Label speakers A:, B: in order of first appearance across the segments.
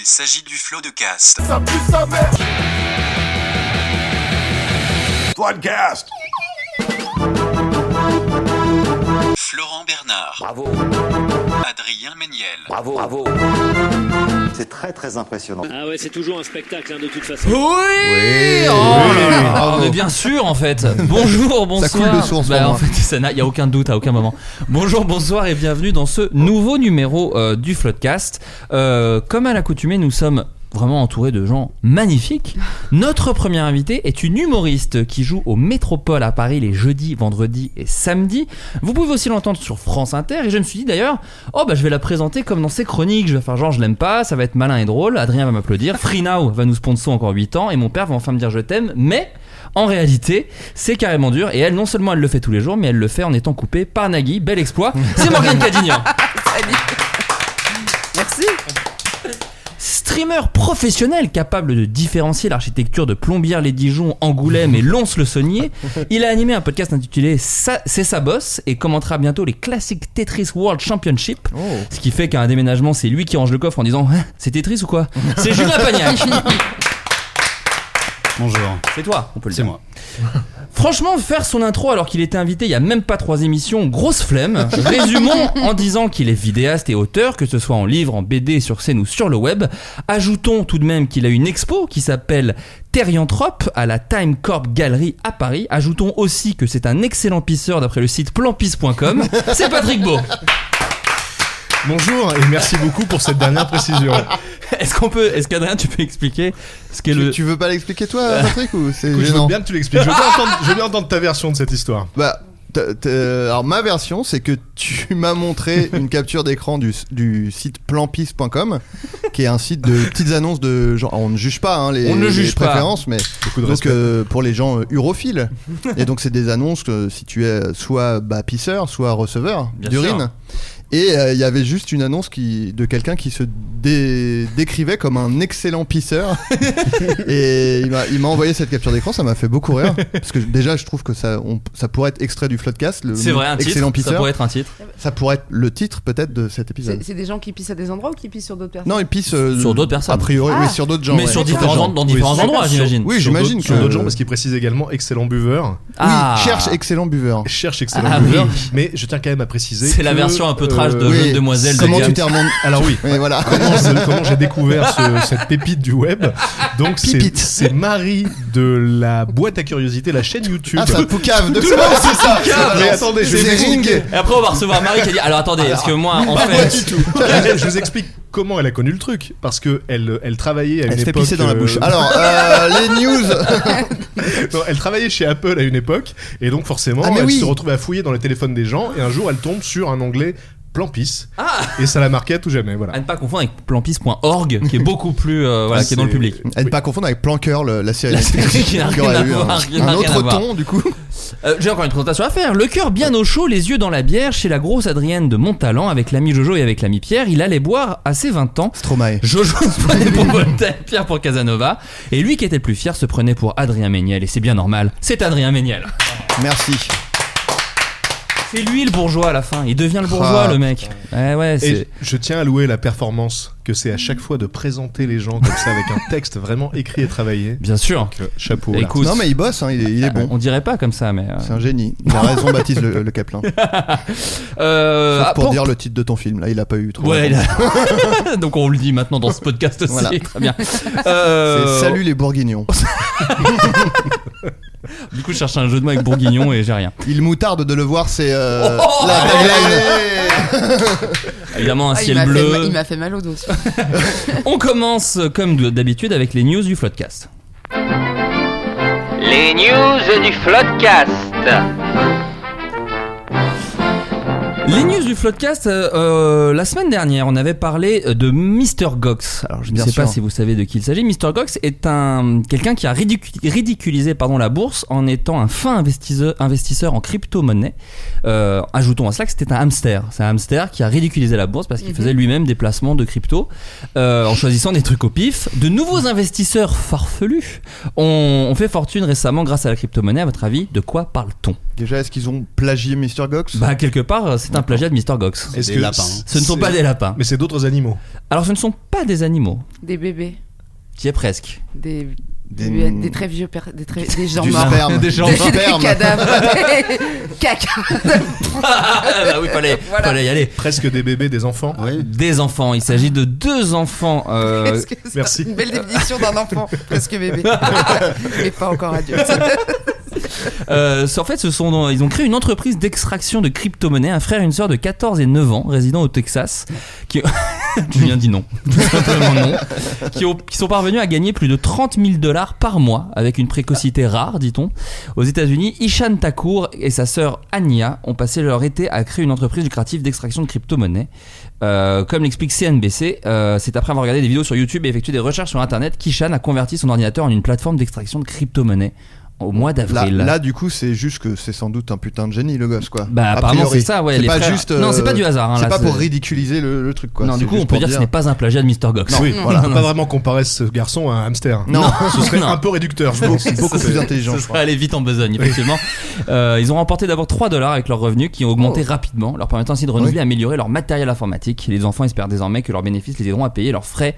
A: Il s'agit du flot de cast.
B: Floodcast.
A: Florent Bernard,
C: Bravo,
A: Adrien Méniel.
C: bravo, bravo.
D: C'est très très impressionnant.
E: Ah ouais, c'est toujours un spectacle hein, de toute façon.
F: Oui, Oh là là Ah, Mais bien sûr en fait. Bonjour, bonsoir.
B: coule de source,
F: Bah,
B: pour
F: en
B: moi.
F: fait, ça n'a- y a aucun doute à aucun moment. Bonjour, bonsoir et bienvenue dans ce nouveau numéro euh, du Floodcast. Euh, comme à l'accoutumée, nous sommes vraiment entourés de gens magnifiques. Notre première invitée est une humoriste qui joue au Métropole à Paris les jeudis, vendredis et samedis. Vous pouvez aussi l'entendre sur France Inter et je me suis dit d'ailleurs, oh bah je vais la présenter comme dans ses chroniques, je vais faire genre je l'aime pas, ça va être malin et drôle, Adrien va m'applaudir, Free Now va nous sponsor encore 8 ans et mon père va enfin me dire je t'aime, mais en réalité c'est carrément dur et elle non seulement elle le fait tous les jours mais elle le fait en étant coupée par Nagui, bel exploit, c'est Morgane Cadignan. Merci. Streamer professionnel capable de différencier l'architecture de Plombières-les-Dijon, Angoulême et Lons-le-Saunier, il a animé un podcast intitulé Sa- C'est sa bosse et commentera bientôt les classiques Tetris World Championship. Ce qui fait qu'à un déménagement, c'est lui qui range le coffre en disant Hein, C'est Tetris ou quoi C'est Julien Pagnac
B: Bonjour.
F: C'est toi, on peut le
B: C'est
F: dire.
B: moi.
F: Franchement, faire son intro alors qu'il était invité il y a même pas trois émissions, grosse flemme. Résumons en disant qu'il est vidéaste et auteur, que ce soit en livre, en BD, sur scène ou sur le web. Ajoutons tout de même qu'il a une expo qui s'appelle Terrianthrope à la Time Corp Gallery à Paris. Ajoutons aussi que c'est un excellent pisseur d'après le site planpisse.com. C'est Patrick Beau.
B: Bonjour et merci beaucoup pour cette dernière précision.
F: Est-ce qu'on peut, est-ce qu'Adrien tu peux expliquer ce qu'est
B: Tu-
F: le
B: Tu veux pas l'expliquer toi, Patrick, ou c'est
G: Écoute, je veux
B: gênant
G: bien que tu l'expliques. Je, veux bien entendre- je veux bien entendre ta version de cette histoire.
B: Bah, t'as- t'as- alors ma version, c'est que tu m'as montré une capture d'écran du, du site planpis.com, qui est un site de petites annonces de genre. On ne juge pas hein, les,
F: On ne
B: les
F: juge pas.
B: préférences, mais
G: Beaucoup de
B: donc
G: respect.
B: euh, pour les gens euh, urophiles. et donc c'est des annonces que si tu es soit bah, pisseur, soit receveur
F: Bien
B: d'urine. Et euh, il y avait juste une annonce qui, de quelqu'un qui se dé- décrivait comme un excellent pisseur. Et il m'a- il m'a envoyé cette capture d'écran, ça m'a fait beaucoup rire. Parce que déjà, je trouve que ça, on- ça pourrait être extrait du Floodcast. le
F: C'est
B: mot
F: vrai un titre.
B: Excellent
F: Ça
B: pisseur.
F: pourrait être un titre.
B: être le titre peut-être de cet épisode.
H: C'est c'est des gens qui pissent à des endroits ou qui pissent sur d'autres personnes
B: Non, il pisse euh,
F: Sur d'autres personnes.
B: A priori,
H: Ah.
B: oui, sur d'autres gens.
F: Mais
B: ouais.
F: sur
B: Sur
F: différents,
B: d'autres gens.
F: dans différents
B: Oui,
F: endroits, j'imagine.
B: Oui, j'imagine
G: Sur
B: que.
G: d'autres gens, parce qu'ils précisent également excellent buveur.
F: Ah.
B: Oui, cherche excellent buveur.
G: Cherche excellent
F: Ah
G: buveur.
F: oui.
G: Mais je tiens quand même à préciser.
F: C'est la
G: que,
F: version un peu trash de
G: euh,
F: Jeune Demoiselle de
B: Comment
F: Diane.
B: tu t'es remonté
G: Alors oui.
B: Oui, voilà.
G: Comment, je- comment j'ai découvert ce- cette pépite du web Donc c'est
B: Pipite.
G: c'est Marie de la boîte à curiosité, la chaîne YouTube.
B: Ah, ça poucave de quoi c'est ça
F: Ah,
G: Mais attendez, je vais
B: C'est
G: vous
B: ring
F: Et après, on va recevoir Marie qui a dit Alors attendez, est-ce que moi, en fait.
G: je, je vous explique comment elle a connu le truc parce que elle, elle travaillait à une
B: Elle se fait
G: époque
B: pisser dans la
G: euh,
B: bouche. Alors, euh, les news.
G: Non, elle travaillait chez Apple à une époque et donc forcément
B: Ah, mais
G: elle
B: oui.
G: se retrouvait à fouiller dans les téléphones des gens et un jour elle tombe sur un onglet plan pisse
F: Ah
G: et ça la marquait à tout jamais
B: Ah,
G: voilà.
F: À ne pas confondre avec planpis.org qui est beaucoup plus euh, voilà qui est dans le
G: C'est-
F: public.
B: À ne pas confondre avec Planker, le- la série
F: La série qui n'a
B: Il y
F: rien
B: aurait
F: à
B: eu
F: voir,
B: un-
F: qui n'a
B: un
F: rien à
B: autre
F: voir.
B: ton, du coup.
F: Euh, J'ai encore une présentation à faire. Le cœur bien au chaud, les yeux dans la bière, chez la grosse Adrienne de Montalan avec l'ami Jojo et avec l'ami Pierre, il allait boire à ses 20 ans.
B: Stromae.
F: Jojo se prenait pour Voltaire, Pierre pour Casanova, et lui qui était le plus fier se prenait pour Adrien Méniel, et c'est bien normal, c'est Adrien Méniel.
B: Merci.
F: C'est lui le bourgeois à la fin. Il devient le bourgeois,
G: Ah,
F: le mec. Ouais, ouais,
G: Et
F: c'est.
G: je, je tiens à louer la performance que c'est à chaque fois de présenter les gens comme ça avec un texte vraiment écrit et travaillé.
F: Bien sûr.
G: Donc, euh, chapeau. là.
F: Écoute.
B: Non, mais il bosse, hein, il, est, il est bon.
F: Ah, On dirait pas comme ça, mais. euh,
B: C'est un génie. Il a raison, Baptiste le, le Kaplan.
F: euh,
B: Sauf
F: ah,
B: pour
F: bon.
B: dire le titre de ton film, là, il a pas eu trop.
F: Ouais,
B: raison.
F: là- donc on le dit maintenant dans ce podcast aussi.
B: Voilà.
F: Très bien. Euh, oh.
B: C'est Salut les Bourguignons.
F: Du coup, je cherche un jeu de mots avec Bourguignon et j'ai rien.
B: Il moutarde de le voir, c'est euh,
F: Oh
B: la tagline.
F: Évidemment, un
I: Ah, il
F: ciel
I: m'a fait ma-
F: bleu.
I: il m'a fait mal au dos. celui-là.
F: On commence comme d'habitude avec les news du Floodcast.
J: Les news du Floodcast.
F: Les news du Floodcast, euh, euh, la semaine dernière, on avait parlé de Mr. Gox. Alors, je ne
B: Bien
F: sais pas
B: sûr.
F: si vous savez de qui il s'agit. Mr. Gox est un quelqu'un qui a ridicu- ridiculisé pardon, la bourse en étant un fin investisseur, investisseur en crypto-monnaie. Euh, ajoutons à cela que c'était un hamster. C'est un hamster qui a ridiculisé la bourse parce qu'il faisait lui-même des placements de crypto euh, en choisissant des trucs au pif. De nouveaux investisseurs farfelus ont, ont fait fortune récemment grâce à la crypto-monnaie. À votre avis, de quoi parle-t-on
B: Déjà, est-ce qu'ils ont plagié Mr. Gox
F: bah quelque part, euh, c'est un plagiat de Mr Gox.
G: Est-ce Des que lapins. c-
F: Ce ne sont
G: c'est-
F: pas des lapins.
G: Mais c'est d'autres animaux.
F: Alors ce ne sont pas des animaux.
I: Des bébés,
F: Qui est presque.
I: des
F: Des-
I: des, des très vieux, per- des, très, des gens
F: Du
I: morts,
F: sperme. Des gens
I: des,
F: morts.
I: des
F: Sperme.
I: cadavres, des caca.
F: Ah bah oui, fallait, fallait y aller.
G: Presque des bébés, des enfants.
F: Des enfants. Il s'agit de deux enfants. euh,
I: Est-ce que c'est Une belle définition d'un enfant, presque bébé, mais pas encore adulte.
F: Euh, en fait, ce sont, ils ont créé une entreprise d'extraction de crypto-monnaies, un frère et une sœur de 14 et 9 ans, résidant au Texas, qui. Julien dit non. Tout simplement non. Qui, ont- qui sont parvenus à gagner plus de 30 000 dollars par mois, avec une précocité rare, dit-on. Aux États-Unis, Ishan Takur et sa sœur Anya ont passé leur été à créer une entreprise lucrative d'extraction de crypto-monnaies. Euh, comme l'explique CNBC, euh, c'est après avoir regardé des vidéos sur YouTube et effectué des recherches sur Internet qu'Ishan a converti son ordinateur en une plateforme d'extraction de crypto-monnaies au mois
B: Là,
F: d'avril.
B: là, du coup, c'est juste que c'est sans doute un putain de génie, le gosse, quoi.
F: Bah,
B: A
F: apparemment,
B: priori.
F: c'est ça, ouais,
B: C'est
F: les
B: pas
F: frères-
B: juste. euh,
F: Non, c'est pas du hasard, hein,
B: c'est
F: là,
B: pas
F: c'est-
B: pour ridiculiser le, le truc, quoi.
F: non,
B: C'est
F: du coup,
B: juste
F: on peut
B: pour
F: dire que ce n'est pas un plagiat de Mr. Gox.
G: oui,
F: voilà.
G: on peut pas vraiment comparer ce garçon à un hamster.
B: Non.
G: ce serait
F: Non.
G: un peu réducteur. Je pense.
B: beaucoup plus intelligent,
F: Ça
B: je
F: serait aller vite en besogne, effectivement. Euh, ils ont remporté d'abord 3 dollars avec leurs revenus qui ont augmenté rapidement, leur permettant ainsi de renouveler et améliorer leur matériel informatique. Les enfants espèrent désormais que leurs bénéfices les aideront à payer leurs frais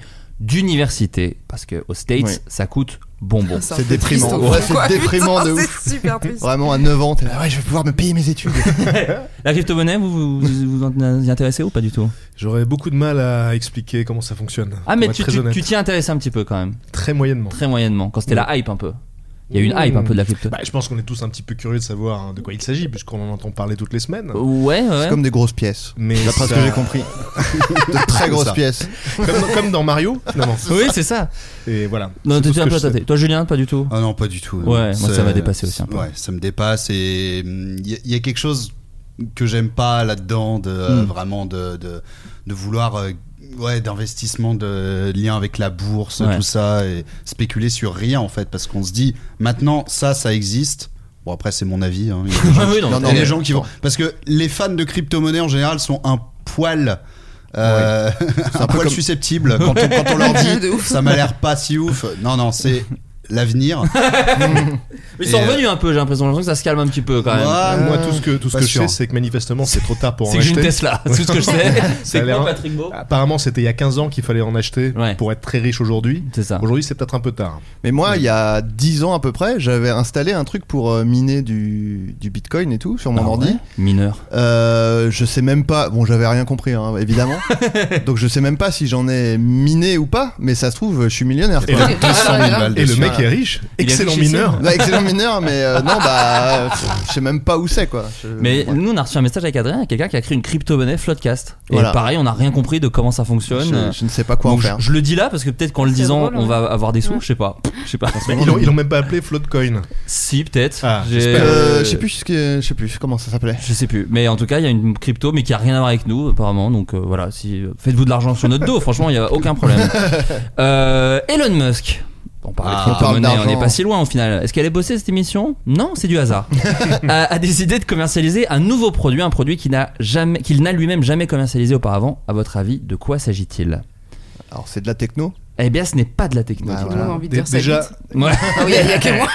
F: d'université. Parce que aux States,
B: Oui.
F: ça coûte bonbon.
I: C'est un
B: C'est
I: peu triste,
B: déprimant.
I: au
B: Ouais,
I: fond, quoi.
B: c'est déprimant de
I: Putain,
B: ouf.
I: C'est super triste.
B: Vraiment, à 9 ans, t'es là, ouais, je vais pouvoir me payer mes études.
F: La crypto-monnaie, vous vous, vous, vous y intéressez ou pas du tout
G: J'aurais beaucoup de mal à expliquer comment ça fonctionne.
F: Ah,
G: pour
F: mais
G: être
F: tu
G: très
F: tu-
G: honnête.
F: tu t'y intéressais un petit peu quand même.
G: Très moyennement.
F: Très moyennement, quand c'était la hype un peu. Il y a eu une hype un peu de la crypto.
G: Bah, je pense qu'on est tous un petit peu curieux de savoir hein, de quoi il s'agit, puisqu'on en entend parler toutes les semaines.
F: Ouais, ouais.
B: C'est comme des grosses pièces.
G: Mais
B: D'après ce
G: ça-
B: que j'ai compris. De très
G: C'est
B: grosses
G: ça.
B: pièces.
G: Comme, dans- comme dans Mario, finalement.
F: Oui, c'est ça.
G: Et voilà.
F: Non,
G: C'est
F: t'es
G: tout ce
F: un
G: que
F: peu
G: je sais.
F: tâté. Toi, Julien, pas du tout
K: Ah non, pas du tout. non.
F: Ouais, moi,
K: C'est-
F: ça m'a dépassé aussi un peu.
K: Ouais, ça me dépasse et il y, a- y a quelque chose que j'aime pas là-dedans, de, euh,
F: Mm.
K: vraiment de, de, de vouloir. euh, Ouais, d'investissement, de lien avec la bourse,
F: Ouais.
K: tout ça, et spéculer sur rien en fait, parce qu'on se dit maintenant ça, ça existe. Bon, après, c'est mon avis. hein. Il y a des gens-
F: Ah Oui, non,
K: il y a
F: mais-
K: des gens qui vont. Parce que les fans de crypto-monnaie en général sont un poil. euh, un, poil susceptible quand on, quand on leur
I: De
K: dit
I: ouf.
K: ça m'a l'air pas si ouf. Non, non, c'est l'avenir.
F: Mais ils sont
K: Et, euh,
F: revenus un peu, j'ai l'impression. J'ai l'impression que ça se calme un petit peu quand même.
K: Ah,
G: Moi, tout ce que, tout ce
K: Pas
G: que je
K: sûr.
G: sais, c'est que manifestement, c'est trop tard pour en
F: C'est que j'ai une
G: acheter.
F: Tesla, c'est tout ce que je sais.
G: Ça
F: C'est
G: a
F: que
G: l'air
F: moi,
G: un-
F: Patrick Beau.
G: Apparemment, c'était il y a 15 ans qu'il fallait en acheter
F: Ouais.
G: pour être très riche aujourd'hui.
F: C'est ça.
G: Aujourd'hui, c'est peut-être un peu tard.
B: Mais moi, il y a 10 ans à peu près, j'avais installé un truc pour euh, miner du, du bitcoin et tout sur mon
F: Ah
B: ordi.
F: ouais Mineur.
B: Euh, je sais même pas. Bon, j'avais rien compris, hein, évidemment. Donc je sais même pas si j'en ai miné ou pas. Mais ça se trouve, je suis millionnaire.
G: Et
B: quoi.
G: le,
K: 200 000 balles
G: et le
K: dessus.
G: mec est riche,
F: Il est
G: excellent
F: richissime.
G: mineur.
B: Ouais, excellent mineur, mais euh, non, bah, pff, je sais même pas où c'est quoi. Je-
F: Mais
B: ouais.
F: nous, on a reçu un message avec Adrien, quelqu'un qui a créé une crypto-monnaie Floodcast. Et
B: Voilà.
F: pareil, on n'a rien compris de comment ça fonctionne.
B: je, je ne sais pas quoi
F: Donc,
B: en
F: je,
B: faire.
F: je le dis là parce que peut-être qu'en le
I: C'est
F: disant,
I: drôle,
F: on
I: ouais.
F: va avoir des sous, je sais pas. Je sais pas.
G: Ils l'ont- ils l'ont même pas appelé Floatcoin.
F: si, peut-être.
G: Ah,
F: J'ai-
G: j'espère.
B: Euh, je sais plus, ce que- je sais plus comment ça s'appelait.
F: Je sais plus. Mais en tout cas, il y a une crypto, mais qui a rien à voir avec nous, apparemment. Donc euh, voilà, si faites-vous de l'argent sur notre dos, franchement, il n'y a aucun problème. Euh, Elon Musk. On parle
K: Ah,
F: de
B: on parle
F: crypto-monnaie, on
B: d'argent.
F: n'est pas si loin au final. Est-ce qu'elle est bossée cette émission Non, c'est du hasard. Euh, a, a décidé de commercialiser un nouveau produit, un produit qu'il n'a jamais, qu'il n'a lui-même jamais commercialisé auparavant. À votre avis, de quoi s'agit-il
B: Alors c'est de la techno. Bah,
F: eh bien ce n'est pas de la techno.
E: Tout le monde a Bah, envie de dire ça
G: déjà,
E: vite. Ah oui, il y a que moi.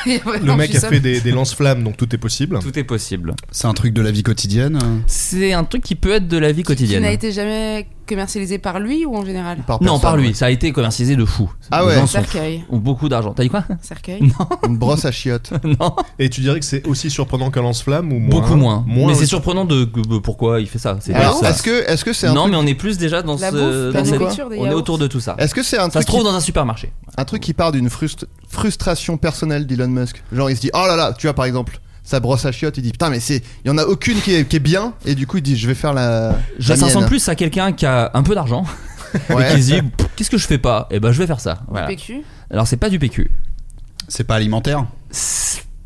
G: le mec
E: Je
G: a
E: suis
G: fait
E: seule.
G: des, des lance-flammes, donc tout est possible. Tout
F: est possible.
A: C'est un truc de la vie quotidienne.
F: C'est un truc qui peut être de la vie
E: Qui n'a
F: quotidienne.
E: été jamais commercialisé par lui ou en général
F: non, par lui, ça a été commercialisé de fou.
E: Ah
F: Les
E: ouais.
F: gens sont-
E: Cercueil.
F: ont beaucoup d'argent. T'as dit quoi
E: Cercueil.
B: Une brosse à chiottes.
F: non.
G: Et tu dirais que c'est aussi surprenant qu'un lance-flamme ou moins
F: Beaucoup moins.
G: Moins
F: mais c'est
G: aussi.
F: surprenant de de- pourquoi il fait ça. C'est
B: Alors,
F: ça.
B: est-ce que- est-ce que c'est un
F: Non,
B: truc-
F: mais on est plus déjà dans
B: La
F: ce.
B: bouffe,
F: dans
B: la
F: cette-
B: nourriture, des
F: on est
B: yaourts.
F: autour de tout ça.
B: Est-ce que c'est un
F: Ça
B: truc
F: se trouve
B: qui-
F: dans un supermarché.
B: Un truc qui part d'une frust- frustration personnelle d'Elon Musk. Genre, il se dit, oh là là, tu vois, par exemple, sa brosse à chiottes, il dit, putain, mais c'est, il y en a aucune qui est, qui est bien, et du coup, il dit, je vais faire la.
F: Je
B: la
F: ça ressemble
B: mienne.
F: plus à quelqu'un qui a un peu d'argent
B: Ouais.
F: et qui se dit Pff, qu'est-ce que je fais pas Et ben je vais faire ça. Voilà.
E: PQ
F: Alors c'est pas du PQ.
A: C'est pas alimentaire.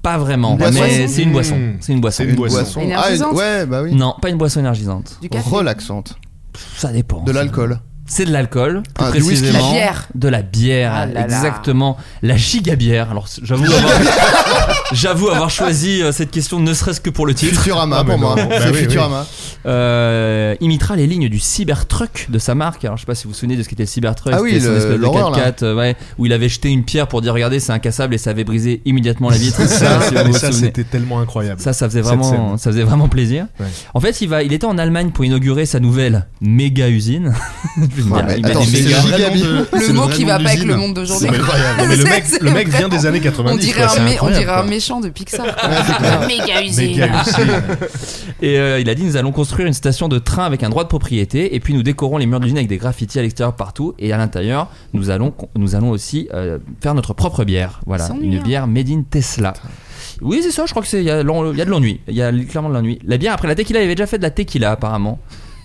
F: Pas vraiment.
A: Une boisson
F: mais c'est une boisson.
A: Mmh.
F: C'est une boisson.
A: C'est une boisson. Boisson.
B: Énergisante. Ah, une- ouais, bah oui.
F: Non, pas une boisson énergisante.
E: Du
B: café. Relaxante.
F: Ça dépend.
B: De l'alcool.
F: C'est de l'alcool, plus
B: Ah, du whisky.
F: précisément
B: La bière.
F: de la bière,
B: Ah là là.
F: exactement la gigabière. Alors c'est- j'avoue avoir, j'avoue avoir choisi euh, cette question ne serait-ce que pour le titre.
B: Futurama, Ah, mais pour moi. non. C'est Bah oui, oui. Futurama.
F: Euh, imitera les lignes du Cybertruck de sa marque. Alors je sais pas si vous vous souvenez de ce qu'était le Cybertruck,
B: Ah oui,
F: c'était son
B: le-
F: espèce de
B: l'horreur, là.
F: 4x4, euh, ouais, où il avait jeté une pierre pour dire regardez c'est incassable et ça avait brisé immédiatement la vitre.
G: Ça,
F: Si vous
G: mais
F: vous
G: ça,
F: souvenez.
G: c'était tellement incroyable.
F: Ça, ça faisait
G: Cette
F: vraiment,
G: scène.
F: ça faisait vraiment plaisir.
G: Ouais.
F: En fait, il va, il était en Allemagne pour inaugurer sa nouvelle méga usine. Je veux
G: Ouais,
F: dire,
G: mais
F: il a
G: attends,
F: des
G: c'est
F: méga-
G: le vrai nom de-
E: Le
G: c'est
E: mot
G: vrai
E: qui
G: nom
E: va
G: de
E: pas avec
G: l'usine.
E: le monde d'aujourd'hui.
G: C'est incroyable. Mais le mec,
E: C'est-
G: le mec
E: c'est
G: vient des années 90.
E: on dirait,
G: quoi, c'est
E: un, mé- on
G: incroyable,
E: dirait un
G: quoi.
E: méchant de Pixar. Méga
F: Méga usine. et euh, il a dit nous allons construire une station de train avec un droit de propriété et puis nous décorons les murs de l'usine avec des graffitis à l'extérieur partout et à l'intérieur nous allons nous allons aussi euh, faire notre propre bière voilà
G: Sans
F: une
G: nuire.
F: bière made in Tesla oui c'est ça je crois que c'est il y, a l'en- il y a de l'ennui il y a clairement de l'ennui la bière après la tequila il avait déjà fait de la tequila apparemment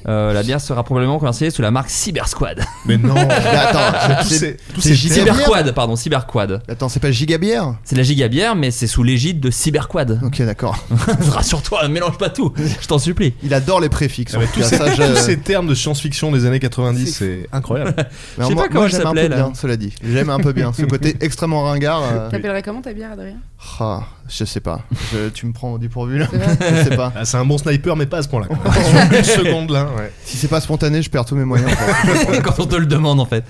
F: Euh, la bière sera probablement commercialisée sous la marque Cyber Squad
G: mais non
B: attends, c'est-
F: c'est
B: tous ces gigabières.
F: Cyber Quad pardon Cyber Quad
B: Attends, c'est pas gigabière
F: c'est de la gigabière, mais c'est sous l'égide de Cyberquad.
B: Ok, d'accord.
F: Rassure-toi, mélange pas tout. Je t'en supplie.
B: Il adore les préfixes.
G: Ah,
B: en
G: mais
B: tout
G: tous,
B: cas,
G: ces,
B: ça, je-
G: tous ces termes de science-fiction des années 90, c'est incroyable.
B: Mais moi- moi, j'aime un peu bien, cela dit. J'aime un peu bien ce côté extrêmement ringard. euh,
E: T'appellerais comment ta bière, Adrien
B: ah, je sais pas. Je- tu me prends au dépourvu là.
E: C'est vrai
B: Je sais pas.
G: Ah, c'est un bon sniper, mais pas à ce point-là. quoi. Sur une seconde là. ouais.
B: Si c'est pas spontané, je perds tous mes moyens. en fait.
F: quand on te le demande en fait.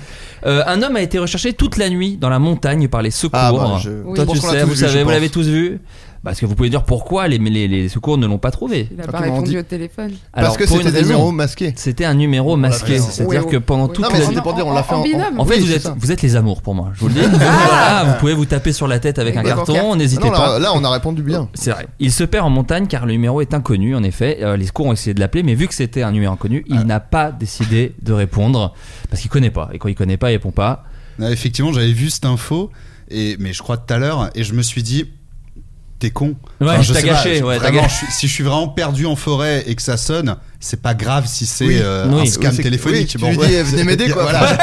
F: Euh, un homme a été recherché toute la nuit dans la montagne par les secours.
B: Ah, bah, je- Oui.
F: Toi
B: je pense
F: tu
B: qu'on
F: sais,
B: l'a tous
F: vous,
B: vu,
F: savez,
B: je
F: vous
B: pense.
F: l'avez tous vu. Parce que vous pouvez dire pourquoi les, les, les secours ne l'ont pas trouvé.
B: Ah,
E: Il a pas répondu au téléphone.
B: Parce que
F: pour
B: c'était
F: une
B: des
F: raison.
B: numéros masqués.
F: C'était un numéro masqué.
B: d'accord.
F: C'est-à-dire
B: Oui,
F: que
B: oui.
F: pendant
B: Non,
F: toute
B: mais
F: la-
B: c'était pour dire, on l'a fait en- en-
E: binôme.
F: En fait,
B: Oui,
F: vous,
B: c'est
F: êtes,
B: ça. Ah.
F: vous êtes les amours pour moi, je vous le dis. Voilà, vous pouvez vous taper sur la tête avec un
B: Avec la
F: carton,
B: pancarte.
F: n'hésitez
B: Non, là,
F: pas.
B: là, on a répondu bien.
F: C'est vrai. Il se perd en montagne car le numéro est inconnu, en effet. Euh, les secours ont essayé de l'appeler, mais vu que c'était un numéro inconnu,
B: Ah.
F: il n'a pas décidé de répondre parce qu'il connaît pas. Et quand il connaît pas, il répond pas.
A: Ah, effectivement, j'avais vu cette info, et, mais je crois tout à l'heure, et je me suis dit, t'es con.
F: Ouais,
A: je
F: t'as
A: sais pas,
F: gâché,
A: je-
F: ouais, t'as
A: vraiment,
F: gâché.
A: je suis- si je suis vraiment perdu en forêt et que ça sonne, c'est pas grave si c'est
F: Oui.
A: euh,
F: Oui.
A: un scam
F: Oui, c'est-
A: téléphonique.
B: oui, tu
A: Bon,
B: lui
A: ouais,
B: dis, eh, venez
A: c'est-
B: m'aider, quoi.
A: Voilà.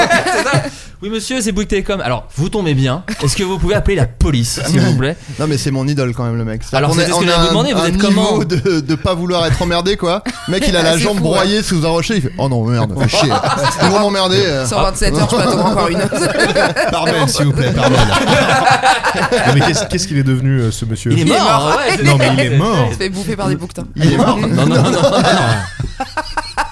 F: Oui, monsieur, c'est Bouygues Télécom. Alors, vous tombez bien. Est-ce que vous pouvez appeler la police, s'il vous plaît
B: Non mais c'est mon idole quand même le mec.
F: Alors,
B: On
F: c'est
B: est-
F: ce que
B: on a
F: j'allais vous
B: un-
F: demander, vous
B: un
F: êtes
B: niveau
F: comment Ah,
B: de, de pas vouloir être emmerdé quoi. Le Mec il a la
E: C'est
B: jambe
E: fou,
B: broyée
F: hein.
B: sous un rocher, il fait oh non merde, fais chier. Ils vont m'emmerder. euh.
E: 127 heures, je peux attendre encore une heure.
A: Par mail, s'il vous plaît, par mail.
G: Non, mais qu'est-ce qu'est-ce qu'il est devenu, euh, ce monsieur
F: Il est mort. ouais, c'est-
G: Non, mais il est mort.
E: Il se fait bouffer par des bouquetins.
B: Il est mort.
F: Non, non, non, non, non.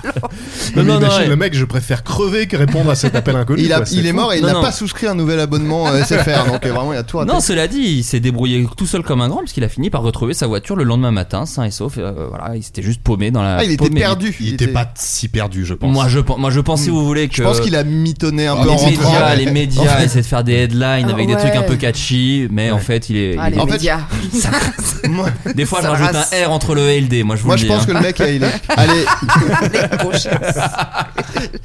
G: Non,
F: non,
G: mais
F: non,
G: imagine,
F: ouais.
G: le mec, je préfère crever que répondre à cet appel inconnu.
B: Il, a-
G: quoi, c'est
B: il est
G: fou.
B: mort et il
F: Non,
B: n'a
F: non.
B: pas souscrit un nouvel abonnement euh, SFR donc euh, vraiment il a tout raté.
F: Non, cela dit, il s'est débrouillé tout seul comme un grand parce qu'il a fini par retrouver sa voiture le lendemain matin, sain et sauf. Euh, voilà, il s'était juste paumé dans la.
B: Ah, il était
F: paumé.
B: perdu. Hmm.
A: Il était pas si perdu, je pense.
F: Moi, je pense. Moi, je pense si vous voulez que.
B: Je pense qu'il a mitonné un
F: les
B: peu en rentrant.
F: médias, les
B: En
F: médias
B: fait-
F: essaient de faire des headlines
E: Ah,
F: avec des
E: ouais.
F: trucs un peu catchy, mais en fait, il est.
E: Ah,
F: il
E: les
F: est-
B: fait,
E: médias.
F: Des fois, je
E: ça
F: rajoute
E: rase.
F: un R entre le E et le D. Moi, je vous
B: Moi
F: le
B: je
F: dis,
B: pense
F: hein.
B: que le mec il est allé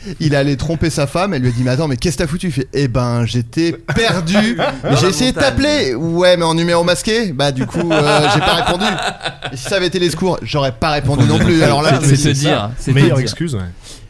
B: il allait tromper sa femme, elle lui a dit mais attends mais qu'est-ce que t'as foutu Il fait eh ben j'étais perdu,
F: Dans
B: j'ai
F: la
B: essayé de
F: montagne.
B: t'appeler, ouais mais en numéro masqué, bah du coup euh, j'ai pas répondu. Et si ça avait été les secours, j'aurais pas répondu non plus. Alors là,
F: c'est
B: je me
F: te
B: dis,
F: dire. c'est te
G: Meilleure
F: dire.
G: excuse, ouais.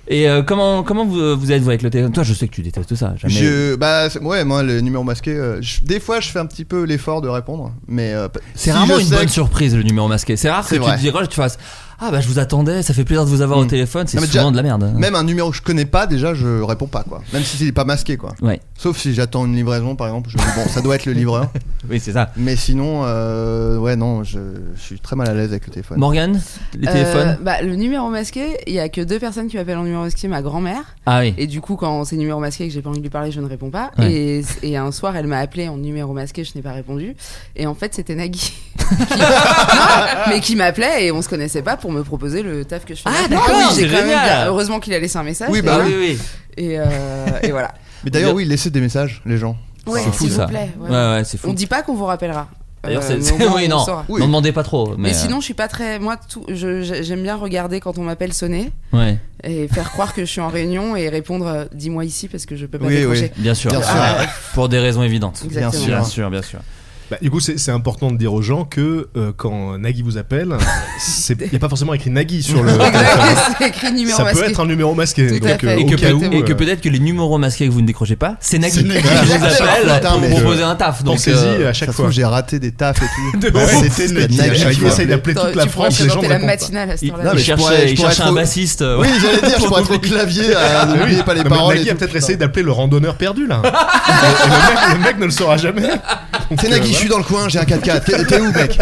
F: Et euh, comment comment vous, vous êtes vous avec le téléphone Toi, je sais que tu détestes ça. Jamais.
B: Je, bah c'est- ouais moi le numéro masqué, euh, je- des fois je fais un petit peu l'effort de répondre, mais euh,
F: C'est
B: si
F: rarement
B: je
F: une
B: sais
F: bonne
B: que-
F: surprise le numéro masqué. C'est rare que
B: C'est
F: tu
B: vrai.
F: te diras, tu fasses Ah bah je vous attendais, ça fait plaisir de vous avoir au téléphone, c'est
E: Non, mais
F: souvent
E: déjà,
F: de la merde.
E: Même un numéro que je connais pas, déjà, je réponds pas, quoi. Même si il est pas masqué, quoi.
F: Ouais.
E: Sauf si j'attends une livraison, par exemple. Je me dis, bon, ça doit être le livreur.
F: oui, c'est ça.
E: Mais sinon, euh, ouais, non, je, je suis très mal à l'aise avec le téléphone.
F: Morgane, les
B: Euh,
F: téléphones
B: bah, Le numéro masqué, il y a que deux personnes qui m'appellent en numéro masqué, ma grand-mère.
F: Ah oui.
B: Et du coup, quand c'est numéro masqué et que j'ai pas envie de lui parler, je ne réponds pas.
F: Ouais.
B: Et, et un soir, elle m'a appelé en numéro masqué, je n'ai pas répondu. Et en fait, c'était Nagui. qui- Non, mais qui m'appelait et on se connaissait pas pour me proposer le taf que je fais. Ah
E: d'accord, c'est génial.
B: Heureusement qu'il a laissé un message.
E: Oui,
F: Ah
E: bah
B: et
E: oui,
B: voilà.
E: oui.
B: Et, euh, et voilà.
E: Mais d'ailleurs, oui, laissez des messages, les gens.
B: Ouais,
F: C'est fou,
B: s'il
F: ça.
B: vous plaît.
F: Ouais, ouais, c'est fou.
B: On dit pas qu'on vous rappellera.
F: D'ailleurs,
B: Euh,
F: c'est.
B: mais au moins,
F: oui,
B: on
F: non.
B: saura.
F: N'en demandez pas trop. Mais, euh,
B: Mais sinon, je suis pas très. Moi, tout- je- je- j'aime bien regarder quand on m'appelle sonner.
F: euh, Ouais.
B: Et faire croire que je suis en réunion et répondre euh, dis-moi ici parce que je peux pas
F: Oui,
B: décrocher.
F: oui, bien sûr.
B: Ah,
F: Ah, Pour des raisons évidentes.
B: Exactement.
F: Bien sûr, bien sûr. bien sûr.
G: Bah, du coup, c'est c'est important de dire aux gens que euh, quand Nagui vous appelle, il n'y a pas forcément écrit Nagui sur le.
B: C'est écrit numéro
G: ça peut
B: masqué.
G: être un numéro masqué.
B: Tout à
G: donc,
B: fait.
G: euh,
F: Et
G: au
F: que,
G: cas
F: peut-
G: où,
F: et que
G: euh,
F: peut-être que les numéros masqués que vous ne décrochez pas, c'est Nagui qui vous appelle
E: Putain,
F: pour vous
E: mais
F: proposer
E: je-
F: un taf. Donc,
E: euh,
F: euh,
E: ça se trouve, J'ai raté des tafs et tout.
F: De
E: Ouais,
F: ouf.
E: C'était
F: C'était
E: Nagui,
F: Nagui,
E: à chaque
F: il
E: fois.
F: essaye d'appeler
B: toute la Tu pourrais France, les gens présenter la répondent pas. matinale à cette
E: Il-
B: heure-là.
E: non,
F: Il
E: mais je
F: cherchait-
E: pourrais- je
F: il
E: pourrais
F: cherchait
E: être
F: un
E: au-
F: bassiste, euh,
E: Oui,
F: ouais.
E: j'allais dire, je pourrais être au clavier, à n'oublier pas les
G: Non, Ah, mais
E: paroles.
G: Nagui
E: et
G: a
E: tout,
G: peut-être
E: putain.
G: essayé d'appeler le randonneur perdu là. et et le, mec, le mec ne le saura jamais. Donc,
E: C'est
G: euh,
E: Nagui,
G: voilà.
E: je suis dans le coin, j'ai un 4x4. T'es- T'es où, mec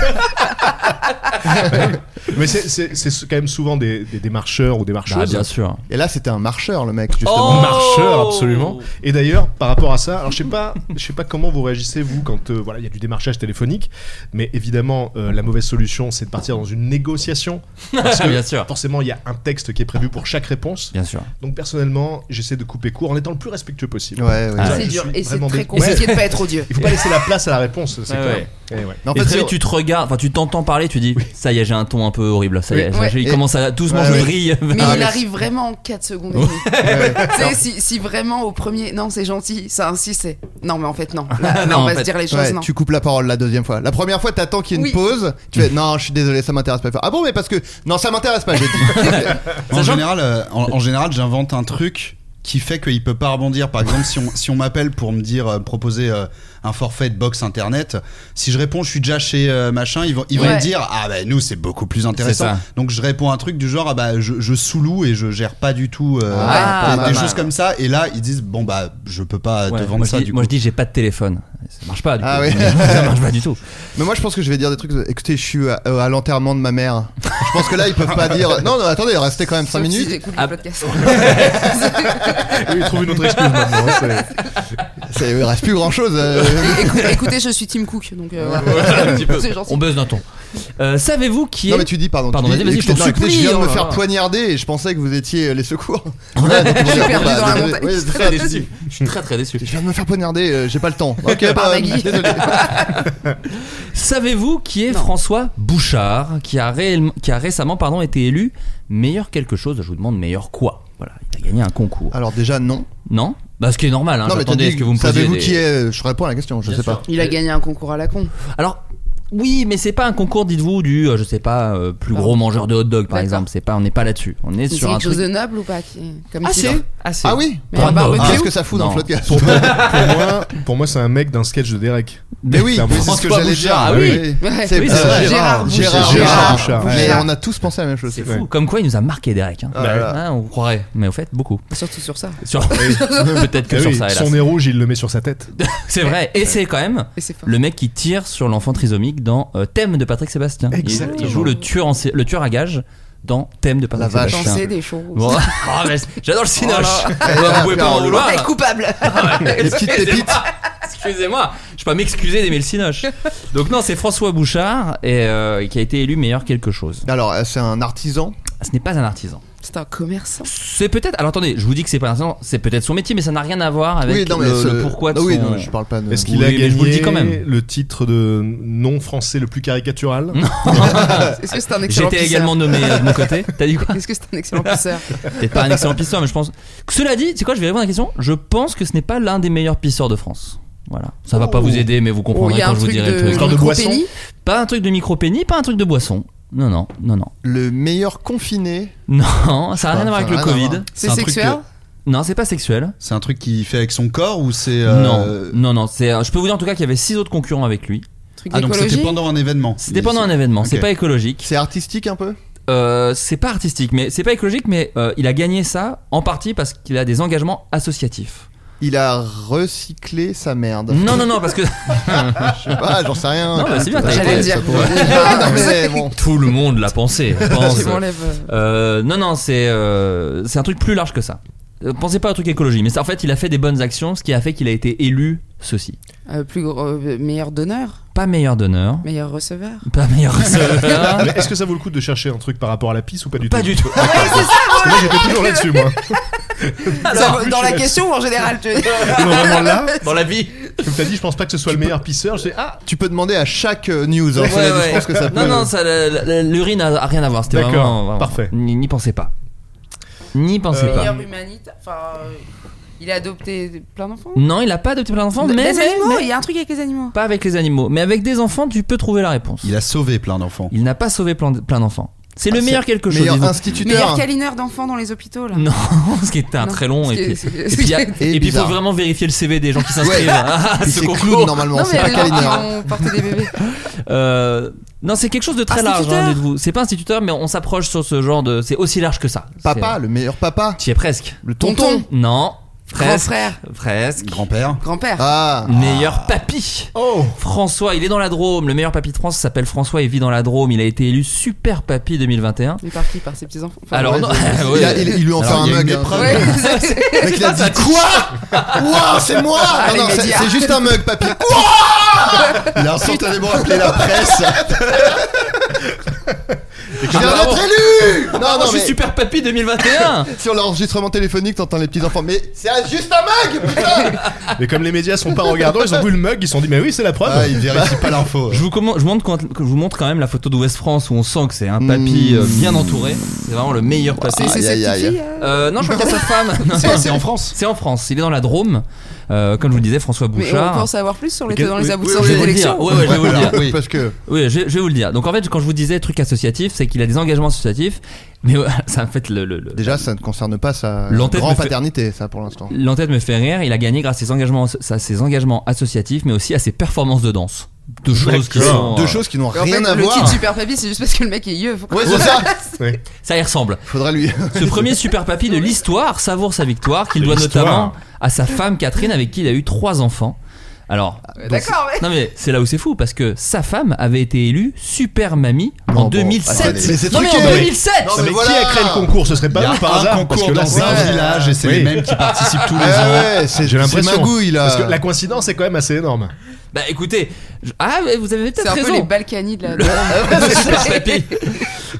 G: Mais c'est- c'est c'est quand même souvent des, des, des marcheurs ou des marcheuses.
F: Bah, bien sûr.
E: Et là, c'était un marcheur, le mec,
B: Oh,
G: justement.
E: justement.
G: marcheur absolument
F: Oh.
G: et d'ailleurs par rapport à ça alors je sais pas je sais pas comment vous réagissez vous quand euh, voilà il y a du démarchage téléphonique mais évidemment euh, la mauvaise solution c'est de partir dans une négociation parce que
F: Bien sûr.
G: forcément il y a un texte qui est prévu pour chaque réponse
F: Bien sûr.
G: donc personnellement j'essaie de couper court en étant le plus respectueux possible
E: Ouais, ouais.
G: Ça,
F: Ah.
E: C'est
G: je
B: dur,
G: suis
B: et c'est
G: vraiment
B: très
G: dé-
B: compliqué de pas être odieux.
G: il faut pas laisser la place à la réponse c'est
F: Ouais,
G: clair
F: ouais.
G: Et ouais.
F: Et
E: en fait,
F: très
E: c'est-
F: vite, tu te regardes, enfin, tu t'entends parler, tu dis, ça y est, j'ai un ton un peu horrible. Ça y est,
B: Oui. Ouais.
F: j'ai- il
B: Et-
F: commence à doucement,
E: Ouais,
F: je
E: ouais.
F: brille.
B: Mais
F: Ah,
B: il
F: mais-
B: arrive vraiment en 4 secondes et demie. Tu sais, si, si vraiment au premier, non, c'est gentil, ça insiste, c'est non, mais en fait, non. Là, là, on va se dire les choses,
E: Ouais,
B: non.
E: Tu coupes la parole la deuxième fois. La première fois, t'attends qu'il y ait une
B: Oui.
E: pause. Tu fais non, je suis désolé, ça m'intéresse pas. Ah bon, mais parce que non, ça m'intéresse pas. J'ai dit.
A: En général, euh, en, en général, j'invente un truc qui fait qu'il peut pas rebondir. Par exemple, si on, si on m'appelle pour me dire euh, me proposer euh, un forfait de box internet, si je réponds, je suis déjà chez euh, machin, ils vont ils vont
B: Ouais.
A: me dire ah ben nous c'est beaucoup plus intéressant.
F: ça.
A: Donc je réponds un truc du genre ah bah je, je sous-loue et je gère pas du tout euh,
F: Ah,
A: des-
F: pas
A: des
F: mal.
A: choses comme ça. Et là ils disent bon bah je peux pas
F: Ouais,
A: te
F: moi,
A: vendre
F: je
A: ça
F: dis-
A: du
F: moi,
A: coup.
F: je dis, j'ai pas de téléphone. Ça marche pas, du
E: Ah
F: coup.
E: oui.
F: ça marche pas du tout.
E: Mais moi, je pense que je vais dire des trucs. Écoutez, je suis à, euh, à l'enterrement de ma mère. Je pense que là, ils peuvent pas dire. Non, non, attendez, restez quand même 5
B: Sauf si
E: minutes.
B: j'écoute
F: Ah.
B: le podcast.
G: Oui, il trouve une autre excuse maintenant hein, c'est-
E: C'est- Il reste plus euh. grand chose.
B: Écou- écoutez, je suis Tim Cook, donc euh, voilà.
F: Un petit peu.
B: C'est gentil.
F: On buzz d'un ton. Euh, Savez-vous qui est.
E: Non mais tu dis pardon. tu
F: Pardon,
E: dis,
F: vas-y, vas-y, je
E: écoutez,
F: t'en
E: non, écoutez,
F: supplie.
E: je viens de
F: oh
E: me
F: là
E: faire
F: là.
E: poignarder et je pensais que vous étiez euh, les secours. Ouais, donc,
B: J'ai
E: bon,
B: perdu
E: bah,
B: dans la
E: désolé.
B: montagne.
E: Oui,
F: Je suis
E: c'est
F: très
E: ça.
F: déçu. Je suis très très déçu.
E: Je viens de me faire poignarder, euh, j'ai pas le temps. Ok,
B: Par
E: bah,
B: Nagui.
E: désolé.
F: Savez-vous qui est François Bouchard, qui a, réellement- qui a récemment pardon, été élu meilleur quelque chose Je vous demande meilleur quoi Voilà, il a gagné un concours.
E: Alors déjà non.
F: Non Bah, ce qui est normal, hein,
E: Ah. non mais t'as
F: j'attendais
E: dit,
F: à ce que vous me posiez
E: savez-vous
F: des-
E: qui est Je réponds à la question, je
F: Bien
E: sais
F: sûr.
E: pas.
B: Il a gagné un concours à la con.
F: Alors, oui, mais c'est pas un concours, dites-vous, du, euh, je sais pas, euh, plus gros mangeur de hot dog par
B: D'accord.
F: exemple. C'est pas, on n'est pas là-dessus. On est
B: C'est
F: sur un
B: quelque chose
F: truc.
B: de noble ou pas qui- comme
F: Assez,
B: titre
F: assez.
E: Ah oui.
B: Mais un
F: Ah,
B: barbecue.
F: bah,
E: Qu'est-ce que ça fout dans
F: Non.
E: le podcast
G: pour moi, Eh pour moi, pour moi, c'est un mec d'un sketch de Derek
E: Mais oui,
G: Clairement.
E: mais c'est ce que
F: François
E: j'allais dire.
F: Bouchard, ah oui.
B: Ouais.
E: C'est
F: Oui,
E: euh,
F: c'est vrai.
E: Gérard, Gérard,
G: Bouchard.
E: Gérard.
G: Bouchard.
E: Mais
B: Bouchard.
E: on a tous pensé à la même chose.
F: C'est fou. Comme quoi, il nous a marqué Derek. hein.
E: Ah là là.
F: Hein, on croirait, mais au fait, beaucoup.
B: Surtout sur ça.
F: Sur- Peut-être que
G: Ah
F: sur
G: oui,
F: ça, hélas.
G: son nez rouge, il le met sur sa tête.
F: C'est vrai, et c'est quand même
B: Et c'est fort.
F: le mec qui tire sur l'enfant trisomique dans euh, Thème de Patrick Sébastien. Il- Il,
G: Exactement.
F: joue le tueur, en sé- le tueur à gage dans Thème de Patrick
E: La vache. Oh
F: Sébastien.
B: Danser des choses.
F: Bon, ah, mais J'adore le cinoche.
E: là.
F: Vous pouvez pas en vouloir.
B: est coupable.
E: Les petites
F: Excusez-moi.
E: pépites.
F: Excusez-moi, je peux pas m'excuser d'aimer le cinoche. Donc non, c'est François Bouchard et euh, qui a été élu meilleur quelque chose.
E: Alors, euh, c'est un artisan.
F: Ce n'est pas un artisan.
B: C'est un commerçant.
F: C'est peut-être. Alors attendez, je vous dis que c'est pas un artisan, c'est peut-être son métier, mais ça n'a rien à voir avec
E: Oui, non, mais
F: le,
E: ce-
F: le pourquoi de
E: Non, oui,
F: son-
E: non, je parle pas de.
B: Euh,
G: Est-ce qu'il
F: Oui,
G: a
F: mais
G: gagné
F: je vous le dis quand même.
G: le titre de nom français le plus caricatural
B: Est-ce que c'est un excellent
F: J'étais
B: pisseur
F: également nommé euh, de mon côté. T'as dit quoi
B: Est-ce que c'est un excellent pisseur
F: Peut-être pas un excellent pisseur, mais je pense. Cela dit, c'est quoi Je vais répondre à la question. Je pense que ce n'est pas l'un des meilleurs pisseurs de France. Voilà. Ça va pas vous aider, mais vous
B: Oh, Il
F: comprendrez
B: y a
F: quand
B: un
F: je vous
B: truc
F: dirai
B: de
F: le truc.
G: de boisson
B: micro-pénis.
F: Pas un truc de micro-pénis, pas un truc de boisson. Non, non, non, non.
E: Le meilleur confiné.
F: Non, ça n'a
E: pas,
F: rien à voir
E: ça a
F: avec le
E: rien à
F: Covid.
E: voir.
B: C'est
A: un truc
B: sexuel
F: Non, c'est pas sexuel.
A: C'est un truc qu'il fait avec son corps ou c'est euh,
F: Non, non, non. c'est- euh, Je peux vous dire en tout cas qu'il y avait six autres concurrents avec lui.
B: Truc
A: Ah donc
B: d'écologie
A: c'était pendant un événement.
F: C'était pendant un événement, c'est
A: Ok.
F: pas écologique.
E: C'est artistique un peu.
F: euh, c'est pas artistique, mais c'est pas écologique, mais euh, il a gagné ça en partie parce qu'il a des engagements associatifs.
E: Il a recyclé sa merde.
F: Non, non, non, parce que.
E: Je sais pas, j'en sais rien.
F: Non, bah, c'est bien, t'as
E: J'allais
F: été-
E: le dire.
F: ça pourrait-
E: Ah, non, mais bon.
F: Tout le monde l'a pensé, je pense.
E: Tu m'enlèves.
F: Euh, non, non, c'est euh, c'est un truc plus large que ça. Euh, Pensez pas au truc écologie, mais ça, en fait, il a fait des bonnes actions, ce qui a fait qu'il a été élu ceci.
B: Euh, plus gros, euh, meilleur donneur,
F: Pas meilleur d'honneur,
B: meilleur receveur.
F: pas meilleur receveur.
G: Ah, Mais Est-ce que ça vaut le coup de chercher un truc par rapport à la pisse ou pas du
F: hein. Pas
G: tout
F: du tout.
G: D'accord. Parce que moi j'étais toujours là-dessus, moi.
B: Ça, Euh, dans la question ou en général tu...
G: Non, vraiment là,
F: dans la vie.
G: Comme t'as dit, je pense pas que ce soit le meilleur pisseur. Je dis, ah,
E: Tu peux demander à chaque euh, news. hein,
F: Ouais,
E: cela dit,
F: ouais.
E: Je pense que ça
F: non,
E: peut-
F: non, ça, euh, la- la- la- l'urine a, a rien à voir. C'était
G: euh, D'accord,
F: vraiment, vraiment-
G: parfait.
F: N'y n'y pensez pas. N'y pensez
G: Euh,
F: pas.
B: Meilleur humanitaire. Enfin, euh, il a adopté plein d'enfants.
F: Non, il a pas adopté plein d'enfants,
B: Des-
F: mais,
B: des
F: mais-
B: animaux,
F: mais-
B: il y a un truc avec les animaux.
F: pas avec les animaux. Mais avec des enfants, tu peux trouver la réponse.
A: Il a sauvé plein d'enfants.
F: Il n'a pas sauvé plein, plein d'enfants. C'est
A: Ah,
F: le
A: c'est
F: meilleur quelque chose.
A: meilleur
F: disons.
B: Meilleur câlineur d'enfants dans les hôpitaux là.
F: Non, ce qui était un
B: Non,
F: très long.
B: ce
F: Et
B: qui est-
F: puis,
B: ce qui est-
F: et puis il y a-
B: ce qui est
F: et puis, il faut
B: bizarre.
F: vraiment vérifier le CV des gens qui s'inscrivent Ah,
E: Ouais.
F: à
E: Puis
F: ce
E: c'est
F: concours.
E: clown, normalement,
B: Non,
E: c'est
B: mais
E: pas
B: les gens qui
E: câlineur.
B: ont porté des bébés.
F: Euh, non, c'est quelque chose de très large.
B: Instituteur
F: hein, dites-vous. C'est pas instituteur, mais on s'approche sur ce genre de. C'est aussi large que ça.
E: Papa,
F: C'est- euh,
E: le meilleur papa.
F: Tu y es presque.
E: Le tonton.
F: Non.
B: Grand
F: Presque.
B: frère.
F: Presque.
A: Grand-père.
B: Grand-père.
E: Ah.
F: Meilleur papy.
G: Oh.
F: François, il est dans la Drôme. Le meilleur papy de France s'appelle François. Il vit dans la Drôme. Il a été élu super papy 2021.
B: Mais par qui Par ses petits enfants.
F: Alors, non-
E: Il,
F: ouais.
E: a- il- il lui en fait
F: Alors,
E: un
F: il y a
E: mug.
F: une
E: hein.
F: épreuve.
B: Ouais,
E: Le mec, il a
F: Ça,
E: dit quoi Waouh, c'est moi
B: Ah,
E: Non, non,
B: les
E: c'est
B: médias.
E: c'est juste un mug, papy. Ouah Il a instantanément appelé la presse.
G: et
E: Je
G: comme-
E: viens d'être élu Non,
F: Ah, moi,
E: non,
F: je suis
E: mais
F: super papy 2021.
E: sur l'enregistrement téléphonique, t'entends les petits enfants. Mais c'est un- juste un mug, putain
G: mais comme les médias sont pas regardants, ils ont vu le mug, ils se sont dit, mais oui, c'est la preuve.
A: Ah, il vérifie pas l'info.
F: Je vous, commen- je vous montre, quand- que je vous montre quand même la photo d'Ouest France où on sent que c'est un papy
E: Hmm.
F: euh, bien entouré. C'est vraiment le meilleur papy.
B: C'est c'est
E: Aïe,
B: cette
E: aïe,
B: petite
E: aïe.
B: fille. euh,
F: Euh, non, je crois qu'il y a sa femme. Non,
A: C'est c'est en France.
F: C'est en France. Il est dans la Drôme. Euh, comme je vous le disais, François
B: Mais on
F: Bouchard.
B: peut en savoir plus sur les tenants les
F: Oui,
B: aboutissants
F: oui, je
B: des
F: vais vous le dire.
B: élections.
F: Ouais, ouais, je vais vous le dire. Oui.
E: Parce que.
F: Oui, je, je vais vous le dire. Donc en fait, quand je vous disais truc associatif, c'est qu'il a des engagements associatifs, mais euh, ça en fait le. le- le-
E: Déjà, ça ne concerne pas sa
F: L'entête me fait-
E: grand-paternité, ça, pour l'instant.
F: L'entête me fait rire, il a gagné grâce à ses, engagements, à ses engagements associatifs, mais aussi à ses performances de danse. Deux choses qui sont.
E: Deux
F: euh,
E: choses qui n'ont
B: En fait,
E: rien à
B: le titre
E: voir.
B: Super Papy, c'est juste parce que le mec est yeux. faut qu'on-
E: Ouais, c'est ça
G: Ouais.
F: Ça y ressemble.
E: Faudrait lui.
F: Ce premier super papy de l'histoire savoure sa victoire, qu'il
G: De
F: doit
G: l'histoire.
F: notamment à sa femme Catherine, avec qui il a eu trois enfants. Alors,
B: ouais,
F: donc,
B: d'accord,
F: c'est-
B: mais-
F: non mais c'est là où c'est fou parce que sa femme avait été élue super mamie
E: Non,
F: en
E: bon,
F: 2007.
E: allez. Mais c'est
F: non mais
E: truqué.
F: en 2007.
E: Non,
G: mais
E: mais
G: qui
E: voilà.
G: a créé le concours Ce serait
A: Il y
G: pas
A: a
G: nous par
A: un
G: hasard parce
A: concours
G: que là,
A: dans
G: c'est-
A: un village et c'est
G: Oui.
A: les mêmes qui participent tous les
E: Ah
A: ans.
E: ouais, c'est
G: J'ai
E: c'est
G: l'impression.
E: magouille là.
G: Parce que la coïncidence est quand même assez énorme.
F: Bah écoutez, je- ah mais vous avez
B: C'est
F: peut-être
B: un peu les
F: raison.
B: Balkany de la.
F: Le super papy.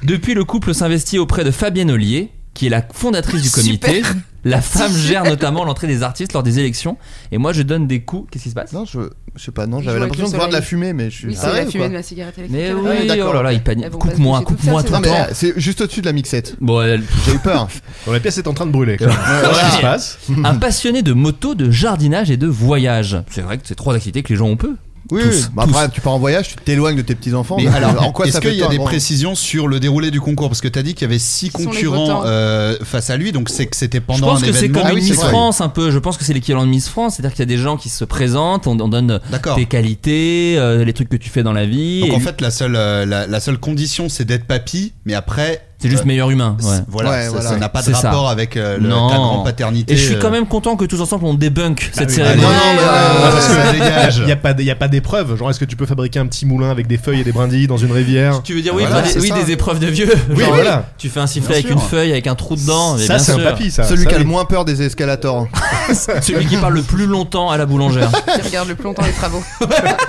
F: Depuis, le couple s'investit auprès de Fabienne Ollier, qui est la fondatrice du comité.
B: Super.
F: La femme gère notamment l'entrée des artistes lors des élections. Et moi, je donne des coups. Qu'est-ce qui se passe
E: Non, je, je sais pas, non,
B: Il
E: j'avais
B: joue avec
E: l'impression
B: le
E: de voir de la
B: soleil.
E: fumée, mais je suis
B: Oui,
E: ça
B: c'est la
E: arrive,
B: fumée
E: quoi.
B: de la cigarette électrique.
F: Mais
B: Ah,
F: oui,
B: ouais, d'accord.
F: oh là là, il panique.
B: Elles vont
F: Coupe-moi,
B: pas se coucher
F: coupe-moi
B: toute
F: tout
B: seule,
F: le
E: Non, mais
F: temps.
E: euh, c'est juste au-dessus de la mixette.
F: Bon, elle-
E: J'ai eu peur.
G: Bon, la pièce est en train de brûler. Quand même. Qu'est-ce qui se passe
F: un passionné de moto, de jardinage et de voyage. C'est vrai que c'est trois activités que les gens ont peu.
E: Oui,
F: Tous,
E: oui. Bah,
F: tous.
E: après, tu pars en voyage, tu t'éloignes de tes petits-enfants.
A: Mais
E: donc,
A: alors,
E: en quoi
A: est-ce
E: ça fait
A: qu'il y a
E: peur,
A: des
E: bon
A: précisions sur le déroulé du concours Parce que tu as dit qu'il y avait six
B: sont les
A: concurrents
B: votants
A: euh, face à lui, donc c'est que c'était
F: Je
A: pendant
F: pense
A: un
F: que c'est
A: événement.
F: comme
E: Ah
F: une
E: oui, c'est
F: Miss
E: vrai.
F: France un peu. Je pense que c'est l'équivalent de Miss France, c'est-à-dire qu'il y a des gens qui se présentent, on, on donne
A: D'accord.
F: tes qualités, euh, les trucs que tu fais dans la vie.
A: Donc
F: et
A: en
F: lui-
A: fait, la seule, euh, la, la seule condition, c'est d'être papy, mais après.
F: c'est juste
A: euh,
F: meilleur humain. ouais.
A: c'est- Voilà,
E: Ouais,
A: ça-
E: voilà.
A: ça n'a pas de
F: C'est ça.
A: rapport avec euh, le,
F: Non.
A: ta grand-paternité.
F: Et je suis quand
A: euh,
F: même content que tous ensemble on débunk cette
G: oui.
F: cérémonie.
A: Allez.
E: Non, mais,
A: Ah, parce que
E: euh,
A: ça dégage.
G: Il y a pas, il y a pas d'épreuve. Genre, est-ce que tu peux fabriquer un petit moulin avec des feuilles et des brindilles dans une rivière
F: Tu veux dire oui,
A: Voilà,
F: faire
A: c'est
F: des, oui,
A: ça.
F: des épreuves de vieux.
G: Oui,
F: Genre,
G: voilà.
F: Tu fais un
A: Bien
F: sifflet avec
A: sûr.
F: une feuille, avec un trou dedans. mais
G: Ça,
F: bien
G: c'est un
F: sûr.
G: papy, ça.
E: Celui
G: Ça,
E: qui a
G: oui.
E: le moins peur des escalators.
F: Ah, Celui qui parle le plus longtemps à la boulangère.
B: Qui regarde le plus longtemps les travaux.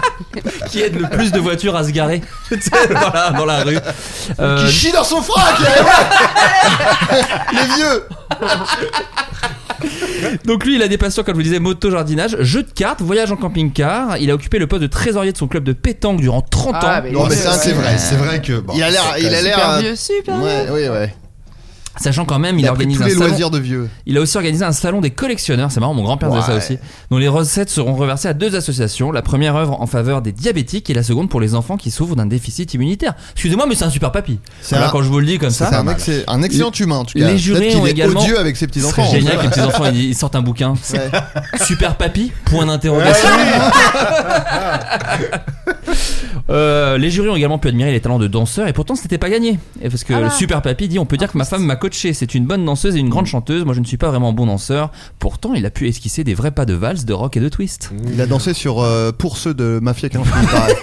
F: qui aide le plus de voitures à se garer Tu sais, dans la, dans la rue. Euh,
E: Qui chie dans son frac
F: eh
E: Les vieux
F: donc lui, il a des passions, comme je vous disais, moto, jardinage, jeu de cartes, voyage en camping-car. Il a occupé le poste de trésorier de son club de pétanque durant 30 ans.
B: Ah, mais
E: Non, mais ça, c'est
A: C'est vrai,
E: vrai.
A: c'est vrai que. bon,
E: Il a l'air.
A: c'est
E: Il a
A: quand
E: l'air.
B: Super
E: euh,
B: vieux, super
E: Ouais,
B: vieux.
E: oui, ouais.
F: Sachant quand même,
E: Il,
F: il,
E: a pris
F: organise
E: tous
F: un
E: les
F: salon.
E: loisirs de vieux.
F: Il a aussi organisé un salon des collectionneurs, c'est marrant, mon grand-père faisait ça
E: Ouais.
F: aussi, dont les recettes seront reversées à deux associations, la première œuvre en faveur des diabétiques et la seconde pour les enfants qui souffrent d'un déficit immunitaire. Excusez-moi, mais c'est un super papy.
E: C'est
F: Voilà,
E: un-
F: quand je vous le dis comme
E: C'est
F: ça.
E: un, excell- un excellent humain en tout
F: Les
E: cas.
F: jurés
E: Peut-être qu'il
F: ont
E: est
F: également-
E: odieux avec ses petits
F: C'est
E: enfants.
B: hein.
F: génial que les petits enfants ils, ils sortent un bouquin. Super papy Point d'interrogation. Euh, les jurys ont également pu admirer les talents de danseurs et pourtant c'était pas gagné. Et parce que le super papy dit on peut dire que ma femme m'a coaché, c'est une bonne danseuse et une grande chanteuse, moi je ne suis pas vraiment bon danseur. Pourtant il a pu esquisser des vrais pas de valse, de rock et de twist.
B: Il a dansé sur euh, Pour ceux de Mafia 15 minutes par heure.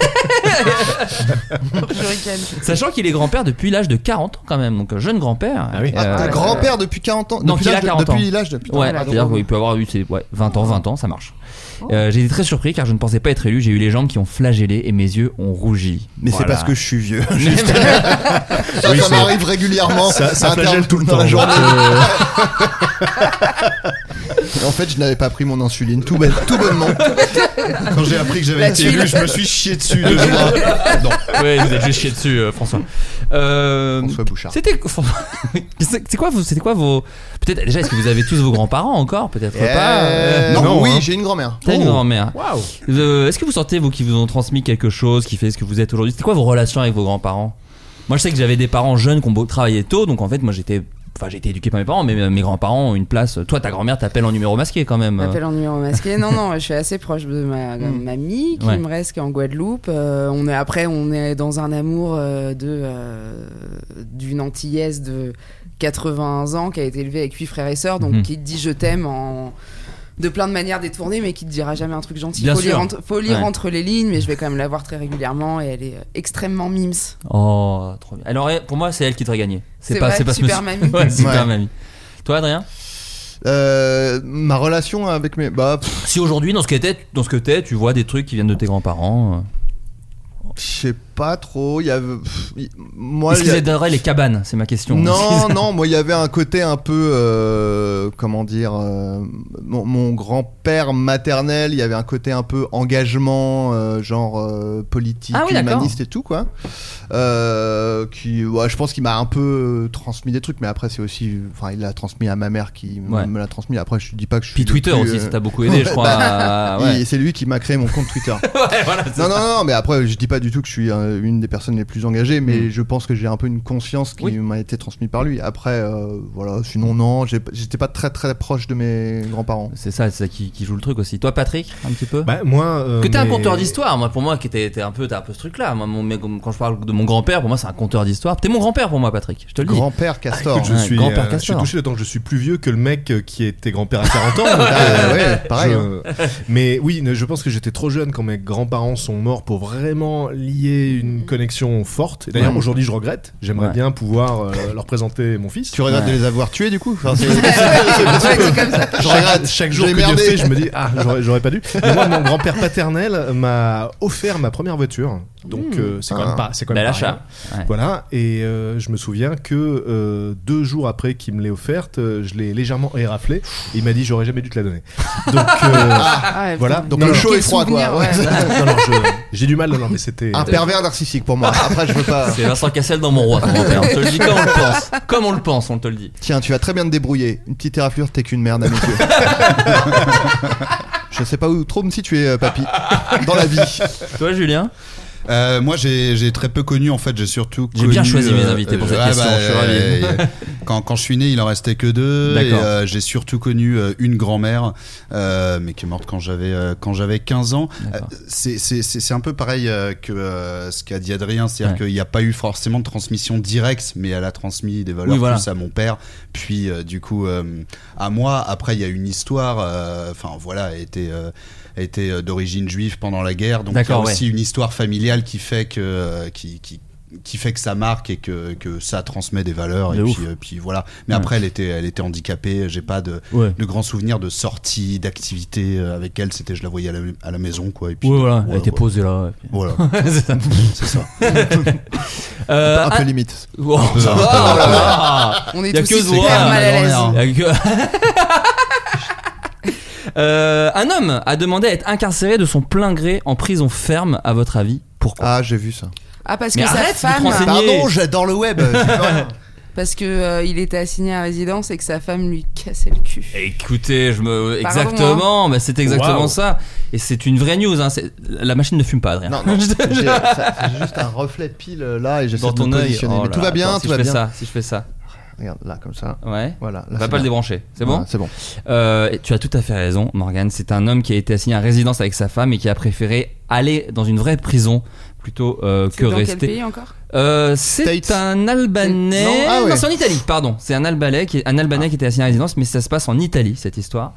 F: Sachant qu'il est grand-père depuis l'âge de 40 ans quand même, donc un jeune grand-père. Euh,
B: Ah, t'as grand-père depuis 40 ans
F: Non,
B: Depuis
F: qu'il a
B: l'âge de-
F: 40 ans.
B: depuis l'âge de- putain,
F: Ouais,
B: pardon.
F: c'est-à-dire qu'il peut avoir eu ses- ouais, 20 ans, 20 ans, ça marche. Euh, j'ai été très surpris car je ne pensais pas être élu. J'ai eu les jambes qui ont flagellé et mes yeux ont rougi.
B: Mais c'est parce que je suis vieux. Juste. Ça,
F: Oui,
B: ça
F: c'est-
B: m'arrive régulièrement.
F: Ça- ça
B: à
F: flagelle
B: intervalles
F: tout le
B: dans la
F: temps,
B: journée.
F: donc,
B: en fait, je n'avais pas pris mon insuline, tout, bête- tout bonnement.
A: Quand j'ai appris que j'avais
B: La
A: été
B: tuile.
A: élu, je me suis chié dessus deux fois. Non.
F: Ouais, vous êtes juste chié dessus, euh, François. Euh, C'était c'est c'est quoi, vos- c'était quoi vos Peut-être déjà, est-ce que vous avez tous vos grands-parents encore Peut-être
B: Euh,
F: pas. euh,
B: non, oui, j'ai une grand-mère.
F: T'as une
B: Oh.
F: grand-mère.
B: Waouh.
F: Euh, Est-ce que vous sentez vous qui vous ont transmis quelque chose qui fait ce que vous êtes aujourd'hui C'était quoi vos relations avec vos grands-parents Moi, je sais que j'avais des parents jeunes qui ont beau- travaillé tôt, donc en fait, moi, j'étais, enfin, j'ai été éduqué par mes parents, mais euh, mes grands-parents ont une place. Toi, ta grand-mère t'appelle en numéro masqué quand même. euh.
E: M'appelle en numéro masqué. Non, non, je suis assez proche de ma mamie qui
F: Ouais.
E: me reste, qui est en Guadeloupe. Euh, on est, après, on est dans un amour euh, de euh, d'une antillaise de 80 ans qui a été élevée avec huit frères et sœurs, donc
F: Mhm.
E: qui te dit je t'aime en de plein de manières détournées, mais qui te dira jamais un truc gentil.
F: Bien
E: faut lire,
F: sûr.
E: entre, faut lire
F: Ouais.
E: entre les lignes, mais je vais quand même la voir très régulièrement et elle est euh, extrêmement mimes.
F: Oh, trop bien. Alors, eh, pour moi, c'est elle qui devrait gagner.
E: C'est
F: pas,
E: vrai,
F: c'est pas
E: super
F: ce
E: mamie.
F: Ouais, super
B: Ouais.
F: mamie. Toi, Adrien
B: Euh, ma relation avec mes. Bah, pff,
F: Si aujourd'hui, dans ce que t'es, dans ce que t'es, tu vois des trucs qui viennent de tes grands-parents. euh.
B: je sais pas trop. Il y avait. pff, il- moi,
F: Est-ce
B: il y
F: qu'ils
B: a-
F: aideraient les cabanes C'est ma question.
B: Non, non, moi il y avait un côté un peu, euh, comment dire, euh, mon, mon grand-père maternel, il y avait un côté un peu engagement, euh, genre euh, politique,
F: Ah oui, d'accord.
B: humaniste et tout quoi. Euh, qui, ouais, je pense qu'il m'a un peu euh, transmis des trucs, mais après c'est aussi, enfin il l'a transmis à ma mère qui m-
F: Ouais.
B: me l'a transmis. Après je dis pas que je suis.
F: Puis
B: le
F: Twitter
B: plus,
F: aussi,
B: euh,
F: ça t'a beaucoup aidé, je crois, à- ouais.
B: il- C'est lui qui m'a créé mon compte Twitter.
F: c'est
B: non, non,
F: ça.
B: non, mais après je dis pas du tout que je suis euh, une des personnes les plus engagées, mais
F: Mm.
B: je pense que j'ai un peu une conscience qui
F: Oui.
B: m'a été transmise par lui. Après, euh, voilà, sinon, non, j'ai- j'étais pas très très proche de mes grands-parents.
F: C'est ça, c'est ça qui, qui joue le truc aussi. Toi, Patrick, un petit peu
G: Bah, moi. euh,
F: que t'es un
G: mes-
F: conteur d'histoire, moi pour moi qui était un peu t'as un peu ce truc là. Moi mon- mais comme- quand je parle de mon grand-père, pour moi c'est un conteur d'histoire. T'es mon grand-père pour moi Patrick, je te le dis.
B: Grand-père Castor. hein.
G: Écoute, je,
F: Ouais,
G: suis,
F: grand-père
G: euh, je suis
F: Castor.
G: touché d'autant que je suis plus vieux que le mec euh, qui était grand-père à 40 ans. donc, euh,
B: Ah, ouais, pareil,
G: je- Mais oui, ne- je pense que j'étais trop jeune quand mes grands-parents sont morts pour vraiment lier une connexion forte. Et D'ailleurs,
B: Ouais.
G: aujourd'hui, je regrette. J'aimerais
B: Ouais.
G: bien pouvoir euh, leur présenter mon fils.
B: Tu regrettes de les avoir tués du coup Enfin, c'est- Je
G: Chaque-
B: regrette.
G: Chaque jour
B: J'ai
G: que Dieu
B: merdé.
G: fait, je me dis ah j'aurais, j'aurais pas dû. Mais moi, mon grand-père paternel m'a offert ma première voiture, donc
F: Mmh.
G: euh, c'est
B: Ah.
G: quand même pas, c'est quand même
F: Bel
G: pas
F: achat.
G: rien. Voilà, et euh, je me souviens que euh, deux jours après qu'il me l'ait offerte, euh, je l'ai légèrement éraflée. Et il m'a dit j'aurais jamais dû te la donner. Donc euh,
B: Ah, ouais,
G: voilà,
B: putain. Donc le chaud Quel et froid, quoi. souvenir, ouais. Ah, Ouais.
G: Non, non, je- j'ai du mal, non, non, mais c'était euh,
B: Un pervers narcissique pour moi. Après, je veux pas.
F: C'est Vincent Cassel dans mon roi. ton grand-père. On te le dit comme on le pense, comme on le pense, on te le dit.
B: Tiens, tu vas très bien te débrouiller. Une petite éraflure, t'es qu'une merde à mes yeux. je sais pas où trop me situer, euh, papy. Dans la vie.
F: Toi, Julien
A: Euh, moi j'ai j'ai très peu connu en fait j'ai surtout euh,
F: J'ai bien choisi mes invités pour cette question, je suis ravi.
A: bah, quand, quand je suis né il en restait que deux et
F: D'accord.
A: euh, j'ai surtout connu euh, une grand-mère euh, mais qui est morte quand j'avais euh, quand j'avais 15 ans Euh, c'est- c'est c'est- c'est un peu pareil euh, que euh, ce qu'a dit Adrien c'est-à-dire
F: Ouais.
A: qu'il n'y a pas eu forcément de transmission directe mais elle a transmis des valeurs
F: Oui, voilà.
A: plus à mon père puis euh, du coup euh, à moi après il y a une histoire euh, enfin voilà elle était euh, elle était euh, d'origine juive pendant la guerre donc il y a
F: D'accord, ouais.
A: aussi une histoire familiale qui fait que euh, qui, qui qui fait que ça marque et que, que ça transmet des valeurs
F: De
A: et
F: ouf.
A: puis, euh, puis voilà mais
F: Ouais.
A: après elle était elle était handicapée j'ai pas de
F: Ouais.
A: de grands souvenirs de sorties d'activités euh, avec elle c'était je la voyais à la, à la maison quoi et puis
F: Ouais, voilà, elle était
A: ouais.
F: posée là, ouais.
A: voilà
F: C'est ça.
A: c'est ça
F: Euh,
A: Un peu
F: ah-
A: limite.
F: Wow.
A: Un peu, un peu,
F: Oh
A: un peu.
F: là là.
E: On est
F: Y a
E: tous
F: que
E: hyper
F: ce voix.
E: mal à l'aise.
F: Y a que- Euh, un homme a demandé à être incarcéré de son plein gré en prison ferme, à votre avis, pourquoi
B: Ah, j'ai vu ça.
E: Ah, parce
F: Mais
E: que
F: arrête de te
E: sa femme.
F: renseigner. Pardon,
B: j'adore le web.
E: Parce que euh, il était assigné à résidence et que sa femme lui cassait le cul.
F: Écoutez, je me
E: Pardon,
F: exactement, bah, c'est exactement
E: Waouh.
F: ça, et c'est une vraie news. hein, c'est- La machine ne fume pas, Adrien.
B: Non, non, j'ai- ça- c'est juste un reflet pile euh, là et j'essaie
F: Dans
B: de
F: ton
B: me
F: œil.
B: positionner.
F: Oh
B: Mais
F: là
B: tout
F: là,
B: va bien,
F: attends,
B: tout
F: si
B: va
F: je fais
B: bien.
F: ça, si je fais ça.
B: Regarde là comme ça.
F: Ouais.
B: Voilà.
F: va
B: là, c'est
F: pas le
B: bien.
F: débrancher, c'est bon
B: Ouais, C'est bon.
F: Euh, et tu as tout à fait raison, Morgane. C'est un homme qui a été assigné à résidence avec sa femme et qui a préféré aller dans une vraie prison plutôt euh,
B: C'est
F: que
B: dans quel
F: rester.
B: pays encore
F: Euh, C'est un Albanais.
B: C'est-
F: Non,
B: Non, ah ouais.
F: c'est en Italie, pardon. C'est un Albanais qui est un Albanais qui était assigné à résidence, mais ça se passe en Italie cette histoire.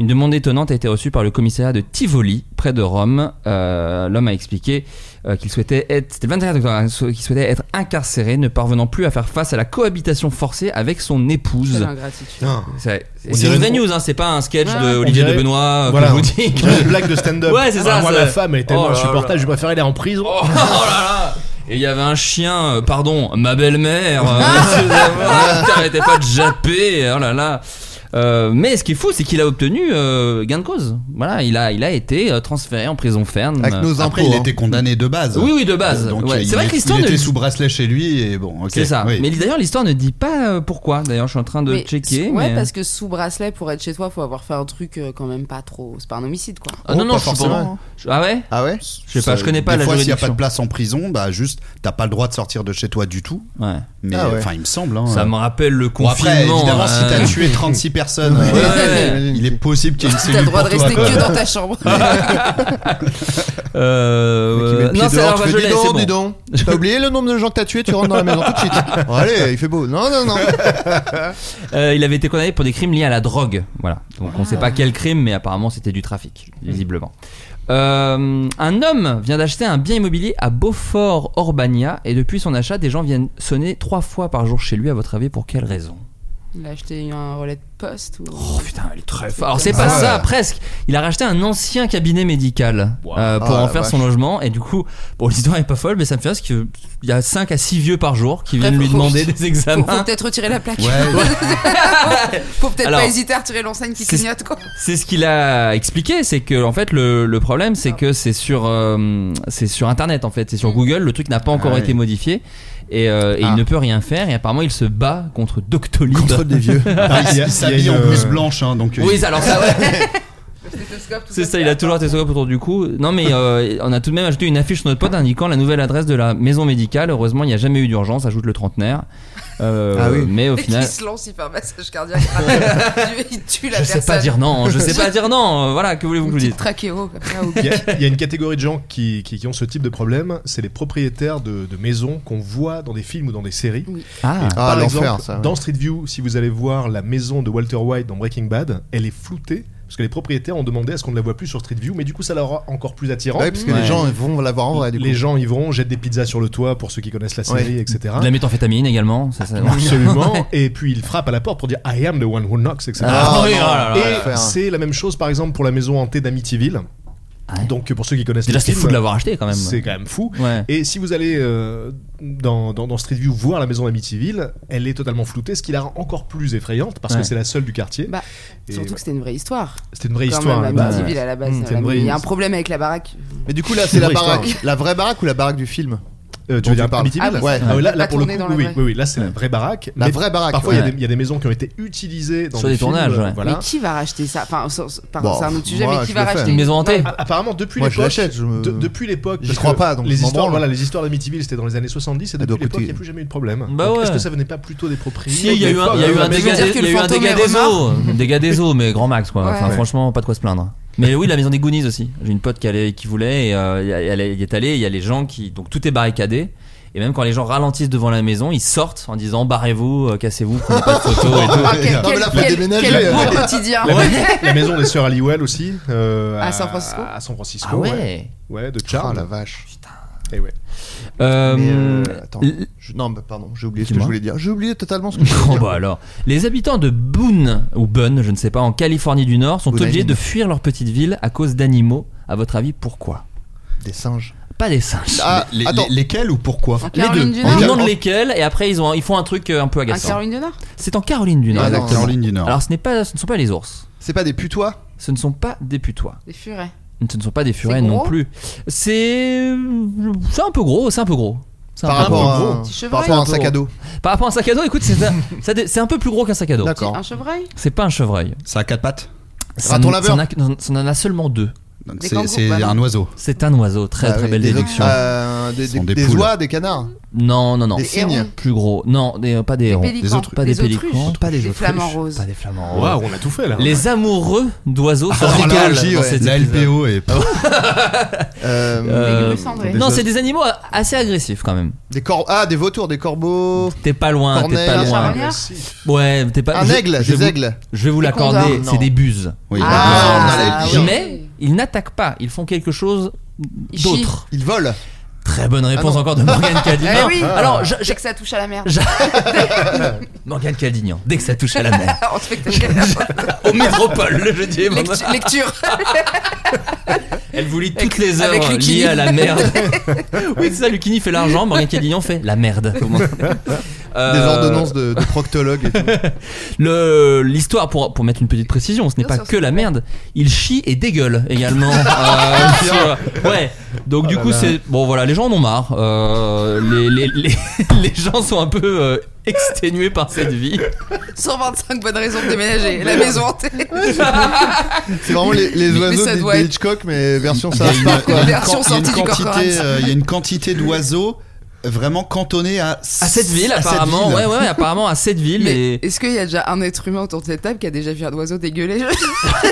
F: Une demande étonnante a été reçue par le commissariat de Tivoli, près de Rome. Euh, L'homme a expliqué euh, qu'il souhaitait être, c'était le 24 octobre, hein, qu'il souhaitait être incarcéré, ne parvenant plus à faire face à la cohabitation forcée avec son épouse.
B: Quelle ingratitude.
G: Ah.
F: C'est
G: On
F: c'est une
G: dirait
F: vraie
G: une-
F: news, hein, c'est pas un sketch
G: Ouais.
F: de
G: On
F: Olivier
G: dirait-
F: de Benoît. que
G: voilà.
F: je vous dis que-
G: Une blague de stand-up.
F: Ouais, c'est ça.
G: Ah, moi,
F: c'est-
G: la femme, elle est tellement
F: Oh là là là.
G: insupportable, je préfère aller en prison.
A: Oh,
F: Et il y avait un chien, euh, pardon, ma belle-mère, euh,
A: Ah.
F: excusez-moi, t'arrêtais pas de japper, oh là là. Euh, mais ce qui est fou, c'est qu'il a obtenu euh, gain de cause. Voilà, il a, il a été euh, transféré en prison ferme.
A: Avec nos Après, impôts, il hein. était condamné de base.
F: Oui, oui, de base.
A: Donc,
F: Ouais.
A: il-
F: C'est vrai que l'histoire
A: il
F: ne-
A: était sous bracelet chez lui et bon, ok.
F: C'est ça.
A: oui.
F: Mais d'ailleurs, l'histoire ne dit pas euh, pourquoi. D'ailleurs, je suis en train de
B: Mais-
F: checker.
B: Ouais,
F: mais- euh,
B: parce que sous bracelet, pour être chez toi, faut avoir fait un truc euh, quand même pas trop. C'est pas un homicide, quoi.
A: Oh,
F: Ah non, non, je suis pas. Je- Ah ouais
A: Ah ouais
F: Je sais pas, je connais pas
A: des
F: la
A: fois, s'il y a pas
F: juridiction.
A: de place en prison, bah juste, t'as pas le droit de sortir de chez toi du tout.
F: Ouais.
A: Mais
F: Ah ouais.
A: enfin, il me semble. hein.
F: Ça me rappelle le
A: Bon, après,
F: confinement,
A: évidemment,
F: hein.
A: si t'as tué 36 personnes,
F: Ouais.
A: euh, il est possible qu'il y ait une
B: T'as
A: cellule
B: le droit de
A: pour toi,
B: rester
A: quoi.
B: que dans ta chambre.
F: Euh,
E: Qui met le pied
F: non, c'est
E: dehors,
F: alors,
E: tu
F: bah,
E: fais, dis
F: je l'ai,
E: donc,
F: c'est bon.
E: dis donc. T'as oublié le nombre de gens que t'as tué, tu rentres dans la maison tout de suite.
B: Oh,
E: Bon, allez, il fait beau. Non, non, non.
F: Euh, il avait été condamné pour des crimes liés à la drogue. Voilà. Donc on ne sait
B: Ah.
F: pas quel crime, mais apparemment c'était du trafic,
B: Hmm.
F: visiblement. Euh, un homme vient d'acheter un bien immobilier à Beaufort-Orbania et depuis son achat, des gens viennent sonner trois fois par jour chez lui. À votre avis, pour quelle raison
B: Il a acheté un relais de poste ou.
F: Oh putain, elle est très Alors c'est pas ça, presque. Il a racheté un ancien cabinet médical euh, pour
E: Ah,
F: en
E: la
F: faire son
E: vache.
F: logement et du coup, bon, l'histoire est pas folle, mais ça me fait rire parce qu'il y a 5 à 6 vieux par jour qui viennent lui demander des examens.
B: Faut, faut peut-être retirer la plaque. faut peut-être
F: Alors,
B: pas hésiter à retirer l'enseigne qui
F: c'est-
B: clignote, quoi.
F: C'est ce qu'il a expliqué, c'est que en fait le, le problème c'est que c'est sur euh, c'est sur internet en fait, c'est sur Google, le truc n'a pas encore
A: Ah oui.
F: été modifié et, euh, et il ne peut rien faire et apparemment il se bat contre Doctolib.
A: Contre des vieux. Ah, il- il s'habille en blouse blanche, hein, donc, euh,
F: Oui,
A: il-
F: alors ça ouais. C'est ça, il a toujours un télescope autour du cou. Non, mais euh, on a tout de même ajouté une affiche sur notre pote indiquant la nouvelle adresse de la maison médicale. Heureusement, il n'y a jamais eu d'urgence, ajoute le trentenaire. Euh,
B: Ah oui.
F: Mais au
B: Dès
F: final.
B: qu'il se lance, il fait un massage cardiaque. rapide. il tue la
F: Je
B: personne.
F: sais pas dire non, je sais pas dire non. euh, Voilà, que voulez-vous que je vous dise
B: Trachéo, comme ça, au
G: Il y,
B: pied.
G: a, il y a une catégorie de gens qui, qui- qui ont ce type de problème, c'est les propriétaires de, de maisons qu'on voit dans des films ou dans des séries.
F: Ah.
G: Et
F: Ah,
G: par
F: l'enfer,
G: exemple,
F: ça, ouais.
G: dans Street View, si vous allez voir la maison de Walter White dans Breaking Bad, elle est floutée parce que les propriétaires ont demandé à ce qu'on ne la voit plus sur Street View, mais du coup ça la rend encore plus attirante.
F: Bah,
E: Ouais, parce que les Ouais. gens vont la voir en vrai, du
G: les
E: coup.
G: gens y vont, jettent des pizzas sur le toit pour ceux qui connaissent la série,
F: Ouais.
G: etc.
F: De la méthamphétamine également. Ça, ça-
G: Absolument. Et puis il frappe à la porte pour dire I am the one who knocks, etc.
F: Ah, oui, oh là là là là.
G: et c'est la même chose par exemple pour la maison hantée d'Amityville. Donc pour ceux qui connaissent
F: Déjà,
G: le
F: c'est
G: film,
F: fou de l'avoir acheté, quand même.
G: C'est quand même fou.
F: Ouais.
G: Et si vous allez euh, dans, dans- dans Street View voir la maison d'Amityville, elle est totalement floutée, ce qui la rend encore plus effrayante parce
B: Ouais.
G: que c'est la seule du quartier.
B: Bah,
G: Et
B: Surtout que
G: voilà.
B: c'était une vraie histoire.
G: C'était une vraie
B: Quand
G: histoire,
B: Même,
G: à la
B: Amityville,
G: base.
B: à la base.
G: Mmh, c'est
B: la-
G: une vraie-
B: Il y a un problème avec la baraque.
E: Mais du coup, là, c'est la
G: vraie histoire.
E: baraque, la vraie baraque ou la baraque du film
G: Euh, tu
E: dont
G: veux dire
E: parles
G: Amityville
B: bah,
E: Ouais.
G: Ah là, là, pour le coup,
B: tourner dans la
G: oui,
B: vraie.
G: oui, oui, là c'est la vraie baraque.
E: La
G: Mais
E: vraie baraque,
G: Parfois il y a
E: ouais.
G: des- il y, a des maisons qui ont été utilisées dans des films, euh, voilà.
B: Mais qui va racheter ça Enfin, sur- sur- pardon,
G: Bon,
B: c'est un autre sujet,
G: moi,
B: mais qui
G: je
B: va
G: le fais.
B: racheter
G: Une maison hantée. Non, a- Ah, apparemment, depuis
E: Moi, je
G: l'époque-
E: l'achète. je me-
G: de- depuis l'époque,
E: J'y
G: parce
E: crois
G: que
E: pas, donc je
G: les
E: m'en
G: histoires,
E: branle.
G: voilà, les histoires d'Amityville, c'était dans les années 70 et
E: Elle
G: depuis
E: doit
G: l'époque, il n'y a
E: coûter-
G: plus jamais eu de problème.
F: Bah
G: Donc,
F: ouais.
G: Est-ce que ça venait pas plutôt des euh, propriétaires
F: Si, il y a eu un, il y a eu un dégât, il y a eu un dégât des eaux, dégât des eaux, mais grand max quoi.
G: Ouais.
F: Enfin,
G: Ouais.
F: franchement, pas de quoi se plaindre. Mais oui, la maison des Goonies aussi. J'ai une pote qui, allait, qui voulait, et euh, elle, elle y est allée. et Il y a les gens qui, donc tout est barricadé. Et même quand les gens ralentissent devant la maison, ils sortent en disant barrez-vous, euh, cassez-vous, prenez pas de photos et tout.
B: Ah, quel-
E: Non, mais là, faut
B: quel-
E: déménager.
B: quel beau
E: Ouais.
B: quotidien.
G: La, la maison des sœurs Halliwell aussi. euh,
B: Ah À San Francisco
G: À San Francisco.
F: Ah ouais.
G: ouais. Ouais, de Charles.
F: Oh,
B: Oh
E: Ah la vache.
G: Et ouais.
F: Euh,
E: Mais, euh, attends,
F: l-
E: je- non, bah, pardon, j'ai oublié ce que
F: Dis-moi.
E: je voulais dire. J'ai oublié totalement ce que je
F: Oh
E: voulais dire.
F: bah alors, les habitants de Boone ou Bunn, je ne sais pas, en Californie du Nord, sont
E: Boone
F: obligés
E: Island.
F: de fuir leur petite ville à cause d'animaux. À votre avis, pourquoi
E: Des singes.
F: Pas des singes.
E: Ah,
F: Les- les-
E: attends.
A: Lesquels ou pourquoi
B: Les Caroline deux. du
F: On
B: Nord.
F: vous demande lesquels et après ils ont ils font un truc euh, un peu
B: Un
F: agaçant.
B: Ah, Caroline du Nord
F: C'est en Caroline du Nord.
A: Ah, d'accord.
F: exactement.
A: Caroline du Nord.
F: Alors ce n'est pas ce ne sont pas les ours.
E: C'est pas des putois
F: Ce ne sont pas des putois.
B: Des furets.
F: Ce ne sont pas des furets non
B: gros
F: plus. C'est euh, c'est un peu gros, c'est un peu gros. C'est
E: Par
F: un peu
E: rapport à
F: gros.
E: un-
B: Petit
E: par
B: chevreuil.
E: rapport à un
F: C'est peu
E: sac à
F: gros.
E: dos.
F: Par rapport à un sac à dos, écoute, c'est un, ça dé- c'est un peu plus gros qu'un sac à dos.
E: D'accord.
B: Un chevreuil
F: C'est pas un chevreuil.
A: Ça a quatre pattes
F: Ça
A: Raton
F: n-
A: laveur.
F: Ça n'en a- ça n'en a seulement deux.
B: Des kangourous, bah non.
A: oiseau.
F: C'est un oiseau, très
E: Ah oui,
F: très
B: Bah
F: belle
E: des-
F: déduction.
E: euh, des,
A: Ce sont
E: des-
A: des
E: des
A: poules.
E: oies, des canards.
F: Non, non, non.
B: Des Des hérons. cygnes.
F: Plus gros. Non, des- euh, pas des hérons.
B: pélicans. Des autruches.
F: Pas des,
B: Des autruches.
F: pélicans. Pas des
B: Des
F: autruches.
B: flamants roses.
F: Pas des flamants roses.
G: Waouh, on a tout fait Oh là.
F: Les amoureux d'oiseaux
A: Ah,
F: tropicales
A: la LG,
F: dans
A: ouais.
F: cet
A: La
F: épisode.
A: LPO est-
F: Euh,
E: grues cendrées.
F: non,
E: Des
F: c'est des animaux assez agressifs quand même.
E: Des cor- ah, des vautours, des corbeaux.
F: T'es pas loin, Ah, t'es
E: Corneille.
F: pas
E: Des
F: loin.
E: charnières
F: Ouais, t'es pas.
E: Un
F: je-
E: aigle,
F: je
E: des
F: vous-
E: aigles.
F: Je vais vous
E: Des
F: l'accorder,
E: condors.
F: c'est des buses.
A: Oui,
E: Ah, les condors, les
F: mais ils n'attaquent pas, ils font quelque chose
B: Ils chient.
F: d'autre.
E: Ils volent.
F: Très bonne réponse
B: Ah non.
F: encore de Morgane
B: Eh
F: Cadignan.
B: oui.
E: Ah.
F: Alors, je-
B: Dès que ça touche à la merde.
F: Morgane Cadignan, dès que ça touche à la mer.
B: en spectaculaire.
F: Au métropole, le jeudi et vendredi.
B: Lectu- lecture.
F: Elle vous lit toutes les
B: avec
F: œuvres
B: Lucchini.
F: liées à la merde. oui, c'est ça, Lucini fait l'argent, Morgan Cadignan fait la merde. Comment-
E: Des
F: Euh,
E: ordonnances de, de proctologues et tout.
F: le- L'histoire, pour, pour mettre une petite précision, ce n'est pas que la merde. Il chie et dégueule également. Euh, sur- ouais. Donc du
G: là
F: coup,
G: là.
F: c'est bon. Voilà, les gens en ont marre. Euh, les, les, les- les gens sont un peu euh, exténués par cette vie.
B: 125 bonnes raisons de déménager. La maison hantée.
E: C'est vraiment les, les
B: Mais
E: oiseaux
B: ça
E: de,
B: doit
E: de
B: être-
E: Hitchcock, mais version
A: Il y
E: ça.
A: a une- il
E: part,
A: y
E: quoi.
A: a une
B: Version
A: quan- il y a une
B: sortie du
A: quantité,
B: Corcoran.
A: euh, il y a une quantité d'oiseaux vraiment cantonnés à,
F: À cette ville,
A: à cette
F: apparemment.
A: ville.
F: Ouais, ouais, ouais, apparemment à cette ville.
B: Mais
F: et-
B: est-ce qu'il y a déjà un être humain autour de cette table qui a déjà vu un oiseau dégueuler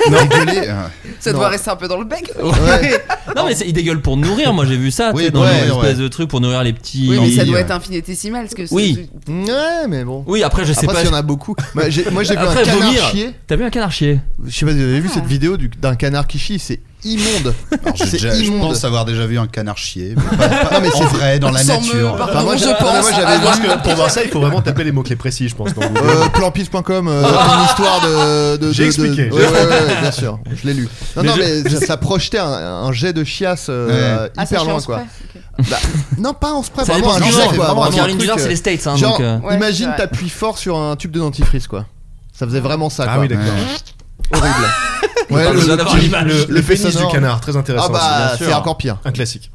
A: Non, dégueulé, euh,
B: Ça
F: Non.
B: doit rester un peu dans le bec.
F: Ouais. non mais c'est- ils dégueulent pour nourrir. Moi j'ai vu ça
A: Oui,
F: tu sais, dans
A: ouais,
F: une espèce
A: ouais.
F: de truc pour nourrir les petits.
B: Oui, mais ça
A: euh,
B: doit être infinitésimal. Parce que c'est-
F: Oui.
E: Ouais, mais bon.
F: Oui, après je sais
E: Après,
F: pas.
E: s'il y en a beaucoup. Moi, j'ai moi, j'ai vu
F: Après,
E: un canard
F: vomir.
E: chier.
F: T'as vu un canard chier
E: Je sais pas si vous
B: Ah.
E: avez vu cette vidéo du- d'un canard qui chie, c'est immonde.
A: alors, j'ai
E: C'est
A: déjà- je
E: immonde.
A: pense avoir déjà vu un canard chier, mais pas- pas-
E: Non, mais
A: en
E: c'est-
A: vrai, dans la
B: Sans me-
A: nature.
B: pardon,
E: Enfin, moi,
B: je
E: j'ai-
B: pense.
E: non, moi, j'avais
B: à-
E: vu-
G: Parce Ah, que pour voir ça, il faut vraiment taper les mots-clés précis, je pense. dans Google.
E: Euh, planpiste.com euh, une histoire de, de-
G: J'ai
E: de-
G: expliqué.
E: de- ouais, ouais, ouais, ouais, bien sûr je l'ai lu non
G: Mais
E: non
G: je-
E: mais ça, ça projetait un, un jet de chiasse euh,
A: Ouais.
B: Ah, ça,
E: hyper
B: je
E: loin
B: pense
E: quoi
B: pas. Ok.
E: Bah, non pas en spray
F: Ça
E: vraiment
F: dépend
E: un jet
F: du genre,
E: quoi
F: quoi.
E: vraiment
F: Caroline
E: un
F: du Nord,
E: truc,
F: c'est
E: euh,
F: les States, hein,
E: genre,
F: donc, euh.
B: Ouais, c'est
E: imagine
B: vrai.
E: t'appuies fort sur un tube de dentifrice quoi ça faisait vraiment ça
G: Ah
E: quoi
G: oui,
B: bah,
G: d'accord.
E: horrible
F: pas besoin d'avoir
E: petit-
F: l'image.
G: Le, le
E: l'effet
G: pénis du
E: sonore.
G: canard, très intéressant.
E: ah bah
G: aussi, bien
E: c'est
G: sûr.
E: encore pire
G: Un classique.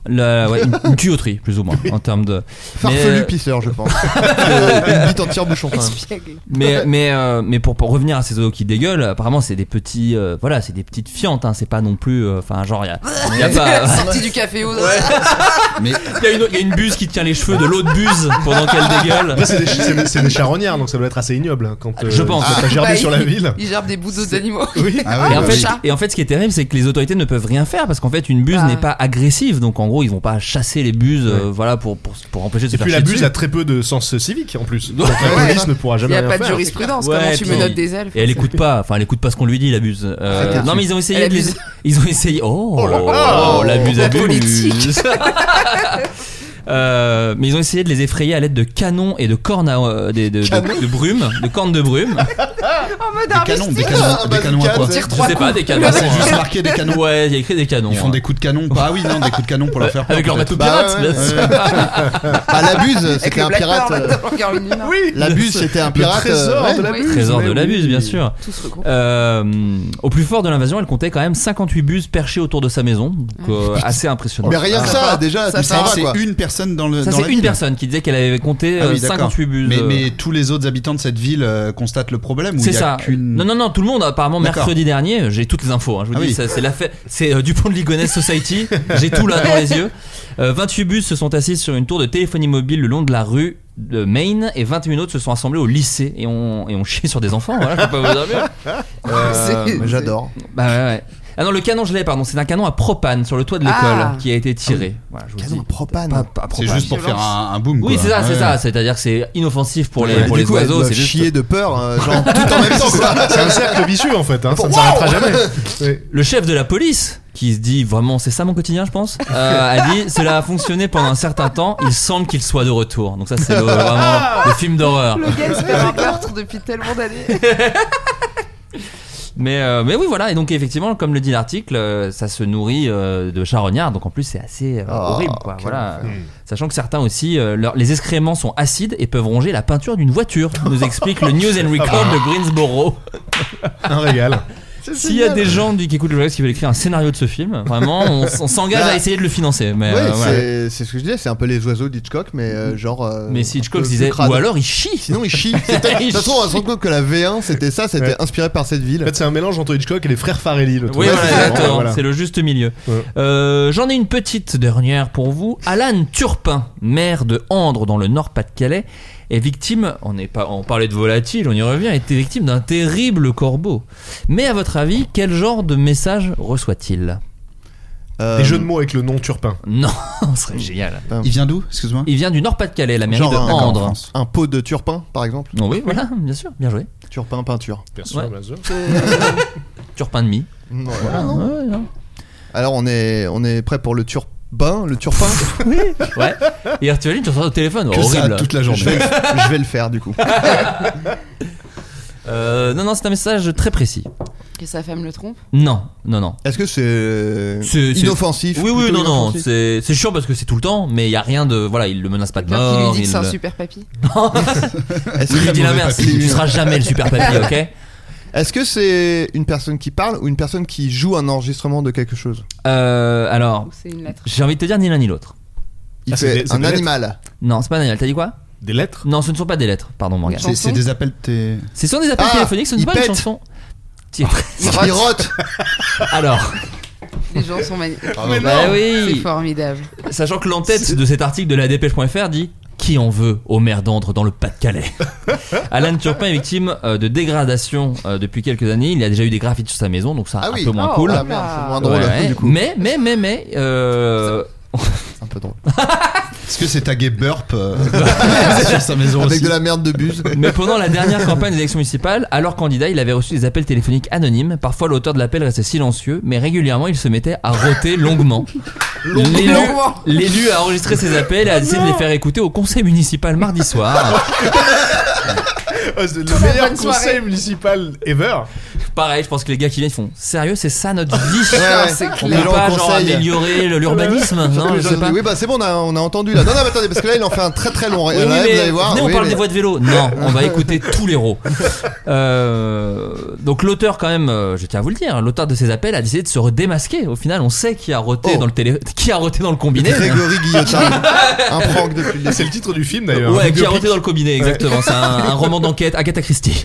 F: La- ouais, une, une tuyauterie, plus ou moins, en termes de.
E: farfelu
F: Mais-
E: pisseur je pense Euh, une bite en tire bouchon quand même
B: Espiègle.
F: Mais mais euh, mais pour, pour revenir à ces oiseaux qui dégueulent, apparemment c'est des petits, euh, voilà, c'est des petites fientes, hein, c'est pas non plus, euh, enfin genre il y a, y a pas.
B: Sortie du café aux
A: Mais
F: Il y, a une- y a une buse qui tient les cheveux de l'autre buse pendant qu'elle dégueule.
G: Après, c'est des, c'est des- c'est des charognards, donc ça doit être assez ignoble hein, quand euh,
F: Je pense.
G: quand t'as gerbé
B: Bah,
G: sur
B: il-
G: la ville.
B: Ils gerbent des bouts d'autres animaux.
A: Ah oui,
F: Et
A: bah
F: en, fait,
A: oui.
F: et en fait, ce qui est terrible, c'est que les autorités ne peuvent rien faire parce qu'en fait, une buse
B: Ah.
F: n'est pas agressive. Donc, en gros, ils vont pas chasser les buses, euh, voilà, pour, pour, pour empêcher de
G: Et
F: se faire
G: puis la
F: chier
G: buse
F: dessus.
G: a très peu de sens civique en plus. Donc la police ne pourra
B: Il
G: jamais
B: n'y a
G: rien
B: pas de
G: faire.
B: jurisprudence.
F: Ouais,
B: Comment tu
F: puis-
B: menottes des elfes
F: Et elle écoute pas, enfin elle écoute pas ce qu'on lui dit la buse. Euh,
E: C'est clair.
F: non mais ils ont essayé
B: Elle
F: de les-
B: abuse.
F: ils ont essayé oh,
E: Oh là là.
F: oh, la buse
B: La
F: abuse.
B: politique.
F: Euh, mais ils ont essayé de les effrayer à l'aide de canons et de cornes à, euh, des- de, de- de brume, de cornes de brume.
B: En mode
A: Des canons, des
E: Ah,
A: canons,
E: bah,
A: des canons à quoi
B: Tire
F: Je
B: trois
F: sais pas
B: coups.
F: des canons.
A: Ah, c'est juste marqué des canons.
F: Ouais, il y a écrit des canons.
A: Ils font
F: hein.
A: des coups de canon. Ah oui, non, des coups de canon pour leur faire peur.
F: avec leur
A: peut-être.
F: bateau
E: Bah
F: pirate.
E: ouais,
F: bien
E: ouais.
F: sûr.
E: ah la buse
B: Avec
E: c'était
B: le
E: un pirate
B: Blackbird,
E: euh,
B: en Caroline du Nord.
E: la buse c'était un pirate euh,
G: trésor
E: ouais.
G: de la
B: Ah Oui.
G: buse.
F: Trésor de
G: mais
F: la buse,
G: oui.
F: bien sûr.
B: Tout se regroupe.
F: Euh, au plus fort de l'invasion, elle comptait quand même 58 buses perchées autout de sa maison, donc euh, assez impressionnant.
E: mais rien que ça déjà
B: Ça,
E: tu
B: ça
E: te
A: Ah,
B: va,
E: sens,
A: c'est
E: quoi.
A: une personne dans le.
F: Ça
A: dans
F: c'est
A: la
F: une
A: ville.
F: personne qui disait qu'elle avait compté
A: Ah oui,
F: euh,
A: d'accord.
F: 58 buses.
A: Mais,
F: euh,
A: mais tous les autres habitants de cette ville euh, constatent le problème ou
F: c'est
A: il y a
F: ça.
A: qu'une-
F: Non non non, tout le monde apparemment
A: D'accord.
F: mercredi dernier, j'ai toutes les infos. hein, je vous
A: Ah
F: dis,
A: oui.
F: ça, c'est la fête, c'est euh, Dupont de Ligonnès Society. j'ai tout là dans les yeux. Euh, 28 bus se sont assis sur une tour de téléphonie mobile le long de la rue de Maine et 21 autres se sont assemblés au lycée et ont et on chié sur des enfants. Voilà, je peux pas vous dire mieux.
B: C'est-
E: Mais j'adore
F: Bah ouais, ouais. Ah non, le canon, je l'ai, pardon. C'est un canon à propane sur le toit de l'école
B: Ah.
F: qui a été tiré. Voilà, je vous
E: canon
F: dis.
E: à propane.
F: Pas- pas à
A: C'est
F: propane.
A: juste pour faire un, un boom.
F: Oui,
A: quoi.
F: c'est ça, c'est
A: Ouais.
F: ça. C'est-à-dire que c'est inoffensif pour les,
E: Et
F: pour
E: du
F: les
E: coup, elles
F: oiseaux.
E: doivent
F: C'est juste.
E: chier de peur,
B: hein,
E: euh, genre tout en même temps. Quoi.
G: C'est un cercle vicieux en fait, hein, ça ne s'arrêtera jamais. Ouais.
F: Le chef de la police, qui se dit vraiment, c'est ça mon quotidien, je pense, euh, a dit cela a fonctionné pendant un certain temps. Il semble qu'il soit de retour. Donc ça, c'est le- vraiment le film d'horreur.
B: Le gars, il se fait un meurtre depuis tellement d'années.
F: Mais, euh, mais oui, voilà. Et donc, effectivement, comme le dit l'article, euh, ça se nourrit euh, de charognards. Donc, en plus, c'est assez euh,
E: Oh,
F: horrible. Quoi,
E: quel
F: voilà. Euh, Sachant que certains aussi, euh, leurs- les excréments sont acides et peuvent ronger
E: Ah.
F: la peinture d'une voiture, nous explique le News and Record de Greensboro.
G: Un régal.
B: C'est
F: S'il y a
B: génial.
F: des gens du- qui écoutent le podcast qui veulent écrire un scénario de ce film, vraiment, on, s- on s'engage
B: Bah,
F: à essayer de le financer. Mais,
B: Ouais,
F: euh, voilà.
B: c'est- c'est ce que je disais, c'est un peu les oiseaux d'Hitchcock, mais euh, genre. euh,
F: Mais si Hitchcock
B: un peu
F: disait,
B: plus crade.
F: ou alors il chie.
B: Sinon, il chie. C'était- De toute façon, on va se rendre compte que la V1, c'était ça, c'était
G: Ouais.
B: inspiré par cette ville.
G: En fait, c'est un mélange entre Hitchcock et les frères Farelli. Le
F: Oui,
G: truc.
F: voilà,
B: hein,
G: Vraiment,
F: exactement,
G: voilà.
F: c'est le juste milieu. Euh, J'en ai une petite dernière pour vous. Alan Turpin, maire de Andres dans le Nord-Pas-de-Calais, est victime, on, est pas, on parlait de volatile, on y revient, était victime d'un terrible corbeau. Mais à votre avis, quel genre de message reçoit-il
B: Euh,
G: Des jeux de mots avec le nom Turpin.
F: Non, ce serait génial.
A: Il vient d'où Excuse-moi. Ah,
F: Il vient du Nord-Pas-de-Calais, la mairie
B: Genre
F: de
B: un-
F: Andres.
B: Un pot de Turpin, par exemple.
F: Oh oui, voilà, bien sûr, bien joué.
B: Turpin peinture.
G: Bien
F: sûr, Ouais. bien sûr. Turpin de mie.
L: Ah
F: Voilà, ouais, non.
B: Alors on est on est prêt pour le Turpin, le Turpin.
F: oui. Ouais. Hier, tu vas lire, tu reçois au téléphone.
B: Que ça,
F: horrible.
B: toute la journée. Je vais le- je vais le faire, du coup.
F: Euh, non, non, c'est un message très précis.
L: Que sa femme le trompe
F: Non, non, non.
B: Est-ce que c'est euh,
F: C'est- c'est-
B: inoffensif
F: Oui, oui,
B: plutôt
F: non, non.
B: inoffensif
F: C'est c'est chiant parce que c'est tout le temps, mais il y a rien de. Voilà, il le menace pas de
L: Claire qui lui
F: mort.
L: dit que
F: il
L: c'est un
F: le-
L: super papy.
F: Il lui dit l'inverse.
B: papy
F: Tu seras jamais le super papy, ok
B: Est-ce que c'est une personne qui parle ou une personne qui joue un enregistrement de quelque chose
F: Euh, alors,
L: c'est une lettre.
F: j'ai envie de te dire ni l'un ni l'autre.
B: Il Ah, c'est fait des- c'est un des lettres animal.
L: Ah.
F: Non, c'est pas un animal. T'as dit quoi
G: Des lettres
F: Non, ce ne sont pas des lettres. Pardon, Morgane.
A: C'est- C'est des appels. T'es...
F: Ce sont des appels
A: Ah,
F: téléphoniques, ce ne
A: il
F: sont pas des
A: pète.
F: chansons. Tu es presque.
B: Il rote
F: Alors,
L: Les gens sont magnifiques.
F: Bravo. Mais Bah non. oui.
L: C'est formidable.
F: sachant que l'entête de cet article de la dépêche.fr dit Qui en veut au maire d'Andre dans le Pas-de-Calais Alan Turpin est victime euh, de dégradation euh, depuis quelques années. Il y a déjà eu des graffites sur sa maison, donc ça
B: Ah
F: un
B: oui.
F: peu moins
B: Oh,
F: cool.
B: ah merde, c'est moins drôle, du coup.
F: Mais, mais, mais, mais. euh,
B: C'est un peu drôle.
A: Est-ce que c'est tagué Burp euh, sur sa maison
B: Avec
A: aussi
B: de la merde de buse.
F: Mais pendant la dernière campagne des élections municipales, alors candidat, il avait reçu des appels téléphoniques anonymes. Parfois, l'auteur de l'appel restait silencieux, mais régulièrement, il se mettait à roter longuement.
M: Long-
F: L'élu-
M: longuement.
F: L'élu a enregistré ses appels et a décidé de les faire écouter au conseil municipal mardi soir.
G: Ah, c'est
F: Toute
G: le
F: la
G: meilleur
F: bonne
G: conseil
F: soirée.
G: municipal ever.
F: Pareil, je pense que les gars qui viennent font sérieux, c'est ça notre vie.
B: Ouais, ouais.
F: On
B: Les
F: peut
B: gens
F: pas
B: au
F: genre
B: conseil.
F: améliorer le- l'urbanisme,
B: Surtout
F: non,
B: les
F: je
B: gens
F: sais
B: disent,
F: pas.
B: Oui, bah c'est bon, on a, on a entendu là. Non, non, mais attendez, parce que là, il en fait un très très long.
F: Oui,
B: là,
F: oui,
B: vous
F: mais
B: allez voir.
F: venez, on
B: Oui,
F: parle
B: mais-
F: des voies de vélo. Non, on va écouter tous les héros. Euh, donc l'auteur quand même, euh, je tiens à vous le dire, l'auteur de ces appels a décidé de se redémasquer. Au final, on sait qui a
B: Oh.
F: roté dans le télé, qui a roté dans le combiné.
B: Grégory Guillotard. un prank depuis le
G: Ah, C'est le titre du film d'ailleurs.
F: Ouais,
G: Un
F: qui a
G: biopic.
F: roté dans le combiné, exactement. C'est un, un roman d'enquête, Agatha Christie.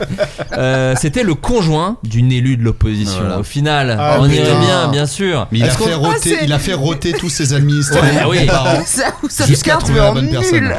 F: Euh, C'était le conjoint d'une élue de l'opposition.
A: Voilà.
F: Au final,
A: Ah,
F: on
A: putain.
F: irait bien, bien sûr.
A: Mais il a,
F: Est-ce qu'on- Ah,
A: fait roter, il a fait roter tous ses administrés
F: Ouais, oui.
A: par an
L: Ça, ça
A: jusqu'à
L: regarde,
A: trouver
L: mais
A: la
L: en
A: bonne personne.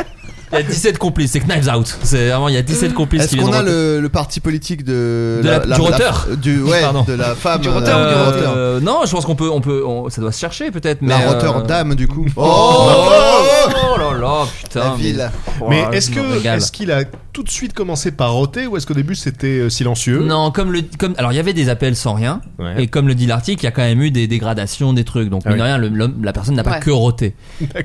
F: Il y a 17 complices, c'est Knives Out. C'est vraiment, il y a 17 complices
B: Est-ce
F: qui
B: qu'on
F: viennent
B: a
F: roter.
B: le, le parti politique de,
F: De la- du roteur.
B: du, ouais,
F: Pardon.
B: de la femme
F: Du
B: roteur
F: Euh, euh, Non, je pense qu'on peut, on peut, on- ça doit se chercher peut-être.
B: La
F: mais, euh,
B: Rotterdam, du coup.
F: Oh, oh là là, putain.
B: La
F: mais-
B: ville.
G: Mais
F: Ouah,
G: est-ce
F: je me
G: que
F: régale.
G: est-ce qu'il a tout de suite commencé par roter ou est-ce qu'au début c'était euh, silencieux
F: Non, comme le, comme, alors il y avait des appels sans rien,
G: Ouais.
F: et comme le dit l'article, il y a quand même eu des dégradations, des trucs. Donc
G: Ah
F: mine
G: oui.
F: de rien, le- l'homme- la personne n'a pas
G: Ouais.
F: que roté.